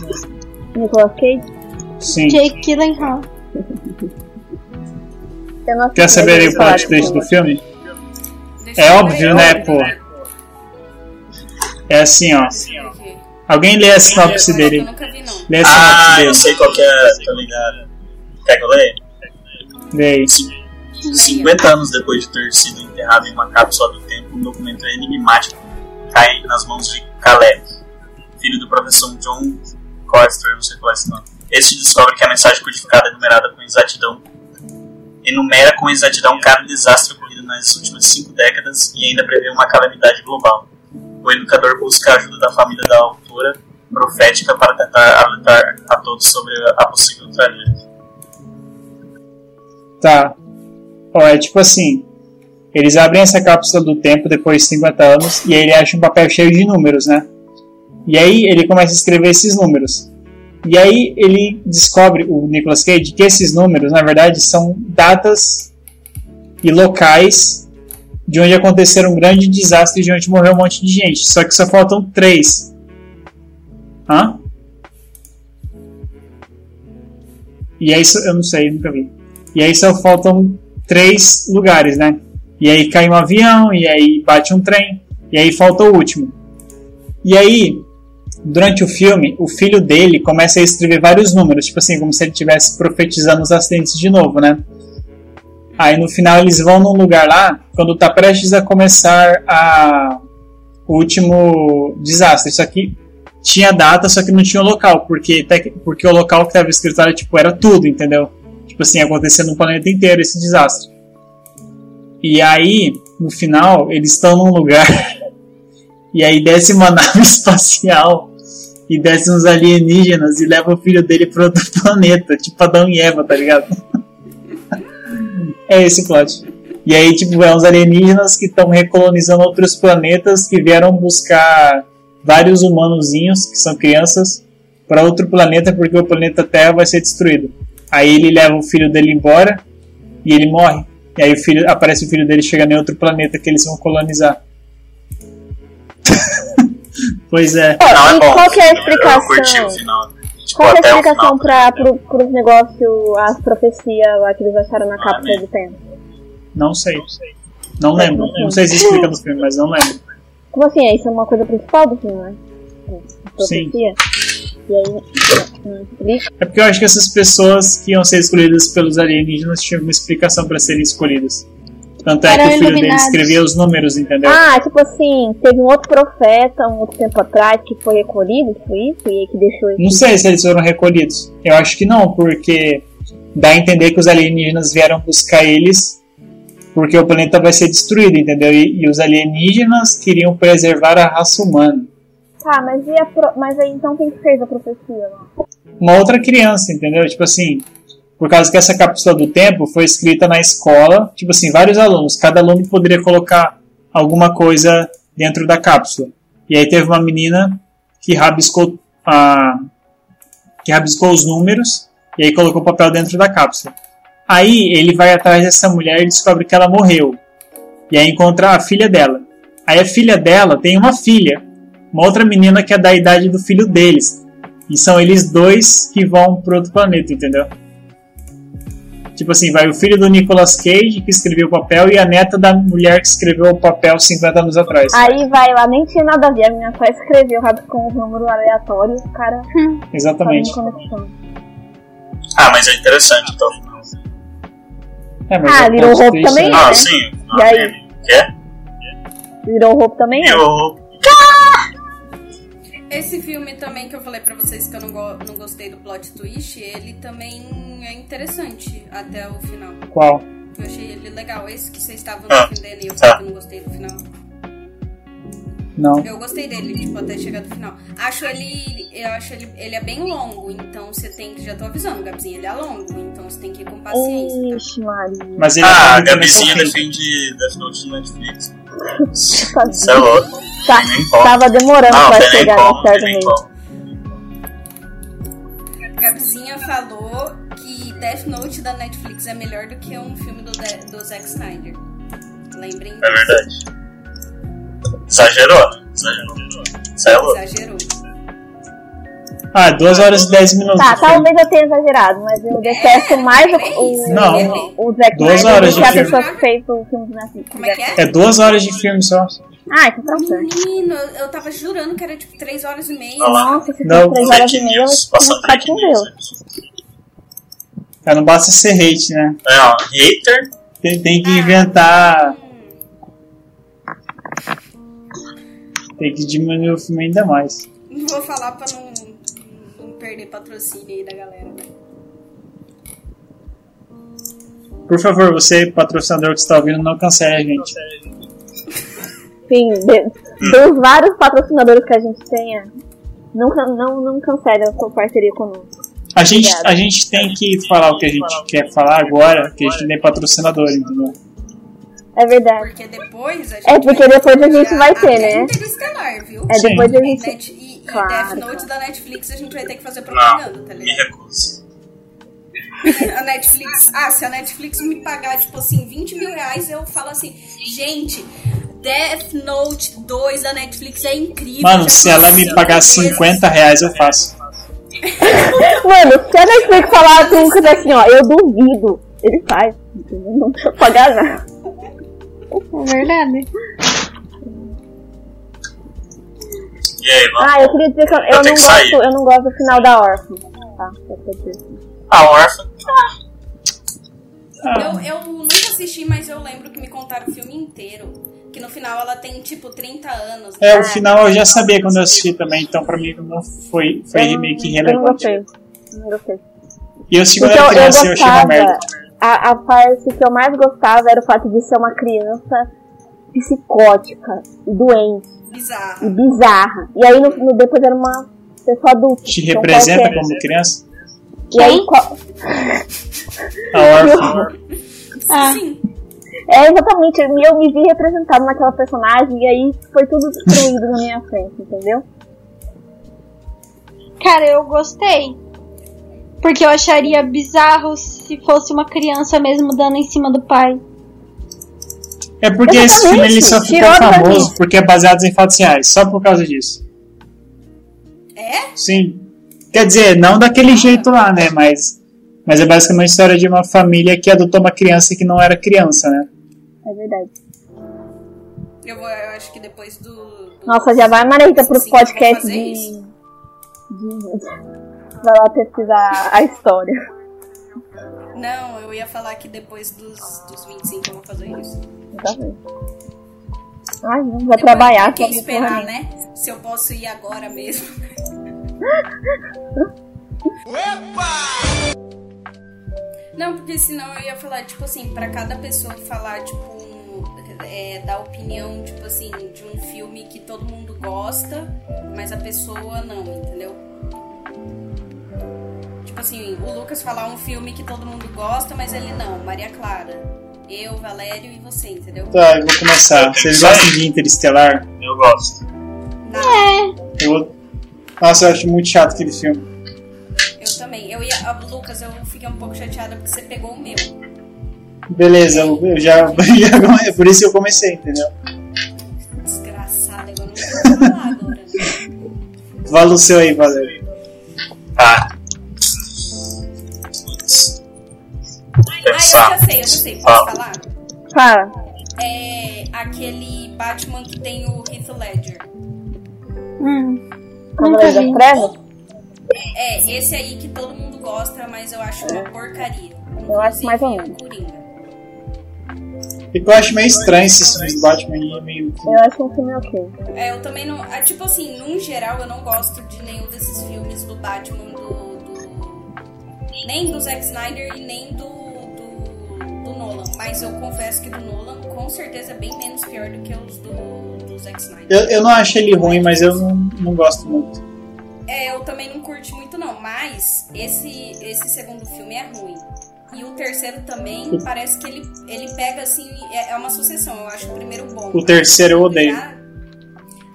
[SPEAKER 2] Nicolas Cage?
[SPEAKER 3] Sim.
[SPEAKER 1] Jake Gyllenhaal.
[SPEAKER 2] Eu não
[SPEAKER 3] Quer
[SPEAKER 2] assisti,
[SPEAKER 3] saber aí
[SPEAKER 2] mas
[SPEAKER 3] o
[SPEAKER 2] eu
[SPEAKER 3] plot
[SPEAKER 2] falo.
[SPEAKER 3] twist do filme?
[SPEAKER 4] Deixa
[SPEAKER 3] É
[SPEAKER 4] eu
[SPEAKER 3] óbvio,
[SPEAKER 4] ver.
[SPEAKER 3] né, pô? É assim, ó.
[SPEAKER 4] Aqui.
[SPEAKER 3] Alguém lê a sinopse
[SPEAKER 4] Essa Eu
[SPEAKER 3] dele.
[SPEAKER 4] nunca vi, não.
[SPEAKER 3] Lê a
[SPEAKER 7] Ah, eu
[SPEAKER 3] sinopse
[SPEAKER 7] sei qual que é, tá ligado? Quer que eu leia?
[SPEAKER 3] dele. Lê aí.
[SPEAKER 7] Cin- 50 anos depois de ter sido enterrado em uma cápsula do tempo, um documento enigmático cai nas mãos de Caleb, filho do professor John Coster, não sei qual é esse nome. Este descobre que a mensagem codificada enumerada com exatidão enumera com exatidão cada desastre ocorrido nas últimas cinco décadas e ainda prevê uma calamidade global. O educador busca a ajuda da família da autora profética para tentar alertar a todos sobre a possível tragédia.
[SPEAKER 3] Tá. Ó, é tipo assim. Eles abrem essa cápsula do tempo depois de 50 anos e aí ele acha um papel cheio de números, né? E aí ele começa a escrever esses números. E aí ele descobre, o Nicolas Cage, que esses números, na verdade, são datas e locais de onde aconteceram um grande desastre e de onde morreu um monte de gente. Só que só faltam três. Hã? E aí só- eu não sei, nunca vi. E aí só faltam três lugares, né? E aí cai um avião, e aí bate um trem, e aí falta o último. E aí, durante o filme, o filho dele começa a escrever vários números, tipo assim, como se ele estivesse profetizando os acidentes de novo, né? Aí no final eles vão num lugar lá, quando tá prestes a começar a o último desastre. Isso aqui tinha data, só que não tinha o local, porque, tec- porque o local que estava escrito era, tipo, era tudo, entendeu? Tipo assim, acontecendo no planeta inteiro esse desastre. E aí, no final, eles estão num lugar, e aí desce uma nave espacial, e desce uns alienígenas, e leva o filho dele para outro planeta, tipo Adão e Eva, tá ligado? é esse plot. E aí, tipo, é uns alienígenas que estão recolonizando outros planetas que vieram buscar vários humanozinhos, que são crianças, para outro planeta porque o planeta Terra vai ser destruído. Aí ele leva o filho dele embora e ele morre. E aí o filho, aparece o filho dele chegando em outro planeta que eles vão colonizar. pois é.
[SPEAKER 7] Não, é
[SPEAKER 2] e
[SPEAKER 7] bom.
[SPEAKER 2] qual que é a
[SPEAKER 7] Eu- Eu curti o
[SPEAKER 2] explicação?
[SPEAKER 7] final. Tipo,
[SPEAKER 2] Qual que é
[SPEAKER 7] até
[SPEAKER 2] a
[SPEAKER 7] o final.
[SPEAKER 2] explicação pra, pro, pros negócios, as profecias lá que eles acharam na
[SPEAKER 7] Ah, né.
[SPEAKER 2] cápsula do tempo?
[SPEAKER 3] Não sei. Não lembro. Não sei se explica no filme, mas não lembro.
[SPEAKER 2] Como assim? Isso é uma coisa principal do filme, né?
[SPEAKER 3] Sim.
[SPEAKER 2] Profecia? E aí, né, não explica?
[SPEAKER 3] É porque eu acho que essas pessoas que iam ser escolhidas pelos alienígenas tinham uma explicação para serem escolhidas. Tanto é
[SPEAKER 1] Eram
[SPEAKER 3] que o filho dele
[SPEAKER 1] iluminados.
[SPEAKER 3] escrevia os números, entendeu?
[SPEAKER 2] Ah, tipo assim, teve um outro profeta um outro tempo atrás que foi recolhido, foi isso? E aí que deixou
[SPEAKER 3] Não
[SPEAKER 2] isso.
[SPEAKER 3] sei se eles foram recolhidos. Eu acho que não, porque dá a entender que os alienígenas vieram buscar eles porque o planeta vai ser destruído, entendeu? E, e os alienígenas queriam preservar a raça humana.
[SPEAKER 2] Tá, mas, e a pro... mas aí então quem que fez a profecia lá?
[SPEAKER 3] Uma outra criança, entendeu? Tipo assim, por causa que essa cápsula do tempo foi escrita na escola, tipo assim, vários alunos, cada aluno poderia colocar alguma coisa dentro da cápsula. E aí teve uma menina que rabiscou a que rabiscou os números e aí colocou o papel dentro da cápsula. Aí ele vai atrás dessa mulher e descobre que ela morreu. E aí encontra a filha dela. Aí a filha dela tem uma filha, uma outra menina que é da idade do filho deles. E são eles dois que vão pro outro planeta, entendeu? Tipo assim, vai o filho do Nicolas Cage que escreveu o papel e a neta da mulher que escreveu o papel 50 anos atrás.
[SPEAKER 2] Aí vai lá, nem tinha nada a ver, a menina só escreveu com os números aleatórios, o cara
[SPEAKER 3] Exatamente.
[SPEAKER 2] fazendo conexão.
[SPEAKER 7] Ah, mas é interessante, então.
[SPEAKER 3] É,
[SPEAKER 2] Ah,
[SPEAKER 3] é
[SPEAKER 2] Little
[SPEAKER 3] plot
[SPEAKER 2] Hope
[SPEAKER 3] twist,
[SPEAKER 2] também
[SPEAKER 3] né?
[SPEAKER 7] Ah,
[SPEAKER 2] É.
[SPEAKER 7] sim.
[SPEAKER 2] E aí?
[SPEAKER 7] Quer?
[SPEAKER 2] Virou roupa também? é?
[SPEAKER 7] Eu...
[SPEAKER 4] Esse filme também que eu falei pra vocês que eu não, go- não gostei do plot twist, ele também é interessante até o final.
[SPEAKER 2] é.
[SPEAKER 3] Qual?
[SPEAKER 4] Eu achei ele legal. Esse que vocês estavam
[SPEAKER 7] Ah,
[SPEAKER 4] defendendo e eu
[SPEAKER 7] tá.
[SPEAKER 4] falei que eu não gostei do final.
[SPEAKER 3] Não.
[SPEAKER 4] Eu gostei dele, tipo, até chegar do final. Acho ele. Eu acho ele. Ele é bem longo, então você tem que. Já tô avisando, Gabizinho, ele é longo, então você tem que ir com paciência. tá?
[SPEAKER 2] Ixi, Maria.
[SPEAKER 3] Mas ele
[SPEAKER 7] Ah,
[SPEAKER 3] é
[SPEAKER 7] a
[SPEAKER 3] muito
[SPEAKER 7] Gabizinha
[SPEAKER 3] inocente.
[SPEAKER 7] defende Death Note no Netflix. Você é
[SPEAKER 2] Sabia.
[SPEAKER 7] louco.
[SPEAKER 2] Tá,
[SPEAKER 7] Nem pau.
[SPEAKER 2] tava demorando
[SPEAKER 7] Não,
[SPEAKER 2] pra
[SPEAKER 7] tem nem
[SPEAKER 2] chegar
[SPEAKER 7] pau,
[SPEAKER 2] no
[SPEAKER 7] tem
[SPEAKER 2] certo
[SPEAKER 7] nem
[SPEAKER 2] mesmo.
[SPEAKER 7] pau.
[SPEAKER 4] tá? Gabizinha falou que Death Note da Netflix é melhor do que um filme do, De- do Zack Snyder. Lembrem
[SPEAKER 7] É
[SPEAKER 4] disso.
[SPEAKER 7] verdade. Exagerou, né? Exagerou. Você é louco.
[SPEAKER 4] Exagerou.
[SPEAKER 3] Ah, 2 horas e 10 minutos.
[SPEAKER 2] Tá,
[SPEAKER 3] de filme.
[SPEAKER 2] talvez eu tenha exagerado, mas eu detesto mais
[SPEAKER 4] é
[SPEAKER 2] o, o,
[SPEAKER 4] isso,
[SPEAKER 3] Não.
[SPEAKER 2] o Zack
[SPEAKER 3] Duas
[SPEAKER 2] Snyder do
[SPEAKER 3] horas de
[SPEAKER 2] que a
[SPEAKER 3] filme.
[SPEAKER 2] pessoa que fez o filme do Netflix.
[SPEAKER 4] Como é que é?
[SPEAKER 3] É 2 horas de filme só.
[SPEAKER 2] Ah, que tranquilo.
[SPEAKER 4] Menino, eu eu tava jurando que era tipo 3 horas e meia.
[SPEAKER 7] Olha lá.
[SPEAKER 2] Nossa, se
[SPEAKER 3] Não,
[SPEAKER 2] for três horas e
[SPEAKER 7] Fake
[SPEAKER 2] meia, eu
[SPEAKER 7] news.
[SPEAKER 2] vou
[SPEAKER 7] Passando
[SPEAKER 2] ficar
[SPEAKER 7] fake
[SPEAKER 2] com
[SPEAKER 7] news.
[SPEAKER 2] Deus.
[SPEAKER 3] Ah, Não basta ser hate, né?
[SPEAKER 7] É, ó. Hater.
[SPEAKER 3] Tem, tem que inventar. Tem que diminuir o filme ainda mais.
[SPEAKER 4] Não vou falar pra não, não perder patrocínio aí da galera, né?
[SPEAKER 3] Por favor, você, patrocinador que está ouvindo, não cancele a gente.
[SPEAKER 2] Sim, de- dos vários patrocinadores que a gente tenha, não, can- não, não cancele a sua parceria conosco.
[SPEAKER 3] A gente,
[SPEAKER 2] Obrigada.
[SPEAKER 3] a gente tem que falar o que a gente quer falar agora, que a gente nem é patrocinador, entendeu?
[SPEAKER 2] É verdade.
[SPEAKER 4] Porque depois a gente.
[SPEAKER 2] É, porque depois a gente vai ter,
[SPEAKER 4] até
[SPEAKER 2] né?
[SPEAKER 4] Interestelar, viu?
[SPEAKER 2] É
[SPEAKER 3] Sim.
[SPEAKER 2] depois a
[SPEAKER 4] E
[SPEAKER 2] gente.
[SPEAKER 4] Net- e, e
[SPEAKER 2] Claro.
[SPEAKER 4] Death Note da Netflix a gente vai ter que fazer propaganda,
[SPEAKER 7] Não,
[SPEAKER 4] tá
[SPEAKER 7] me
[SPEAKER 4] ligado?
[SPEAKER 7] recuso.
[SPEAKER 4] A Netflix. Ah, se a Netflix me pagar, tipo assim, 20 mil reais, eu falo assim, gente. Death Note 2 da Netflix é incrível.
[SPEAKER 3] Mano,
[SPEAKER 4] já
[SPEAKER 3] se ela
[SPEAKER 4] vi
[SPEAKER 3] me
[SPEAKER 4] cinco
[SPEAKER 3] pagar
[SPEAKER 4] vezes.
[SPEAKER 3] 50 reais, eu faço.
[SPEAKER 2] Mano, se a Netflix falar com o Lucas assim, ó, eu duvido. Ele faz. entendeu? Não precisa pagar nada.
[SPEAKER 1] É verdade.
[SPEAKER 7] E aí, vamos?
[SPEAKER 2] Ah, eu queria dizer que eu, eu
[SPEAKER 7] tenho
[SPEAKER 2] não
[SPEAKER 7] que sair.
[SPEAKER 2] gosto, eu não gosto do final da órfã. Tá, só pra dizer.
[SPEAKER 7] A órfã.
[SPEAKER 3] Ah.
[SPEAKER 4] Eu, eu nunca assisti, mas eu lembro que me contaram o filme inteiro. Que no final ela tem, tipo, 30 anos.
[SPEAKER 3] É,
[SPEAKER 4] né?
[SPEAKER 2] Ah,
[SPEAKER 3] o final eu já sabia quando eu assisti também, então pra mim não foi, foi
[SPEAKER 2] Eu
[SPEAKER 3] meio que
[SPEAKER 2] não- Eu não
[SPEAKER 3] relevante.
[SPEAKER 2] gostei. Não gostei.
[SPEAKER 3] E eu assisti quando
[SPEAKER 2] Então,
[SPEAKER 3] Tipo, era
[SPEAKER 2] eu
[SPEAKER 3] criança e eu achei uma merda.
[SPEAKER 2] gostava. A, a parte que eu mais gostava era o fato de ser uma criança psicótica, e doente e
[SPEAKER 4] Bizarro.
[SPEAKER 2] bizarra. E aí no, no- depois era uma pessoa adulta.
[SPEAKER 3] Te
[SPEAKER 2] então
[SPEAKER 3] representa
[SPEAKER 2] qualquer-
[SPEAKER 3] como criança?
[SPEAKER 2] E aí, qual-
[SPEAKER 3] A órfã.
[SPEAKER 1] Ah,
[SPEAKER 4] Sim.
[SPEAKER 2] É, exatamente. Eu me vi representado naquela personagem e aí foi tudo destruído na minha frente, entendeu?
[SPEAKER 1] Cara, eu gostei. Porque eu acharia bizarro se fosse uma criança mesmo dando em cima do pai.
[SPEAKER 3] É porque esse filme ele só ficou
[SPEAKER 2] Tirou pra
[SPEAKER 3] famoso porque é baseado em fatos reais, só por causa disso.
[SPEAKER 4] É?
[SPEAKER 3] Sim. Quer dizer, não
[SPEAKER 2] Ah.
[SPEAKER 3] daquele jeito lá, né? Mas, mas é basicamente a história de uma família que adotou uma criança que não era criança, né?
[SPEAKER 2] É verdade.
[SPEAKER 4] Eu, vou, eu acho que depois do. do-
[SPEAKER 2] Nossa, já vai, Marita, pro
[SPEAKER 4] Sim,
[SPEAKER 2] podcast
[SPEAKER 4] eu vou fazer
[SPEAKER 2] de...
[SPEAKER 4] isso.
[SPEAKER 2] de- Vai lá pesquisar a história.
[SPEAKER 4] Não, eu ia falar que depois dos, dos 25 eu vou fazer isso.
[SPEAKER 2] Exatamente. Tá Ai, não, vai trabalhar.
[SPEAKER 4] Quem
[SPEAKER 2] só me
[SPEAKER 4] esperar,
[SPEAKER 2] ferrar.
[SPEAKER 4] né? Se eu posso ir agora mesmo. Não, porque senão eu ia falar, tipo assim, pra cada pessoa falar, tipo, um, é, da opinião, tipo assim, de um filme que todo mundo gosta, mas a pessoa não, entendeu? Tipo assim, o Lucas falar um filme que todo mundo gosta, mas ele não, Maria Clara. Eu, Valério e você, entendeu?
[SPEAKER 3] Tá, eu vou começar. Vocês gostam de Interestelar?
[SPEAKER 7] Eu gosto.
[SPEAKER 4] Nada.
[SPEAKER 3] Eu... Nossa, eu acho muito chato aquele filme.
[SPEAKER 4] Eu também. Eu ia. ah, Lucas, eu fiquei um pouco chateada porque você pegou o meu.
[SPEAKER 3] Beleza, eu eu já, já- é por isso que eu comecei, entendeu?
[SPEAKER 4] Desgraçada, agora eu não vou falar agora.
[SPEAKER 3] Fala o seu aí, Valério.
[SPEAKER 7] Tá. Putz.
[SPEAKER 4] Ah, eu
[SPEAKER 7] Pensar.
[SPEAKER 4] já sei, eu já sei. Posso falar?
[SPEAKER 2] Fala.
[SPEAKER 4] É aquele Batman que tem o Heath Ledger.
[SPEAKER 1] Hum.
[SPEAKER 2] Cavaleiro das Trevas?
[SPEAKER 4] É, esse aí que todo mundo gosta, mas eu acho uma porcaria.
[SPEAKER 2] É. Eu acho mais ou menos.
[SPEAKER 4] Inclusive, o Coringa.
[SPEAKER 3] E que eu acho meio estranho esses filmes do Batman e meio.
[SPEAKER 2] Eu acho um filme ok.
[SPEAKER 4] É, eu também não. ah, Tipo assim, num geral, eu não gosto de nenhum desses filmes do Batman, do. do- nem do Zack Snyder e nem do, do. do Nolan. Mas eu confesso que do Nolan, com certeza, é bem menos pior do que os do, do Zack Snyder.
[SPEAKER 3] Eu, eu não acho ele ruim, mas eu não, não gosto muito.
[SPEAKER 4] É, eu também não curti muito, não. Mas esse, esse segundo filme é ruim. E o terceiro também, parece que ele, ele pega assim. É, é uma sucessão. Eu acho o primeiro bom.
[SPEAKER 3] O terceiro eu odeio.
[SPEAKER 4] Já-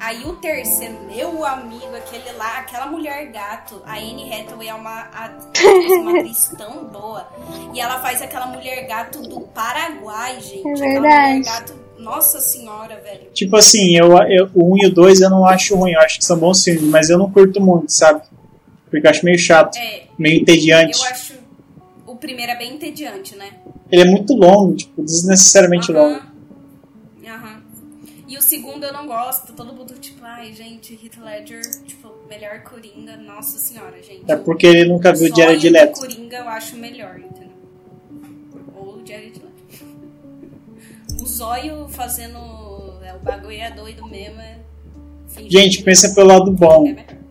[SPEAKER 4] Aí o terceiro, meu amigo, aquele lá, aquela mulher gato, a Anne Hathaway é uma, atriz, uma atriz tão boa. E ela faz aquela mulher gato do Paraguai, gente.
[SPEAKER 1] É
[SPEAKER 4] Aquela
[SPEAKER 1] verdade.
[SPEAKER 4] mulher gato, nossa senhora, velho.
[SPEAKER 3] Tipo assim, eu, eu, o 1 e o 2 eu não acho ruim, eu acho que são bons filmes, mas eu não curto muito, sabe? Porque eu acho meio chato,
[SPEAKER 4] É,
[SPEAKER 3] meio entediante.
[SPEAKER 4] eu acho o primeiro é bem entediante, né?
[SPEAKER 3] Ele é muito longo, tipo, desnecessariamente longo.
[SPEAKER 4] Aham. Aham. E o segundo eu não gosto, todo mundo tipo, ai gente, Heath Ledger, tipo, melhor Coringa, nossa senhora, gente.
[SPEAKER 3] É porque ele nunca viu
[SPEAKER 4] Só
[SPEAKER 3] Jared
[SPEAKER 4] ele
[SPEAKER 3] Leto.
[SPEAKER 4] Coringa eu acho melhor, entendeu? Ou o Jared Leto. O Zóio fazendo. É, o bagulho é doido mesmo. É... fingindo
[SPEAKER 3] Gente,
[SPEAKER 4] que-
[SPEAKER 3] pensa pelo lado bom.
[SPEAKER 4] É melhor.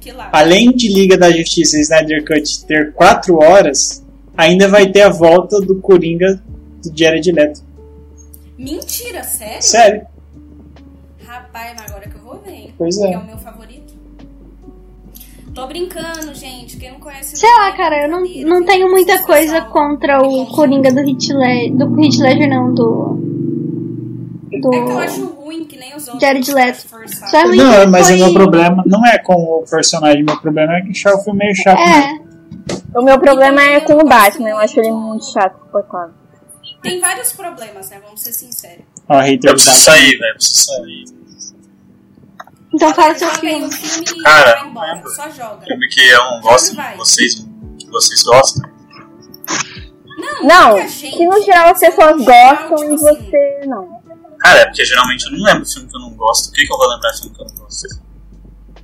[SPEAKER 4] Que lá.
[SPEAKER 3] Além de Liga da Justiça e Snyder Cut ter 4 horas, ainda vai ter a volta do Coringa do Jared Leto.
[SPEAKER 4] Mentira, sério?
[SPEAKER 3] Sério,
[SPEAKER 4] Rapaz, mas agora que eu vou ver, hein?
[SPEAKER 3] Pois é.
[SPEAKER 4] Que é o meu favorito. Tô brincando, gente. Quem não conhece. é
[SPEAKER 1] Sei lá, cara, eu não, não tenho muita coisa
[SPEAKER 4] um
[SPEAKER 1] contra o Coringa do Heath Ledger, do Heath Ledger não, do... do...
[SPEAKER 4] É que eu acho ruim, que nem os outros.
[SPEAKER 1] Jared Leto.
[SPEAKER 4] Forçado.
[SPEAKER 1] Só é ruim
[SPEAKER 3] Não,
[SPEAKER 1] que
[SPEAKER 3] mas
[SPEAKER 1] foi...
[SPEAKER 3] o meu problema não é com o personagem, meu problema é que achar o filme meio chato. né?
[SPEAKER 1] É,
[SPEAKER 2] O meu problema é com o Batman, eu acho ele muito chato, suportável.
[SPEAKER 4] Tem vários problemas, né? Vamos ser sinceros.
[SPEAKER 3] Ó,
[SPEAKER 7] Eu
[SPEAKER 3] hater,
[SPEAKER 7] preciso
[SPEAKER 3] tá.
[SPEAKER 7] sair, velho. Eu preciso sair.
[SPEAKER 1] Então fala seu
[SPEAKER 4] Joga aí
[SPEAKER 1] filme.
[SPEAKER 4] um filme e
[SPEAKER 7] Cara,
[SPEAKER 4] vai embora.
[SPEAKER 7] lembra?
[SPEAKER 4] Só joga.
[SPEAKER 7] Filme que eu não gosto, que vocês, que vocês gostam.
[SPEAKER 2] Não,
[SPEAKER 4] Muita gente.
[SPEAKER 2] que no geral as pessoas
[SPEAKER 4] No geral,
[SPEAKER 2] gostam
[SPEAKER 4] tipo
[SPEAKER 2] e
[SPEAKER 4] assim,
[SPEAKER 2] você não.
[SPEAKER 7] Cara, é porque geralmente eu não lembro filme que eu não gosto. Por que, que eu vou lembrar filme que eu não gosto?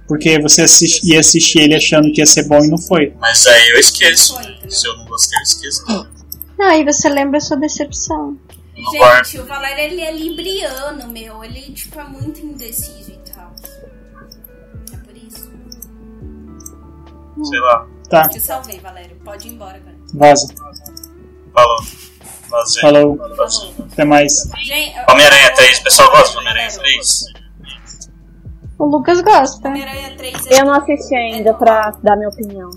[SPEAKER 3] Porque você assis- ia assistir ele achando que ia ser bom e não foi.
[SPEAKER 7] Mas aí eu esqueço. Se eu não gostei, eu esqueço.
[SPEAKER 3] Hum.
[SPEAKER 7] Eu
[SPEAKER 1] Não, aí você lembra a sua decepção.
[SPEAKER 7] não guardo.
[SPEAKER 4] Gente, o Valério ele é libriano, meu. Ele tipo, é muito indeciso e tal. É por isso. hum.
[SPEAKER 7] Sei lá.
[SPEAKER 3] Tá,
[SPEAKER 4] Te salvei, Valério. Pode ir embora, cara.
[SPEAKER 3] vaza.
[SPEAKER 7] Falou. Lazer.
[SPEAKER 3] Falou.
[SPEAKER 7] Lazer.
[SPEAKER 3] Até mais.
[SPEAKER 4] Gente,
[SPEAKER 7] Homem-Aranha 3. O pessoal gosta de Homem-Aranha 3?
[SPEAKER 1] O Lucas gosta.
[SPEAKER 4] Homem-Aranha 3 é
[SPEAKER 2] Eu não assisti ainda pra dar minha opinião.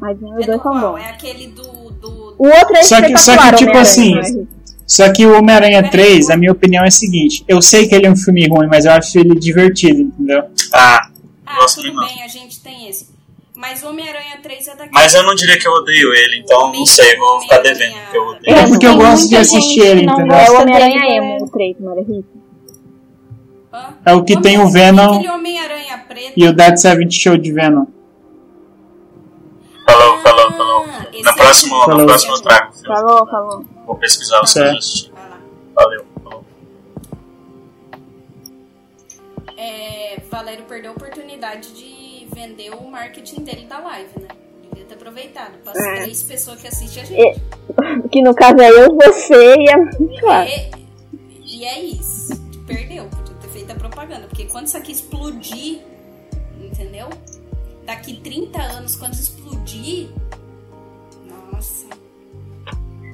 [SPEAKER 2] Mas um e
[SPEAKER 4] É
[SPEAKER 2] os dois são
[SPEAKER 4] normal,
[SPEAKER 2] bons.
[SPEAKER 4] é aquele do. do...
[SPEAKER 2] O outro é
[SPEAKER 3] Só que- só que,
[SPEAKER 2] espetacular,
[SPEAKER 3] tipo
[SPEAKER 2] Homem-Aranha, né?
[SPEAKER 3] assim,
[SPEAKER 2] mas-
[SPEAKER 3] Só que o Homem-Aranha 3, na minha opinião, é o seguinte: eu sei que ele é um filme ruim, mas eu acho ele divertido, entendeu?
[SPEAKER 7] Ah,
[SPEAKER 4] Ah,
[SPEAKER 7] gosto
[SPEAKER 4] tudo
[SPEAKER 7] demais.
[SPEAKER 4] bem, a gente tem esse. Mas o Homem-Aranha 3 é daquele.
[SPEAKER 7] mas eu não diria que eu odeio ele, então não sei, vou ficar devendo porque eu odeio.
[SPEAKER 3] É porque eu
[SPEAKER 1] Tem
[SPEAKER 3] gosto de
[SPEAKER 1] muita gente
[SPEAKER 3] assistir
[SPEAKER 1] que
[SPEAKER 3] ele,
[SPEAKER 1] não
[SPEAKER 3] entendeu?
[SPEAKER 2] É
[SPEAKER 1] gosta
[SPEAKER 2] o Homem-Aranha
[SPEAKER 4] né?
[SPEAKER 1] dele, né?
[SPEAKER 2] Emo, o 3, não era rico.
[SPEAKER 4] Hã?
[SPEAKER 3] É o que tem o Venom
[SPEAKER 4] Aquele Homem-Aranha preto.
[SPEAKER 3] e o Dead Seventh Show de Venom.
[SPEAKER 7] Falou, falou, falou.
[SPEAKER 4] Ah, esse
[SPEAKER 7] No
[SPEAKER 4] é
[SPEAKER 7] próximo,
[SPEAKER 4] o-
[SPEAKER 7] no
[SPEAKER 3] Falou.
[SPEAKER 7] próximo eu trago o filme.
[SPEAKER 2] Falou, falou.
[SPEAKER 7] Vou pesquisar o
[SPEAKER 3] Certo.
[SPEAKER 7] assistir.
[SPEAKER 4] Vai lá.
[SPEAKER 7] Valeu. Falou.
[SPEAKER 4] É, Valério perdeu a oportunidade de vender o marketing dele da live, né? Devia ter aproveitado. Para as
[SPEAKER 2] É.
[SPEAKER 4] três pessoas que assistem a
[SPEAKER 2] É,
[SPEAKER 4] gente.
[SPEAKER 2] Que no caso é eu, você e a. Claro.
[SPEAKER 4] E, e é isso. Perdeu. Podia ter feito a propaganda. Porque quando isso aqui explodir, entendeu? Daqui 30 anos, quando explodir. Nossa.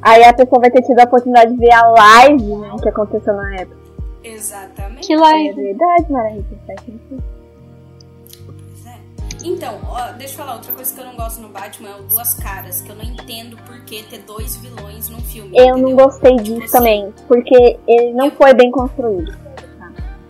[SPEAKER 2] Aí a pessoa vai ter tido a oportunidade de ver a live né, que aconteceu na época.
[SPEAKER 4] Exatamente.
[SPEAKER 1] Que
[SPEAKER 2] É
[SPEAKER 1] live.
[SPEAKER 2] verdade, é Maranhita. faz sentido.
[SPEAKER 4] Pois é. Então, ó, deixa eu falar, outra coisa que eu não gosto no Batman é o Duas Caras, que eu não entendo por que ter dois vilões num filme.
[SPEAKER 2] Eu não
[SPEAKER 4] entendeu?
[SPEAKER 2] gostei disso também, porque ele não foi bem construído.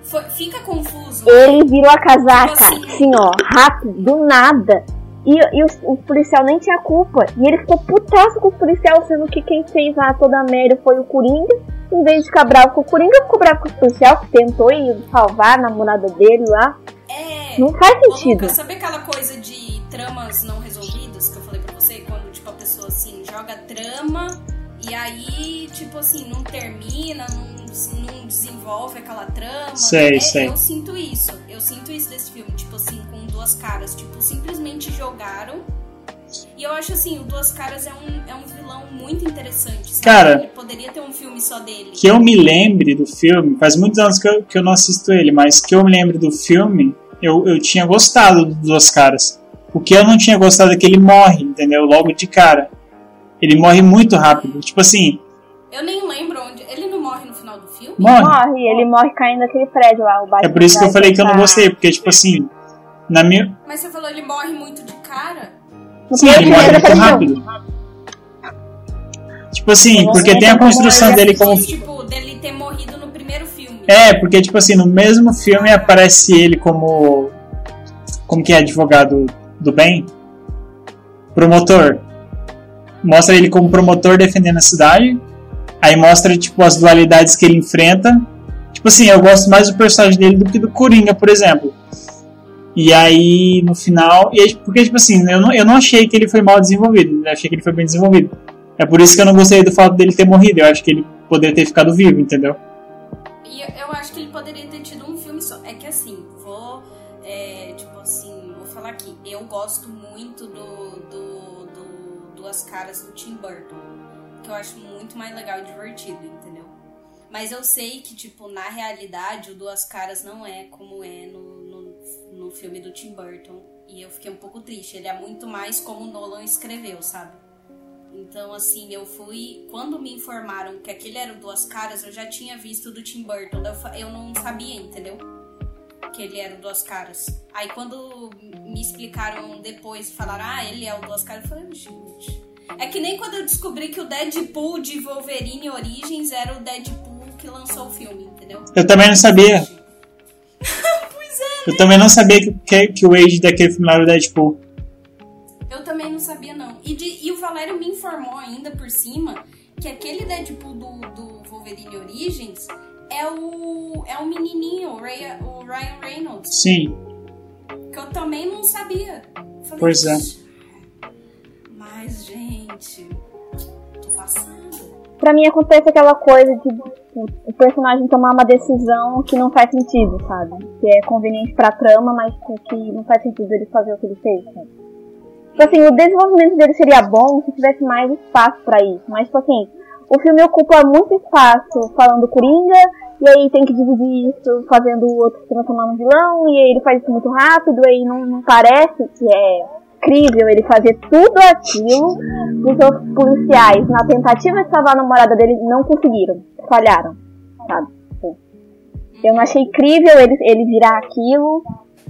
[SPEAKER 4] Foi- fica confuso.
[SPEAKER 2] Ele virou a casaca, assim, ó, rápido, do nada. E, e o, o policial nem tinha culpa. E ele ficou putaço com o policial, sendo que quem fez lá toda a merda foi o Coringa. Em vez de ficar bravo com o Coringa, ficou bravo com o policial, que tentou ir salvar a namorada dele lá.
[SPEAKER 4] É.
[SPEAKER 2] Não faz
[SPEAKER 4] Ô,
[SPEAKER 2] sentido.
[SPEAKER 4] Lucas, sabe aquela coisa de tramas não resolvidas que eu falei pra você? Quando, tipo, a pessoa, assim, joga trama e aí, tipo assim, não termina, não, não desenvolve aquela trama.
[SPEAKER 3] Sei,
[SPEAKER 4] É,
[SPEAKER 3] sei.
[SPEAKER 4] Eu sinto isso. Eu sinto isso desse filme, tipo assim, com duas caras. Tipo, simplesmente jogaram. E eu acho assim, o Duas Caras é um, é um vilão muito interessante. sabe?
[SPEAKER 3] Cara,
[SPEAKER 4] Ele poderia ter um filme só dele.
[SPEAKER 3] Que eu me lembre do filme, faz muitos anos que eu, que eu não assisto ele, mas que eu me lembre do filme, eu, eu tinha gostado dos dois caras. O que eu não tinha gostado é que ele morre, entendeu? Logo de cara. Ele morre muito rápido. Tipo assim,
[SPEAKER 4] Eu nem lembro onde. Ele não morre no final do filme?
[SPEAKER 3] morre.
[SPEAKER 2] Morre, ele morre caindo naquele prédio lá, o
[SPEAKER 3] É
[SPEAKER 2] Batman
[SPEAKER 3] por isso que eu
[SPEAKER 2] vai
[SPEAKER 3] falei que eu não
[SPEAKER 2] tentar-
[SPEAKER 3] gostei, porque, tipo assim, na minha.
[SPEAKER 4] Mas você falou ele morre muito de cara?
[SPEAKER 3] Sim, assim, ele
[SPEAKER 2] primeiro
[SPEAKER 3] morre muito
[SPEAKER 2] apareceu.
[SPEAKER 3] rápido. Tipo assim,
[SPEAKER 2] Nossa,
[SPEAKER 3] porque tem a
[SPEAKER 2] como é
[SPEAKER 3] construção
[SPEAKER 2] que
[SPEAKER 3] dele como
[SPEAKER 4] Diz, Tipo, dele ter morrido no primeiro filme.
[SPEAKER 3] É, porque, tipo assim, no mesmo filme aparece ele como. Como que é advogado do bem? Promotor. Mostra ele como promotor defendendo a cidade. Aí mostra, tipo, as dualidades que ele enfrenta. Tipo assim, eu gosto mais do personagem dele do que do Coringa, por exemplo. E aí, no final. e aí, porque, tipo assim, eu não, eu não achei que ele foi mal desenvolvido. Eu achei que ele foi bem desenvolvido. É por isso que eu não gostei do fato dele ter morrido. Eu acho que ele poderia ter ficado vivo, entendeu?
[SPEAKER 4] E eu- eu acho que ele poderia ter tido um filme só. É que assim, vou. é, tipo assim, vou falar aqui. Eu gosto muito do, do, do Duas Caras do Tim Burton. Que eu acho muito mais legal e divertido, entendeu? Mas eu sei que, tipo, na realidade, o Duas Caras não é como é no, no, no filme do Tim Burton. E eu fiquei um pouco triste. Ele é muito mais como o Nolan escreveu, sabe? Então, assim, eu fui. Quando me informaram que aquele era o Duas Caras, eu já tinha visto o do Tim Burton. Eu, fa- eu não sabia, entendeu? Que ele era o Duas Caras. Aí, quando me explicaram depois e falaram, ah, ele é o Duas Caras, eu falei, gente. É que nem quando eu descobri que o Deadpool de Wolverine Origins era o Deadpool que lançou o filme, entendeu?
[SPEAKER 3] Eu também não sabia. Eu também não sabia que, que, que o Age daquele filme lá era o Deadpool.
[SPEAKER 4] Eu também não sabia, não. E, de- e o Valério me informou ainda por cima que aquele Deadpool do, do Wolverine Origins é o. É o menininho, o, Ray- o Ryan Reynolds.
[SPEAKER 3] Sim,
[SPEAKER 4] Que eu também não sabia. Falei, é.
[SPEAKER 3] Pois é.
[SPEAKER 4] Mas, gente. Tô passando.
[SPEAKER 2] Pra mim acontece aquela coisa de o personagem tomar uma decisão que não faz sentido, sabe? Que é conveniente pra trama, mas que- que não faz sentido ele fazer o que ele fez. né? Sabe? Tipo assim, o desenvolvimento dele seria bom se tivesse mais espaço pra isso. Mas, tipo assim, o filme ocupa muito espaço falando Coringa, e aí tem que dividir isso fazendo o outro se transformar num vilão, e aí ele faz isso muito rápido, e aí não, não parece que é incrível ele fazer tudo aquilo e que os policiais, na tentativa de salvar a namorada dele, não conseguiram, falharam, sabe? Tipo, Eu não achei incrível ele, ele virar aquilo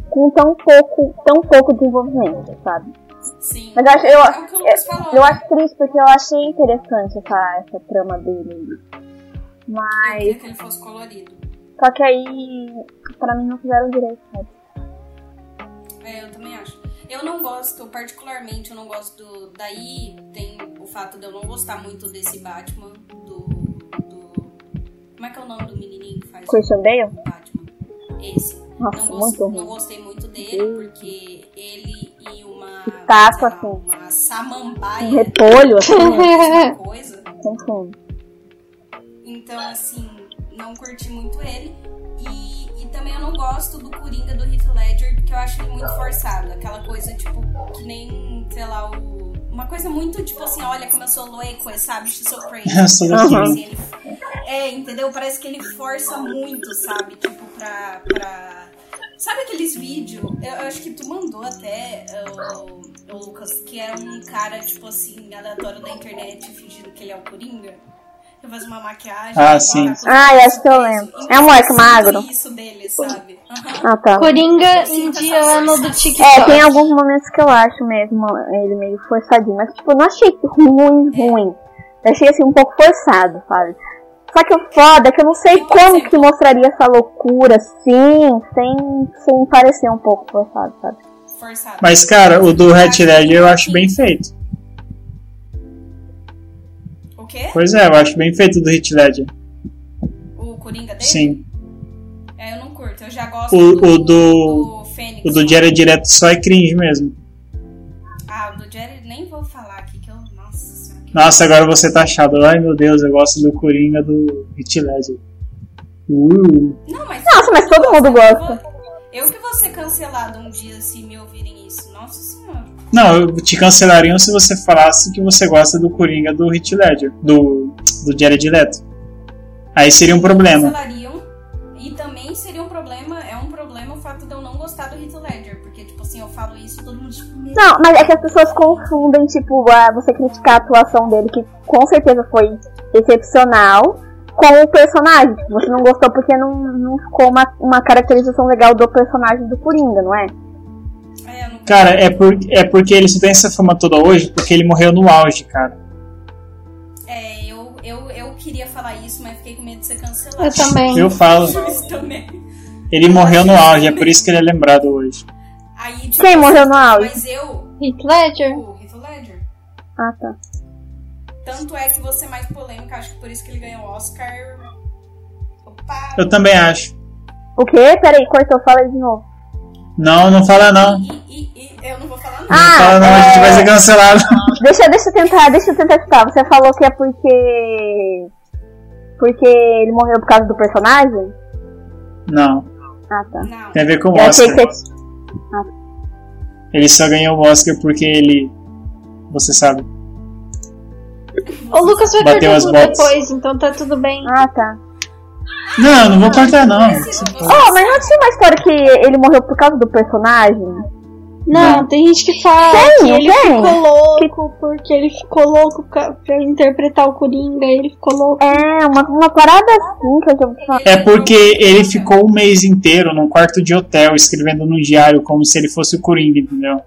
[SPEAKER 2] com tão pouco, tão pouco desenvolvimento, sabe?
[SPEAKER 4] Sim.
[SPEAKER 2] Mas eu acho, eu,
[SPEAKER 4] É o que o Lucas falou.
[SPEAKER 2] eu acho triste porque eu achei interessante essa, essa trama dele.
[SPEAKER 4] Eu
[SPEAKER 2] Mas.
[SPEAKER 4] queria que ele fosse colorido.
[SPEAKER 2] Só que aí. Pra mim não fizeram direito, né? sabe?
[SPEAKER 4] É, eu também acho. Eu não gosto, particularmente, eu não gosto do. Daí tem o fato de eu não gostar muito desse Batman, do. do como é que é o nome do menininho que faz
[SPEAKER 2] Christian Bale?
[SPEAKER 4] o Batman? Esse.
[SPEAKER 2] Nossa,
[SPEAKER 4] não,
[SPEAKER 2] muito
[SPEAKER 4] gosto, não
[SPEAKER 2] ruim.
[SPEAKER 4] gostei muito dele, porque ele e uma.
[SPEAKER 2] Estátua,
[SPEAKER 4] sei
[SPEAKER 2] assim.
[SPEAKER 4] lá, Uma
[SPEAKER 2] Um
[SPEAKER 4] samambaia.
[SPEAKER 2] repolho, assim,
[SPEAKER 4] alguma coisa.
[SPEAKER 2] enfim.
[SPEAKER 4] Então, assim, não curti muito ele. E, e também eu não gosto do Coringa do Heath Ledger, porque eu acho ele muito forçado. Aquela coisa, tipo, que nem, sei lá, o... Uma coisa muito, tipo assim, olha como eu sou louco, sabe? Eu sou crazy.
[SPEAKER 3] Eu sou
[SPEAKER 4] Tipo
[SPEAKER 3] louquinho.
[SPEAKER 4] assim, ele- É, entendeu? Parece que ele força muito, sabe? Tipo, pra... pra... Sabe aqueles vídeos? Eu, eu acho que tu mandou até, o, Lucas, que era um cara, tipo assim, aleatório da internet, fingindo que ele é o Coringa. Que faz uma maquiagem.
[SPEAKER 3] Ah,
[SPEAKER 4] bota
[SPEAKER 3] sim.
[SPEAKER 4] coisa
[SPEAKER 2] Ah, eu acho que eu
[SPEAKER 4] preso.
[SPEAKER 2] lembro.
[SPEAKER 4] E
[SPEAKER 2] É um moleque
[SPEAKER 4] eu sinto
[SPEAKER 2] magro.
[SPEAKER 4] Isso dele, sabe? Aham.
[SPEAKER 2] Ah, tá.
[SPEAKER 1] Coringa indiano do TikTok.
[SPEAKER 2] É, tem alguns momentos que eu acho mesmo ele meio forçadinho, mas tipo, eu não achei ruim, ruim. Eu achei assim um pouco forçado, sabe? Só que o foda é que eu não sei como que mostraria essa loucura assim, sem, sem parecer um pouco forçado, sabe?
[SPEAKER 4] Forçado.
[SPEAKER 3] Mas, cara, o do Red Ledger eu acho bem feito.
[SPEAKER 4] O quê?
[SPEAKER 3] Pois é, eu acho bem feito o do Hit Ledger.
[SPEAKER 4] O Coringa dele?
[SPEAKER 3] Sim.
[SPEAKER 4] É, eu não curto. Eu já gosto
[SPEAKER 3] O,
[SPEAKER 4] do,
[SPEAKER 3] o do.
[SPEAKER 4] do Fênix.
[SPEAKER 3] O do Diário Direto só é cringe mesmo.
[SPEAKER 4] Ah, o do Jerry nem vou falar aqui, que eu... Nossa senhora. que-
[SPEAKER 3] Nossa, agora você tá achado. Ai meu Deus, eu gosto do Coringa do Hit Ledger. Uh,
[SPEAKER 4] Não, mas...
[SPEAKER 2] Nossa, mas todo mundo gosta.
[SPEAKER 4] Eu que vou ser cancelado um dia se me ouvirem isso. Nossa senhora.
[SPEAKER 3] Não, eu- te cancelariam se você falasse que você gosta do Coringa do Hit Ledger, do, do Jared Leto. Aí seria um problema.
[SPEAKER 4] cancelariam. E também seria um problema, é um problema o fato de eu não gostar do Heath Ledger, porque, tipo assim, eu falo isso e todo mundo, tipo, meu
[SPEAKER 2] Não, mas é que as pessoas confundem, tipo, ah, você criticar a atuação dele, que com certeza foi excepcional, com o personagem. Tipo, Você não gostou porque não, não ficou uma, uma caracterização legal do personagem do Coringa, não é?
[SPEAKER 4] É, eu não...
[SPEAKER 3] Cara, é, por, é porque ele só tem essa fama toda hoje porque ele morreu no auge, cara.
[SPEAKER 4] é eu, eu, eu queria falar isso, mas fiquei com medo de ser cancelado.
[SPEAKER 1] Eu também.
[SPEAKER 3] Eu falo,
[SPEAKER 4] Isso também.
[SPEAKER 3] ele morreu no auge, é por isso que ele é lembrado hoje.
[SPEAKER 4] Aí, tipo,
[SPEAKER 2] Quem morreu no auge?
[SPEAKER 4] Mas eu,
[SPEAKER 1] Heath Ledger.
[SPEAKER 4] o Heath Ledger.
[SPEAKER 2] Ah, tá.
[SPEAKER 4] Tanto é que você é mais polêmica, acho que por isso que ele ganhou o Oscar. Opa!
[SPEAKER 3] Eu também acho.
[SPEAKER 2] O quê? Peraí, cortou, fala aí de novo.
[SPEAKER 3] Não, não fala não.
[SPEAKER 4] E, e- e- eu não vou falar
[SPEAKER 3] Não
[SPEAKER 4] nada.
[SPEAKER 2] Ah,
[SPEAKER 3] fala não, a gente vai ser cancelado.
[SPEAKER 2] Deixa, deixa eu tentar, deixa eu tentar explicar. Você falou que é porque. Porque ele morreu por causa do personagem?
[SPEAKER 3] Não,
[SPEAKER 2] Ah, tá.
[SPEAKER 4] Não.
[SPEAKER 3] tem a ver com o
[SPEAKER 2] Eu achei
[SPEAKER 3] Oscar.
[SPEAKER 2] que você.
[SPEAKER 3] Ele só ganhou o Oscar porque ele. Você sabe.
[SPEAKER 1] O Lucas vai
[SPEAKER 3] Bateu
[SPEAKER 1] perder
[SPEAKER 3] as
[SPEAKER 1] tudo
[SPEAKER 3] botas.
[SPEAKER 1] depois, então tá tudo bem.
[SPEAKER 2] Ah, tá.
[SPEAKER 3] Não, não vou cortar não.
[SPEAKER 2] Oh, mas não tinha uma história que ele morreu por causa do personagem?
[SPEAKER 1] Não, tem gente que fala
[SPEAKER 2] Tem,
[SPEAKER 1] que ele
[SPEAKER 2] tem.
[SPEAKER 1] ficou louco porque ele ficou louco ca- pra interpretar o Coringa, ele ficou louco.
[SPEAKER 2] É, uma, uma parada assim que eu já ouvi falar.
[SPEAKER 3] É porque ele ficou um mês inteiro num quarto de hotel escrevendo num diário como se ele fosse o Coringa, entendeu?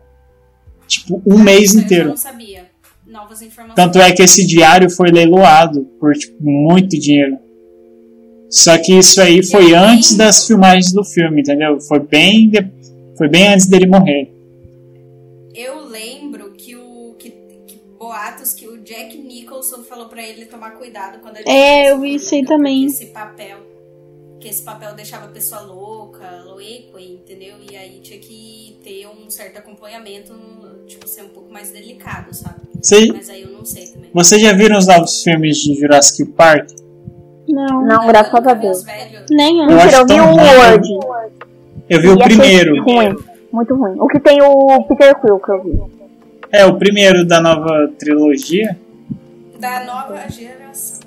[SPEAKER 3] Tipo, um mês
[SPEAKER 4] Isso eu
[SPEAKER 3] inteiro.
[SPEAKER 4] não sabia. Novas informações.
[SPEAKER 3] Tanto é que esse diário foi leiloado por tipo, muito dinheiro. Só que isso aí foi antes das filmagens do filme, entendeu? Foi bem, de- foi bem antes dele morrer.
[SPEAKER 4] Eu lembro que o. Que, que boatos que o Jack Nicholson falou pra ele tomar cuidado quando ele
[SPEAKER 1] É,
[SPEAKER 4] fez
[SPEAKER 1] eu vi isso aí também.
[SPEAKER 4] Esse papel. que esse papel deixava a pessoa louca, loeca, entendeu? E aí tinha que ter um certo acompanhamento, tipo, ser um pouco mais delicado, sabe?
[SPEAKER 3] Vocês
[SPEAKER 4] Mas aí eu não sei também.
[SPEAKER 3] vocês já viram os novos filmes de Jurassic Park?
[SPEAKER 1] Não.
[SPEAKER 2] Não, graças a
[SPEAKER 4] Eu vi os
[SPEAKER 2] Deus.
[SPEAKER 4] Então, velhos,
[SPEAKER 1] Nenhum.
[SPEAKER 3] Eu acho
[SPEAKER 2] Mentira, eu vi
[SPEAKER 3] tão
[SPEAKER 2] um
[SPEAKER 3] ruim.
[SPEAKER 2] hoje.
[SPEAKER 3] Eu vi o
[SPEAKER 2] E achei
[SPEAKER 3] primeiro.
[SPEAKER 2] Ruim. Muito ruim. O que tem o Peter Quill que eu vi.
[SPEAKER 3] É, o primeiro da nova trilogia.
[SPEAKER 4] Da nova geração.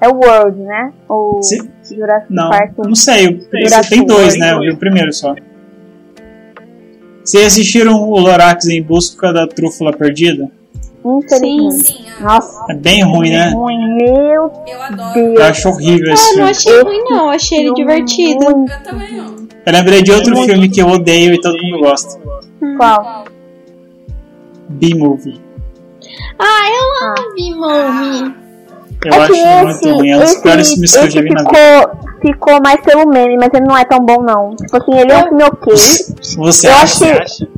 [SPEAKER 2] É o World, né? O
[SPEAKER 3] Se-
[SPEAKER 2] Jurassic
[SPEAKER 3] Não,
[SPEAKER 2] Park. um
[SPEAKER 3] não sei. o-
[SPEAKER 2] Jurassic
[SPEAKER 3] Tem dois,
[SPEAKER 2] World.
[SPEAKER 3] né? Eu vi o primeiro só. Vocês assistiram o Lorax em busca da trúfula perdida?
[SPEAKER 2] Infelizmente.
[SPEAKER 4] Sim, ah,
[SPEAKER 2] Nossa,
[SPEAKER 3] É bem ruim,
[SPEAKER 2] que
[SPEAKER 3] né?
[SPEAKER 2] ruim. Meu
[SPEAKER 4] eu adoro.
[SPEAKER 3] Eu acho horrível esse
[SPEAKER 1] Ah, não
[SPEAKER 3] filme.
[SPEAKER 1] achei ruim, não. Achei ele é
[SPEAKER 2] Deus.
[SPEAKER 1] divertido.
[SPEAKER 2] Ruim.
[SPEAKER 4] Eu também não.
[SPEAKER 3] Eu lembrei de outro filme que eu odeio e todo mundo gosta.
[SPEAKER 2] Qual?
[SPEAKER 3] B-Movie.
[SPEAKER 1] Ah, eu amo Mimomi.
[SPEAKER 3] Eu
[SPEAKER 2] é
[SPEAKER 3] acho
[SPEAKER 2] que
[SPEAKER 3] muito
[SPEAKER 2] esse,
[SPEAKER 3] ruim. É um dos
[SPEAKER 2] esse,
[SPEAKER 3] piores filmes que eu já
[SPEAKER 2] esse
[SPEAKER 3] vi na vida.
[SPEAKER 2] ficou, ficou mais pelo meme, mas ele não é tão bom, não. Tipo assim, ele é um filme ok.
[SPEAKER 3] Você
[SPEAKER 2] Eu
[SPEAKER 3] acha?
[SPEAKER 2] acho que...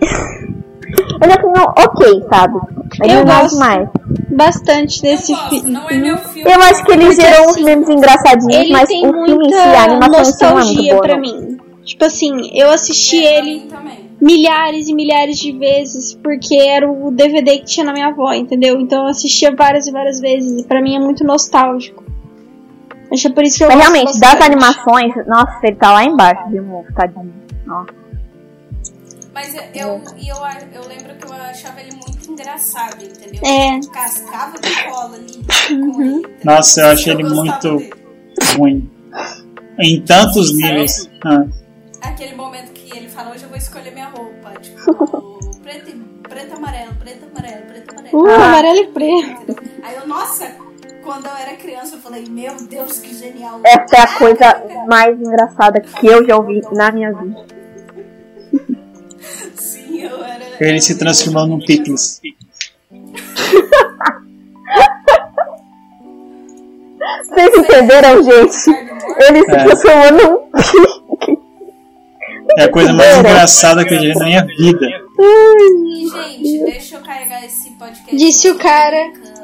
[SPEAKER 2] Ele é um filme ok, sabe? Ele
[SPEAKER 1] Eu
[SPEAKER 2] não é
[SPEAKER 1] gosto.
[SPEAKER 2] mais.
[SPEAKER 1] Bastante desse
[SPEAKER 4] eu gosto,
[SPEAKER 1] filme.
[SPEAKER 4] não é meu filme.
[SPEAKER 2] Hum. Eu acho que ele
[SPEAKER 1] Porque,
[SPEAKER 2] gerou uns
[SPEAKER 1] assim,
[SPEAKER 2] memes engraçadinhos,
[SPEAKER 1] Ele
[SPEAKER 2] mas o
[SPEAKER 1] tem
[SPEAKER 2] filme em si,
[SPEAKER 1] muita
[SPEAKER 2] a animação em si não é muito
[SPEAKER 1] nostalgia
[SPEAKER 2] boa.
[SPEAKER 1] pra
[SPEAKER 2] não.
[SPEAKER 1] mim. Tipo assim, eu assisti
[SPEAKER 4] É, pra
[SPEAKER 1] ele
[SPEAKER 4] mim também.
[SPEAKER 1] milhares e milhares de vezes, porque era o DVD que tinha na minha avó, entendeu? Então eu assistia várias e várias vezes, e pra mim é muito nostálgico. Acho que é por isso que eu
[SPEAKER 2] Mas
[SPEAKER 1] gosto
[SPEAKER 2] realmente, das
[SPEAKER 1] bastante.
[SPEAKER 2] animações, nossa, ele tá lá embaixo de novo, tadinho. Nossa.
[SPEAKER 4] Mas eu, eu, e eu, eu lembro que eu achava ele muito engraçado, entendeu?
[SPEAKER 1] É.
[SPEAKER 4] Eu Cascava de cola ali.
[SPEAKER 2] Uhum.
[SPEAKER 4] com ele, entendeu?
[SPEAKER 3] Nossa, eu achei ele
[SPEAKER 4] gostava
[SPEAKER 3] muito-
[SPEAKER 4] dele.
[SPEAKER 3] Ruim. Em tantos níveis. Ah,
[SPEAKER 4] Aquele momento que ele fala, hoje eu vou escolher minha roupa. Tipo, preto, e- preto, amarelo, preto, amarelo, preto, amarelo.
[SPEAKER 1] Uh, amarelo e preto.
[SPEAKER 4] Aí eu, nossa, quando eu era criança, eu falei, meu Deus, que genial.
[SPEAKER 2] Essa é a coisa mais engraçada que eu já ouvi na minha vida.
[SPEAKER 4] Sim, eu era.
[SPEAKER 3] ele se transformou num picles.
[SPEAKER 2] Vocês entenderam, gente? Ele se
[SPEAKER 3] É.
[SPEAKER 2] transformou num
[SPEAKER 3] É a coisa mais engraçada que eu já vi na minha vida.
[SPEAKER 4] E, gente, deixa eu carregar esse podcast.
[SPEAKER 1] Disse o cara.
[SPEAKER 4] Bacana.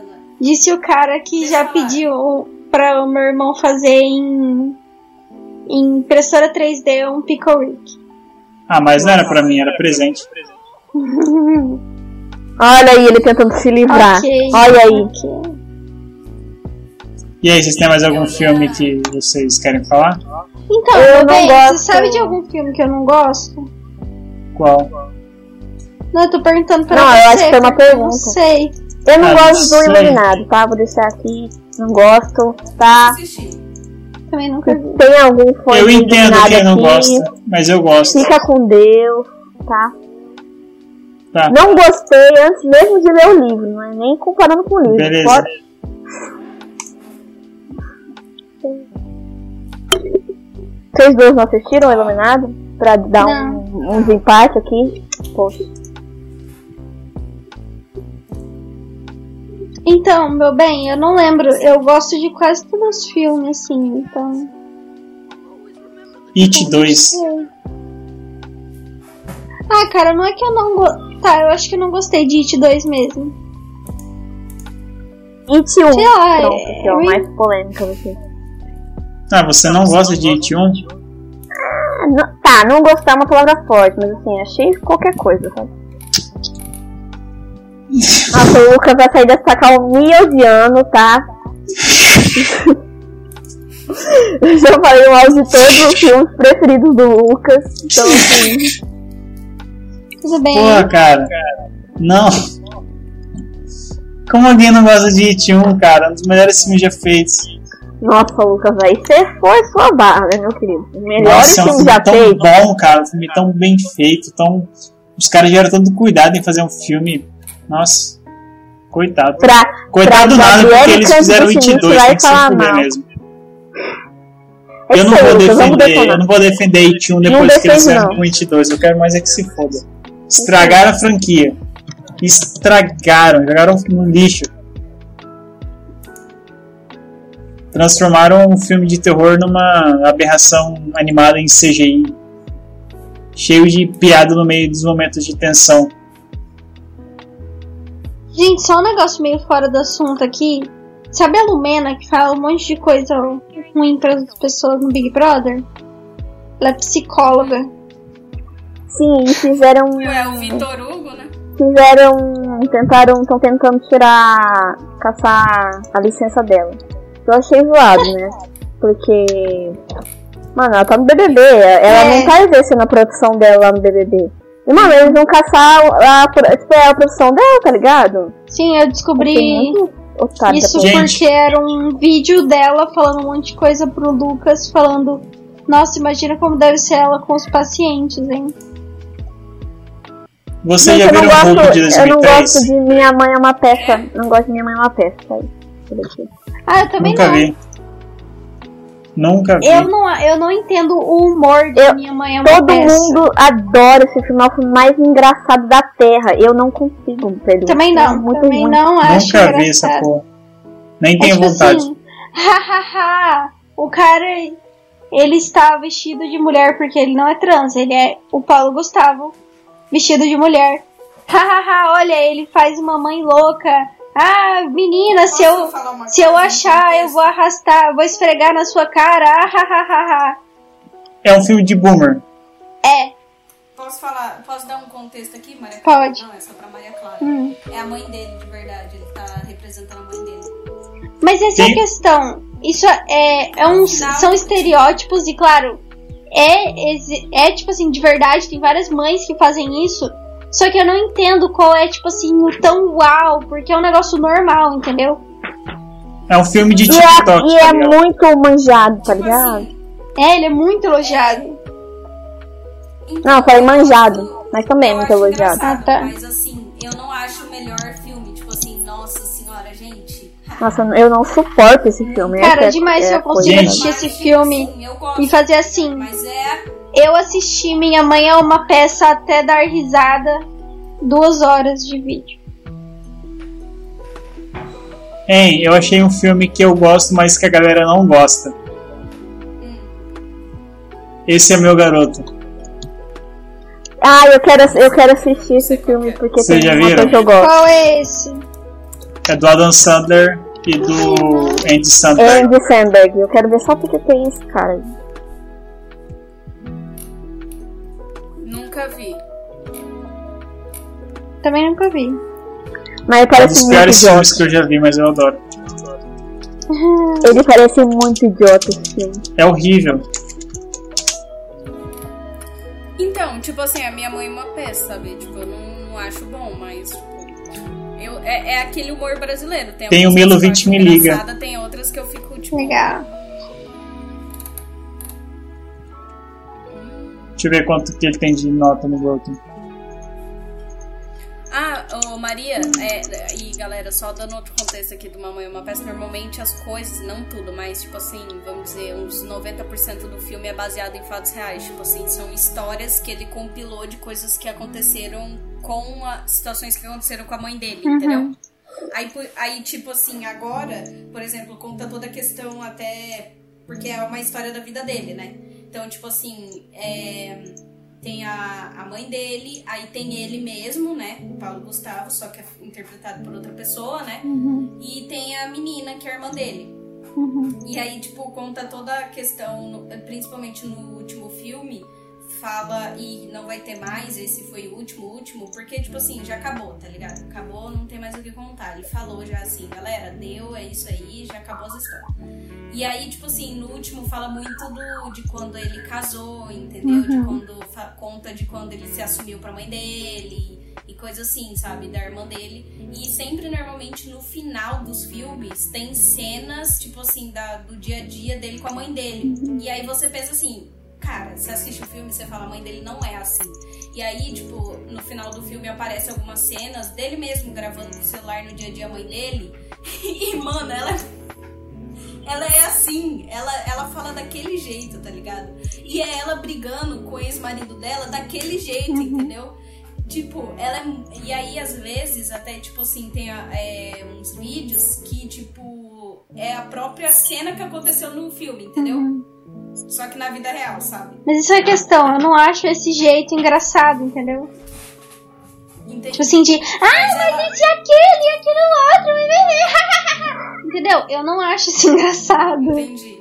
[SPEAKER 1] Disse o cara que
[SPEAKER 4] Deixa
[SPEAKER 1] já
[SPEAKER 4] eu falar.
[SPEAKER 1] pediu pra o meu irmão fazer em, em impressora 3D um Pickle Rick.
[SPEAKER 3] Ah, mas não era pra mim, era presente.
[SPEAKER 2] Olha aí, ele tentando se livrar.
[SPEAKER 1] Ok.
[SPEAKER 2] Olha aí.
[SPEAKER 1] ok.
[SPEAKER 3] E aí, vocês têm mais algum filme que vocês querem falar?
[SPEAKER 1] Então,
[SPEAKER 2] Eu
[SPEAKER 1] meu
[SPEAKER 2] não
[SPEAKER 1] bem,
[SPEAKER 2] gosto.
[SPEAKER 1] você sabe de algum filme que eu não gosto?
[SPEAKER 3] Qual?
[SPEAKER 1] Não, eu tô perguntando pra
[SPEAKER 2] Não,
[SPEAKER 1] você.
[SPEAKER 2] eu acho que foi uma
[SPEAKER 1] porque eu Não
[SPEAKER 2] pergunta.
[SPEAKER 1] sei.
[SPEAKER 2] Eu não
[SPEAKER 3] Ah,
[SPEAKER 2] gosto
[SPEAKER 3] não
[SPEAKER 2] do
[SPEAKER 3] sei.
[SPEAKER 2] iluminado, tá? Vou deixar aqui. Não gosto, tá?
[SPEAKER 4] Assisti.
[SPEAKER 1] Também nunca
[SPEAKER 2] Se
[SPEAKER 1] vi.
[SPEAKER 2] tem algum fã
[SPEAKER 3] Eu
[SPEAKER 2] de
[SPEAKER 3] entendo
[SPEAKER 2] iluminado
[SPEAKER 3] quem não
[SPEAKER 2] aqui,
[SPEAKER 3] gosta, mas eu gosto.
[SPEAKER 2] Fica com Deus, tá?
[SPEAKER 3] Tá.
[SPEAKER 2] Não gostei antes mesmo de ler o livro, não é nem comparando com o livro.
[SPEAKER 3] Beleza.
[SPEAKER 2] Fora- Vocês dois não assistiram o Iluminado? Pra dar um, um desempate aqui? Poxa.
[SPEAKER 1] Então, meu bem, eu não lembro. Eu gosto de quase todos os filmes, assim, então.
[SPEAKER 3] It 2.
[SPEAKER 1] Ah, cara, não é que eu não go... Tá, eu acho que eu não gostei de It 2 mesmo.
[SPEAKER 2] 21.
[SPEAKER 1] Sei lá,
[SPEAKER 2] Pronto,
[SPEAKER 1] é-
[SPEAKER 2] aqui, ó, mais polêmica assim. você.
[SPEAKER 3] Ah, você não gosta de um? It 1?
[SPEAKER 2] Ah, não- tá, não gostar é uma palavra forte, mas assim, achei qualquer coisa, sabe? Nossa, o Lucas vai sair dessa calminha odiando, tá? Eu já falei mal de todos os filmes preferidos do Lucas. Então, assim,
[SPEAKER 1] Tudo
[SPEAKER 2] É.
[SPEAKER 1] bem.
[SPEAKER 3] Porra, cara. Não. Como alguém não gosta de It 1, cara? Um dos melhores filmes já feitos.
[SPEAKER 2] nossa, Lucas, aí você foi sua barra, né, meu querido? Os melhores
[SPEAKER 3] Nossa, é um
[SPEAKER 2] filmes
[SPEAKER 3] filme
[SPEAKER 2] já
[SPEAKER 3] tão
[SPEAKER 2] feitos.
[SPEAKER 3] bom, cara. Um filme tão bem feito. Tão... Os caras tiveram todo cuidado em fazer um filme. Nossa. Coitado.
[SPEAKER 2] Pra,
[SPEAKER 3] Coitado
[SPEAKER 2] pra
[SPEAKER 3] nada, porque
[SPEAKER 2] Gabriele
[SPEAKER 3] eles
[SPEAKER 2] Campos
[SPEAKER 3] fizeram o It
[SPEAKER 2] Schmidt
[SPEAKER 3] 2,
[SPEAKER 2] vai
[SPEAKER 3] tem que se
[SPEAKER 2] falar
[SPEAKER 3] fuder
[SPEAKER 2] mal.
[SPEAKER 3] mesmo.
[SPEAKER 2] É
[SPEAKER 3] Eu não
[SPEAKER 2] isso aí,
[SPEAKER 3] vou
[SPEAKER 2] Lucas, vamos
[SPEAKER 3] defender,
[SPEAKER 2] detonar.
[SPEAKER 3] eu não vou defender It 1 depois que
[SPEAKER 2] defende,
[SPEAKER 3] eles fizeram
[SPEAKER 2] não.
[SPEAKER 3] com It 2, eu quero mais é que se foda. Estragaram a franquia. Estragaram, jogaram um no lixo. Transformaram um filme de terror numa aberração animada em CGI. Cheio de piada no meio dos momentos de tensão.
[SPEAKER 1] Gente, só um negócio meio fora do assunto aqui. Sabe a Lumena que fala um monte de coisa ruim para as pessoas no Big Brother? Ela é psicóloga.
[SPEAKER 2] Sim, e fizeram.
[SPEAKER 4] É o Vitor Hugo, né?
[SPEAKER 2] Fizeram. Tentaram. Estão tentando tirar. caçar a licença dela. Eu achei zoado, né? Porque. Mano, ela tá no BBB. Ela
[SPEAKER 1] É.
[SPEAKER 2] não tá exercendo a profissão dela lá no BBB. E, mano, eles vão caçar a, a, tipo, é a profissão dela, tá ligado?
[SPEAKER 1] Sim, eu descobri
[SPEAKER 2] Tem muito otário da
[SPEAKER 1] isso
[SPEAKER 2] pessoa.
[SPEAKER 3] Gente.
[SPEAKER 1] porque era um vídeo dela falando um monte de coisa pro Lucas, falando. Nossa, imagina como deve ser ela com os pacientes, hein?
[SPEAKER 3] Você
[SPEAKER 2] Gente,
[SPEAKER 3] já
[SPEAKER 2] eu
[SPEAKER 3] viu
[SPEAKER 2] não
[SPEAKER 3] o Hulk
[SPEAKER 2] gosto,
[SPEAKER 3] um de
[SPEAKER 2] eu não
[SPEAKER 3] 2003?
[SPEAKER 2] gosto de Minha Mãe é uma Peça. Não gosto de Minha Mãe é uma Peça. tá aí. Por aqui.
[SPEAKER 1] Ah, eu também
[SPEAKER 3] Nunca
[SPEAKER 1] não.
[SPEAKER 3] vi. Nunca vi.
[SPEAKER 1] Eu não, eu não entendo o humor de
[SPEAKER 2] Eu-
[SPEAKER 1] minha mãe é uma
[SPEAKER 2] Todo
[SPEAKER 1] peça.
[SPEAKER 2] mundo adora esse filme, é o filme mais engraçado da Terra. Eu não consigo, Pedro.
[SPEAKER 1] Também
[SPEAKER 2] É
[SPEAKER 1] não,
[SPEAKER 2] muito
[SPEAKER 1] também
[SPEAKER 2] ruim.
[SPEAKER 1] não acho
[SPEAKER 3] Nunca vi
[SPEAKER 1] engraçado.
[SPEAKER 3] essa porra. Nem
[SPEAKER 1] É
[SPEAKER 3] tenho
[SPEAKER 1] tipo
[SPEAKER 3] vontade.
[SPEAKER 1] assim, hahaha, o cara, ele está vestido de mulher porque ele não é trans, ele é o Paulo Gustavo vestido de mulher. Hahaha, olha, ele faz uma mãe louca. Ah, menina, se
[SPEAKER 4] Posso
[SPEAKER 1] eu,
[SPEAKER 4] falar uma
[SPEAKER 1] se eu
[SPEAKER 4] coisa?
[SPEAKER 1] achar, eu vou arrastar, vou esfregar na sua cara. Ah, hahaha.
[SPEAKER 3] É um filme de boomer.
[SPEAKER 1] É,
[SPEAKER 4] Posso falar, posso dar um contexto aqui, Maria Clara?
[SPEAKER 1] Pode.
[SPEAKER 4] Não, é só pra Maria Clara.
[SPEAKER 1] Hum. Tá
[SPEAKER 4] É a mãe dele, de verdade. Ele tá representando a mãe dele. Tipo
[SPEAKER 1] Mas essa é
[SPEAKER 3] Sim.
[SPEAKER 1] a questão. Isso é, é um, são estereótipos e claro, é, exi- é tipo assim, de verdade, tem várias mães que fazem isso. Só que eu não entendo qual é, tipo assim, o tão uau, porque é um negócio normal, entendeu?
[SPEAKER 3] É um filme de
[SPEAKER 2] E é,
[SPEAKER 3] TikTok.
[SPEAKER 2] e é
[SPEAKER 3] tá ligado?
[SPEAKER 2] muito manjado, tá
[SPEAKER 4] Tipo
[SPEAKER 2] ligado?
[SPEAKER 4] assim,
[SPEAKER 1] É, ele é muito elogiado.
[SPEAKER 4] então,
[SPEAKER 2] Não, eu falei manjado,
[SPEAKER 4] eu-
[SPEAKER 2] mas também
[SPEAKER 4] eu
[SPEAKER 2] muito
[SPEAKER 4] acho
[SPEAKER 2] elogiado.
[SPEAKER 4] engraçado,
[SPEAKER 1] Ah, tá.
[SPEAKER 4] Mas assim, eu não acho o melhor filme. Tipo assim, nossa senhora, gente.
[SPEAKER 2] Nossa, eu não suporto esse filme.
[SPEAKER 1] Cara,
[SPEAKER 2] Essa é-
[SPEAKER 1] demais
[SPEAKER 2] é
[SPEAKER 1] se eu
[SPEAKER 2] a coisa
[SPEAKER 1] conseguir
[SPEAKER 2] mais-
[SPEAKER 1] assistir esse
[SPEAKER 4] Mas,
[SPEAKER 1] filme
[SPEAKER 4] assim, eu gosto,
[SPEAKER 1] E fazer assim,
[SPEAKER 4] Mas é.
[SPEAKER 1] eu assisti Minha Mãe é uma peça até dar risada, duas horas de vídeo.
[SPEAKER 3] Hein, eu achei um filme que eu gosto, mas que a galera não gosta. Esse é meu garoto.
[SPEAKER 2] Ah, eu quero, ass- eu quero assistir esse filme porque
[SPEAKER 3] Vocês já
[SPEAKER 2] tem uma coisa
[SPEAKER 3] viram?
[SPEAKER 2] que eu gosto.
[SPEAKER 1] Qual é esse?
[SPEAKER 3] É do Adam Sandler e do Andy Sandler.
[SPEAKER 2] Andy Sandberg, eu quero ver só porque tem esse cara. aí.
[SPEAKER 4] Nunca vi.
[SPEAKER 1] Também nunca vi.
[SPEAKER 2] Mas
[SPEAKER 3] É um
[SPEAKER 2] parece
[SPEAKER 3] dos
[SPEAKER 2] muito
[SPEAKER 3] piores
[SPEAKER 2] idiota.
[SPEAKER 3] filmes que eu já vi, mas eu adoro.
[SPEAKER 2] Ele parece muito idiota esse filme.
[SPEAKER 3] É horrível.
[SPEAKER 4] Então, tipo assim, a minha mãe é uma peça, sabe? Tipo, eu não, não acho bom, mas. tipo, Eu, é, é aquele humor brasileiro. Tem,
[SPEAKER 3] Tem o
[SPEAKER 4] algumas
[SPEAKER 3] Milo
[SPEAKER 4] que eu
[SPEAKER 3] 20
[SPEAKER 4] acho
[SPEAKER 3] me liga.
[SPEAKER 4] engraçada, Tem outras que eu fico, tipo.
[SPEAKER 1] Legal.
[SPEAKER 3] Deixa eu ver quanto que ele tem de nota no Broken.
[SPEAKER 4] Ah, ô Maria, é, e galera, só dando outro contexto aqui do Mamãe e Uma Peça, normalmente as coisas, não tudo, mas tipo assim, vamos dizer, uns 90% do filme é baseado em fatos reais. Tipo assim, são histórias que ele compilou de coisas que aconteceram com a, situações que aconteceram com a mãe dele, entendeu? Aí, por- aí, tipo assim, agora, por exemplo, conta toda a questão até. Porque é uma história da vida dele, né? Então, tipo assim, é, tem a, a mãe dele, aí tem ele mesmo, né? O Paulo Gustavo, só que é interpretado por outra pessoa, né? E tem a menina, que é a irmã dele. E aí, tipo, conta toda a questão, no- principalmente no último filme, fala e não vai ter mais, esse foi o último, o último, porque, tipo assim, já acabou, tá ligado? Acabou, não tem mais o que contar. Ele falou já assim, galera, deu, é isso aí, já acabou as histórias. E aí, tipo assim, no último fala muito do, de quando ele casou, entendeu? De quando fa- conta de quando ele se assumiu pra mãe dele e coisa assim, sabe? Da irmã dele. E sempre, normalmente, no final dos filmes, tem cenas, tipo assim, da, do dia a dia dele com a mãe dele. E aí você pensa assim, cara, você assiste o filme e você fala, a mãe dele não é assim. E aí, tipo, no final do filme aparece algumas cenas dele mesmo gravando com o celular no dia a dia a mãe dele. E, mano, ela ela é assim, ela, ela fala daquele jeito, tá ligado? E é ela brigando com o ex-marido dela daquele jeito, entendeu? Tipo, ela é. mu- E aí, às vezes, até, tipo assim, tem a- é, uns vídeos que, tipo, é a própria cena que aconteceu no filme, entendeu? Só que na vida real, sabe?
[SPEAKER 1] Mas isso é a questão, eu não acho esse jeito engraçado, entendeu?
[SPEAKER 4] Entende?
[SPEAKER 1] assim, Tipo assim, de. Ah, mas esse é aquele, e aquele é outro, entendeu? Entendeu? Eu não acho isso engraçado.
[SPEAKER 4] Entendi.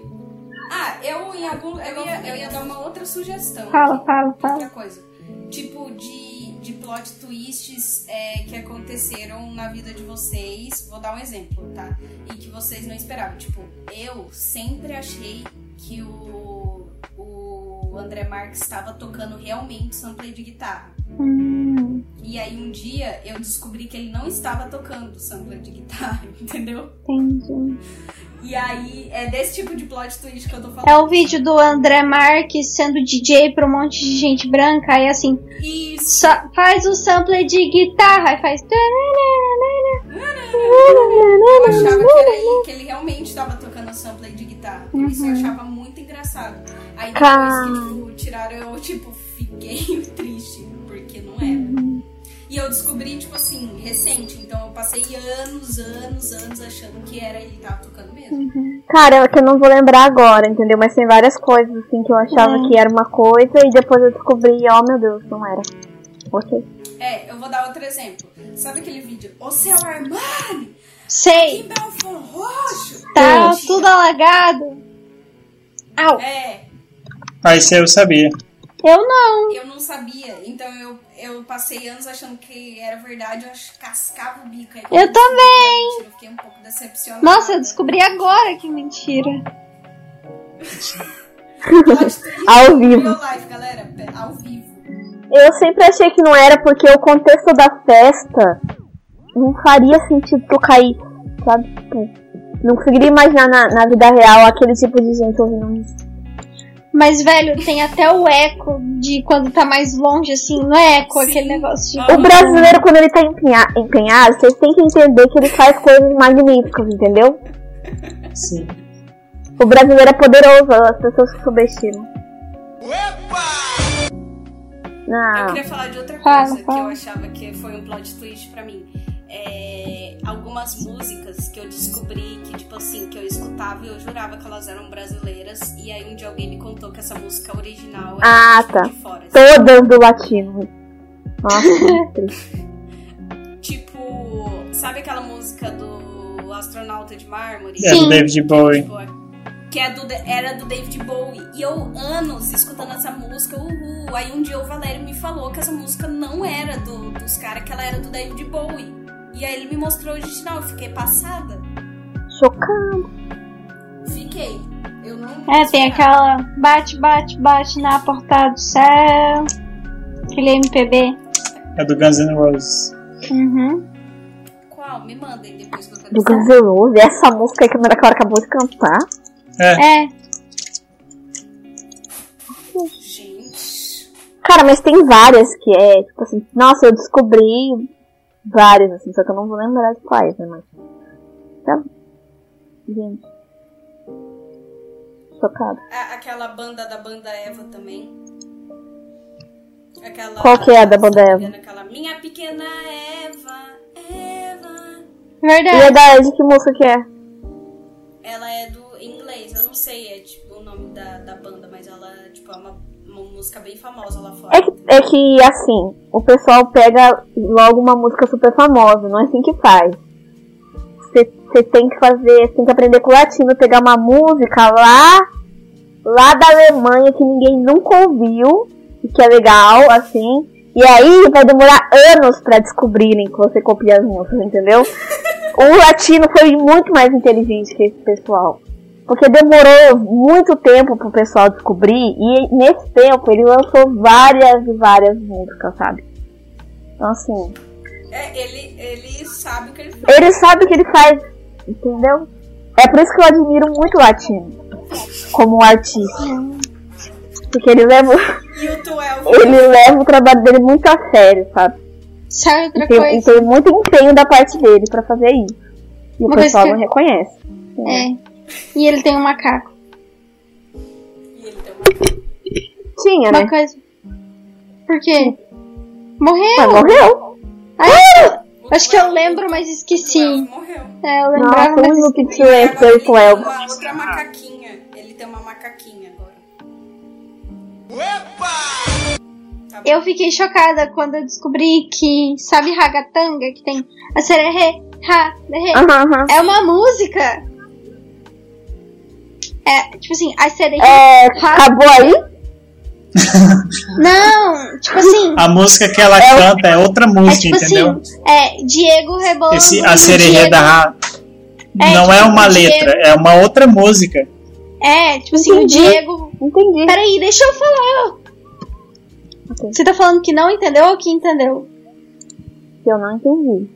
[SPEAKER 4] Ah, eu em algum. Eu ia, eu ia dar uma outra sugestão.
[SPEAKER 1] Fala,
[SPEAKER 4] aqui.
[SPEAKER 1] fala, fala.
[SPEAKER 4] Outra coisa. Tipo de, de plot twists é, que aconteceram na vida de vocês. Vou dar um exemplo, tá? E que vocês não esperavam. Tipo, eu sempre achei que o, o André Marques estava tocando realmente sample de guitarra.
[SPEAKER 1] Hum,
[SPEAKER 4] E aí um dia eu descobri que ele não estava tocando sample de guitarra, entendeu?
[SPEAKER 1] entendi.
[SPEAKER 4] E aí é desse tipo de plot twist que eu tô falando.
[SPEAKER 1] É o vídeo do André Marques sendo DJ pra um monte de gente branca, aí assim,
[SPEAKER 4] Isso.
[SPEAKER 1] sa- faz o sampler de guitarra, aí faz.
[SPEAKER 4] Eu
[SPEAKER 1] Uhum.
[SPEAKER 4] achava que, era ele, que ele realmente tava tocando sample de guitarra. Por isso
[SPEAKER 1] Uhum.
[SPEAKER 4] eu achava muito engraçado. Aí depois
[SPEAKER 2] Cara.
[SPEAKER 4] que tipo, tiraram, eu tipo, fiquei triste, porque não era.
[SPEAKER 1] Uhum.
[SPEAKER 4] E eu descobri, tipo assim, recente. Então eu passei anos, anos, anos achando que era ele que tava tocando
[SPEAKER 1] Uhum.
[SPEAKER 4] mesmo.
[SPEAKER 2] Cara, é que eu não vou lembrar agora, entendeu? Mas tem várias coisas, assim, que eu achava que era uma coisa e depois eu descobri, oh meu Deus, não era. Ok.
[SPEAKER 4] É, eu vou dar outro exemplo. Sabe aquele vídeo? O seu Armani, que
[SPEAKER 1] Sei,
[SPEAKER 4] Belfão Roxo!
[SPEAKER 1] tá tudo alagado. Au,
[SPEAKER 4] É,
[SPEAKER 3] Aí você Ah, eu sabia.
[SPEAKER 1] eu não.
[SPEAKER 4] eu não sabia. Então eu, eu passei anos achando que era verdade, eu ach- cascava o bico. Aí quando
[SPEAKER 1] Eu também.
[SPEAKER 4] Eu fiquei um pouco decepcionada.
[SPEAKER 1] Nossa, eu descobri agora que mentira.
[SPEAKER 2] Ao vivo.
[SPEAKER 4] Real life, galera. Pe- Ao vivo.
[SPEAKER 2] Eu sempre achei que não era porque o contexto da festa não faria sentido tu cair, sabe? Tipo, não conseguiria imaginar na, na vida real aquele tipo de gente ouvindo um
[SPEAKER 1] Mas, velho, tem até o eco de quando tá mais longe, assim, não é eco,
[SPEAKER 4] Sim.
[SPEAKER 1] aquele negócio de.
[SPEAKER 4] Ah.
[SPEAKER 2] O brasileiro, quando ele tá empenha- empenhado, vocês têm que entender que ele faz coisas magníficas, entendeu?
[SPEAKER 3] Sim.
[SPEAKER 2] O brasileiro é poderoso, as pessoas se subestimam.
[SPEAKER 4] Eu
[SPEAKER 2] Não,
[SPEAKER 4] queria falar de outra
[SPEAKER 1] Ah. Fala,
[SPEAKER 4] coisa que eu
[SPEAKER 1] fala.
[SPEAKER 4] achava que foi um plot twist pra mim. É, algumas músicas que eu descobri que, tipo assim, que eu escutava e eu jurava que elas eram brasileiras. E aí um dia alguém me contou que essa música original era
[SPEAKER 2] Ah,
[SPEAKER 4] tipo,
[SPEAKER 2] tá.
[SPEAKER 4] de fora. assim.
[SPEAKER 2] todas do latino. Nossa, que triste.
[SPEAKER 4] Tipo, sabe aquela música do Astronauta de Mármore?
[SPEAKER 3] É do David Bowie.
[SPEAKER 4] Que é do, era do David Bowie. E eu, anos escutando essa música, uhul. Aí um dia o Valério me falou que essa música não era do- dos caras, que ela era do David Bowie. E aí ele me mostrou o original, eu fiquei passada.
[SPEAKER 2] chocante.
[SPEAKER 4] Fiquei. Eu não.
[SPEAKER 1] É, tem aquela bate, bate, bate na portada do céu. Aquele MPB.
[SPEAKER 3] É do Guns N' Roses.
[SPEAKER 1] Uhum.
[SPEAKER 4] Qual? Me mandem depois que eu quero
[SPEAKER 2] Do
[SPEAKER 4] saber.
[SPEAKER 2] Guns N' Roses, essa música que é a Maria Clara acabou de cantar.
[SPEAKER 1] É,
[SPEAKER 4] Gente.
[SPEAKER 2] Cara, mas tem várias que é, tipo assim, nossa, eu descobri várias, assim, só que eu não vou lembrar de quais, né, mas. Tá. Gente. Chocado.
[SPEAKER 4] A- aquela banda da banda Eva também. Aquela,
[SPEAKER 2] Qual que é a da banda Eva?
[SPEAKER 4] Aquela minha pequena Eva, Eva.
[SPEAKER 2] E
[SPEAKER 1] verdade.
[SPEAKER 2] é da Ed, que música que é?
[SPEAKER 4] Ela é do em inglês, eu não sei é tipo o nome da, da banda, mas ela tipo, é uma, uma música bem famosa lá fora.
[SPEAKER 2] É que, é que, assim, o pessoal pega logo uma música super famosa, não é assim que faz. Você tem que fazer, você tem que aprender com o latino, pegar uma música lá, lá da Alemanha que ninguém nunca ouviu, e que é legal, assim. E aí vai demorar anos pra descobrirem que você copia as músicas, entendeu? o latino foi muito mais inteligente que esse pessoal. Porque demorou muito tempo pro pessoal descobrir e nesse tempo ele lançou várias e várias músicas, sabe? Então assim,
[SPEAKER 4] É, ele, ele sabe o que ele faz.
[SPEAKER 2] ele sabe o que ele faz, entendeu? É por isso que eu admiro muito o Latino como artista. Porque ele leva,
[SPEAKER 4] E o Tuel
[SPEAKER 2] ele leva o trabalho dele muito a sério, sabe?
[SPEAKER 1] Sabe outra
[SPEAKER 2] E tem, e
[SPEAKER 1] coisa?
[SPEAKER 2] tem muito empenho da parte dele pra fazer isso. E o
[SPEAKER 1] Uma
[SPEAKER 2] pessoal
[SPEAKER 1] coisa
[SPEAKER 2] não
[SPEAKER 1] que-
[SPEAKER 2] reconhece.
[SPEAKER 1] É. E ele tem um macaco.
[SPEAKER 4] e ele tem uma
[SPEAKER 2] Tinha,
[SPEAKER 1] Uma
[SPEAKER 2] né?
[SPEAKER 1] coisa. Por quê?
[SPEAKER 2] Mas
[SPEAKER 1] Morreu?
[SPEAKER 2] morreu.
[SPEAKER 1] Ah,
[SPEAKER 4] o
[SPEAKER 1] acho que eu
[SPEAKER 4] Tuel-
[SPEAKER 1] lembro, mas
[SPEAKER 4] o Tuel
[SPEAKER 1] esqueci.
[SPEAKER 4] morreu.
[SPEAKER 1] É, eu lembrava,
[SPEAKER 2] Nossa, o
[SPEAKER 1] mas
[SPEAKER 2] único
[SPEAKER 1] esqueci.
[SPEAKER 2] que
[SPEAKER 4] E
[SPEAKER 2] tinha
[SPEAKER 4] agora ele
[SPEAKER 2] É, foi o
[SPEAKER 4] tem
[SPEAKER 2] Elba.
[SPEAKER 4] uma outra macaquinha. Ele tem uma macaquinha agora. Tá bom.
[SPEAKER 1] Eu fiquei chocada quando eu descobri que, sabe, ragatanga, que tem a sererê, ha, derê.
[SPEAKER 2] Aham, aham.
[SPEAKER 1] É uma música. É, tipo assim, as sereias.
[SPEAKER 2] É, acabou aí?
[SPEAKER 1] Não, tipo assim.
[SPEAKER 3] A música que ela canta é outra
[SPEAKER 1] É
[SPEAKER 3] música,
[SPEAKER 1] tipo
[SPEAKER 3] entendeu?
[SPEAKER 1] assim, é Diego Rebolo.
[SPEAKER 3] Esse,
[SPEAKER 1] e
[SPEAKER 3] a sereia
[SPEAKER 1] Diego-
[SPEAKER 3] da
[SPEAKER 1] É,
[SPEAKER 3] não é
[SPEAKER 1] tipo,
[SPEAKER 3] uma
[SPEAKER 1] o Diego-
[SPEAKER 3] letra, é uma outra música.
[SPEAKER 1] É, tipo assim, o
[SPEAKER 2] Entendi.
[SPEAKER 1] Diego.
[SPEAKER 2] Entendi.
[SPEAKER 1] Peraí, deixa eu falar. Você tá falando que não entendeu ou que entendeu?
[SPEAKER 2] Eu não entendi.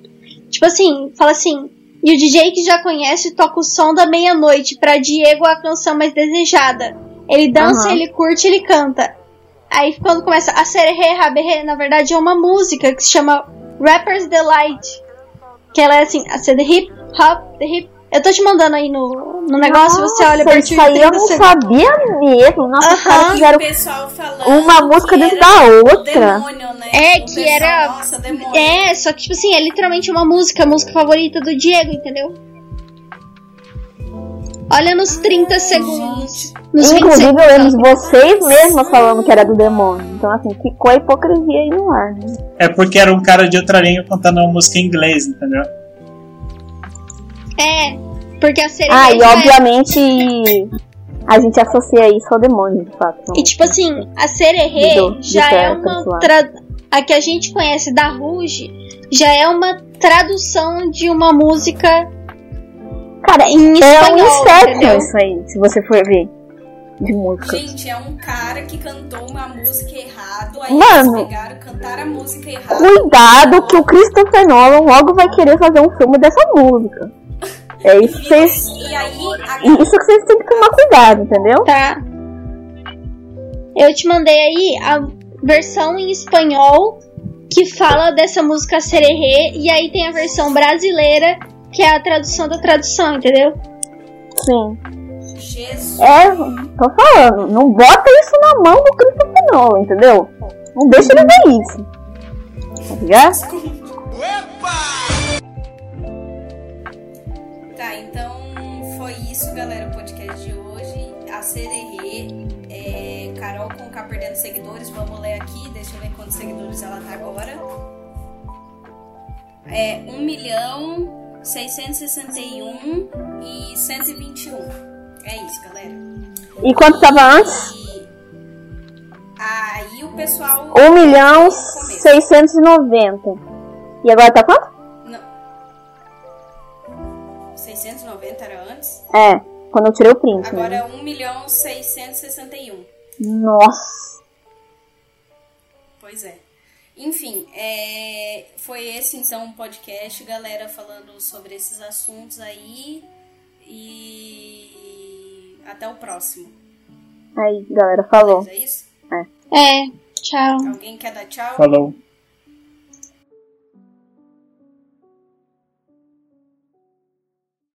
[SPEAKER 1] Tipo assim, fala assim. E o DJ que já conhece toca o som da meia-noite pra Diego a canção mais desejada. Ele dança,
[SPEAKER 2] Aham.
[SPEAKER 1] ele curte, ele canta. Aí quando começa a sererê, raberê, na verdade é uma música que se chama Rapper's Delight. Que ela é assim, a ser the hip hop, the hip. Eu tô te mandando aí no, no negócio, você olha a
[SPEAKER 2] Nossa,
[SPEAKER 1] partir
[SPEAKER 2] Isso aí
[SPEAKER 1] de
[SPEAKER 2] eu
[SPEAKER 1] 30
[SPEAKER 2] não
[SPEAKER 1] segundos.
[SPEAKER 2] sabia mesmo. Nossa, os caras
[SPEAKER 1] Aham.
[SPEAKER 4] E o
[SPEAKER 2] fizeram
[SPEAKER 4] pessoal falando
[SPEAKER 2] uma
[SPEAKER 4] que
[SPEAKER 2] música dentro
[SPEAKER 4] era
[SPEAKER 2] da
[SPEAKER 4] o
[SPEAKER 2] outra.
[SPEAKER 4] Demônio, né?
[SPEAKER 1] É,
[SPEAKER 4] O
[SPEAKER 1] que
[SPEAKER 4] pessoal,
[SPEAKER 1] era-
[SPEAKER 4] Nossa, demônio.
[SPEAKER 1] É, só que, tipo assim, é literalmente uma música, a música favorita do Diego, entendeu? Olha nos 30 segundos. Nos 20
[SPEAKER 2] Inclusive, eu
[SPEAKER 1] segundos.
[SPEAKER 2] lembro de vocês mesmas falando que era do demônio. Então, assim, ficou a hipocrisia aí no ar. Né?
[SPEAKER 3] É porque era um cara de outra língua cantando uma música em inglês, entendeu?
[SPEAKER 1] É, porque a série
[SPEAKER 2] Ah, e
[SPEAKER 1] mesmo é-
[SPEAKER 2] obviamente a gente associa isso ao demônio, de fato.
[SPEAKER 1] E tipo assim, a Sererê
[SPEAKER 2] Mudou de
[SPEAKER 1] já é
[SPEAKER 2] perto,
[SPEAKER 1] uma.
[SPEAKER 2] claro.
[SPEAKER 1] tra- A que a gente conhece da Ruge já é uma tradução de uma música
[SPEAKER 2] Cara,
[SPEAKER 1] em
[SPEAKER 2] é um
[SPEAKER 1] espanhol,
[SPEAKER 2] inseto
[SPEAKER 1] entendeu?
[SPEAKER 2] isso aí, se você for ver. De música.
[SPEAKER 4] Gente, é um cara que cantou uma música errado, aí
[SPEAKER 2] Mano.
[SPEAKER 4] eles pegaram, cantaram a música errada.
[SPEAKER 2] Cuidado que o Christopher Nolan logo vai querer fazer um filme dessa música. É isso que vocês.
[SPEAKER 4] E aí, a...
[SPEAKER 2] Isso que vocês têm que tomar cuidado, entendeu?
[SPEAKER 1] Tá. Eu te mandei aí a versão em espanhol que fala dessa música Sererê e aí tem a versão brasileira que é a tradução da tradução, entendeu?
[SPEAKER 2] Sim.
[SPEAKER 4] Jesus.
[SPEAKER 2] É, tô falando, não bota isso na mão do Christopher Nolan, entendeu? Não deixa ele ver isso. Tá ligado?
[SPEAKER 4] Tá, então foi isso, galera, o podcast de hoje. A CDR, é, Carol com K perdendo seguidores, vamos ler aqui, deixa eu ver quantos seguidores ela tá agora. É 1 milhão 661 e 121. É isso, galera.
[SPEAKER 2] E quanto tava antes?
[SPEAKER 4] E aí o pessoal.
[SPEAKER 2] 1 milhão
[SPEAKER 4] Começo.
[SPEAKER 2] 690. E agora tá quanto?
[SPEAKER 4] Não. 690 era antes?
[SPEAKER 2] É, quando eu tirei o print. né?
[SPEAKER 4] Agora é 1 milhão 661.
[SPEAKER 2] Nossa.
[SPEAKER 4] Pois é. Enfim, é, foi esse então o podcast, galera, falando sobre esses assuntos aí. E até o próximo.
[SPEAKER 2] Aí, galera, falou.
[SPEAKER 4] É isso?
[SPEAKER 1] É, tchau.
[SPEAKER 4] Alguém quer dar tchau?
[SPEAKER 3] Falou.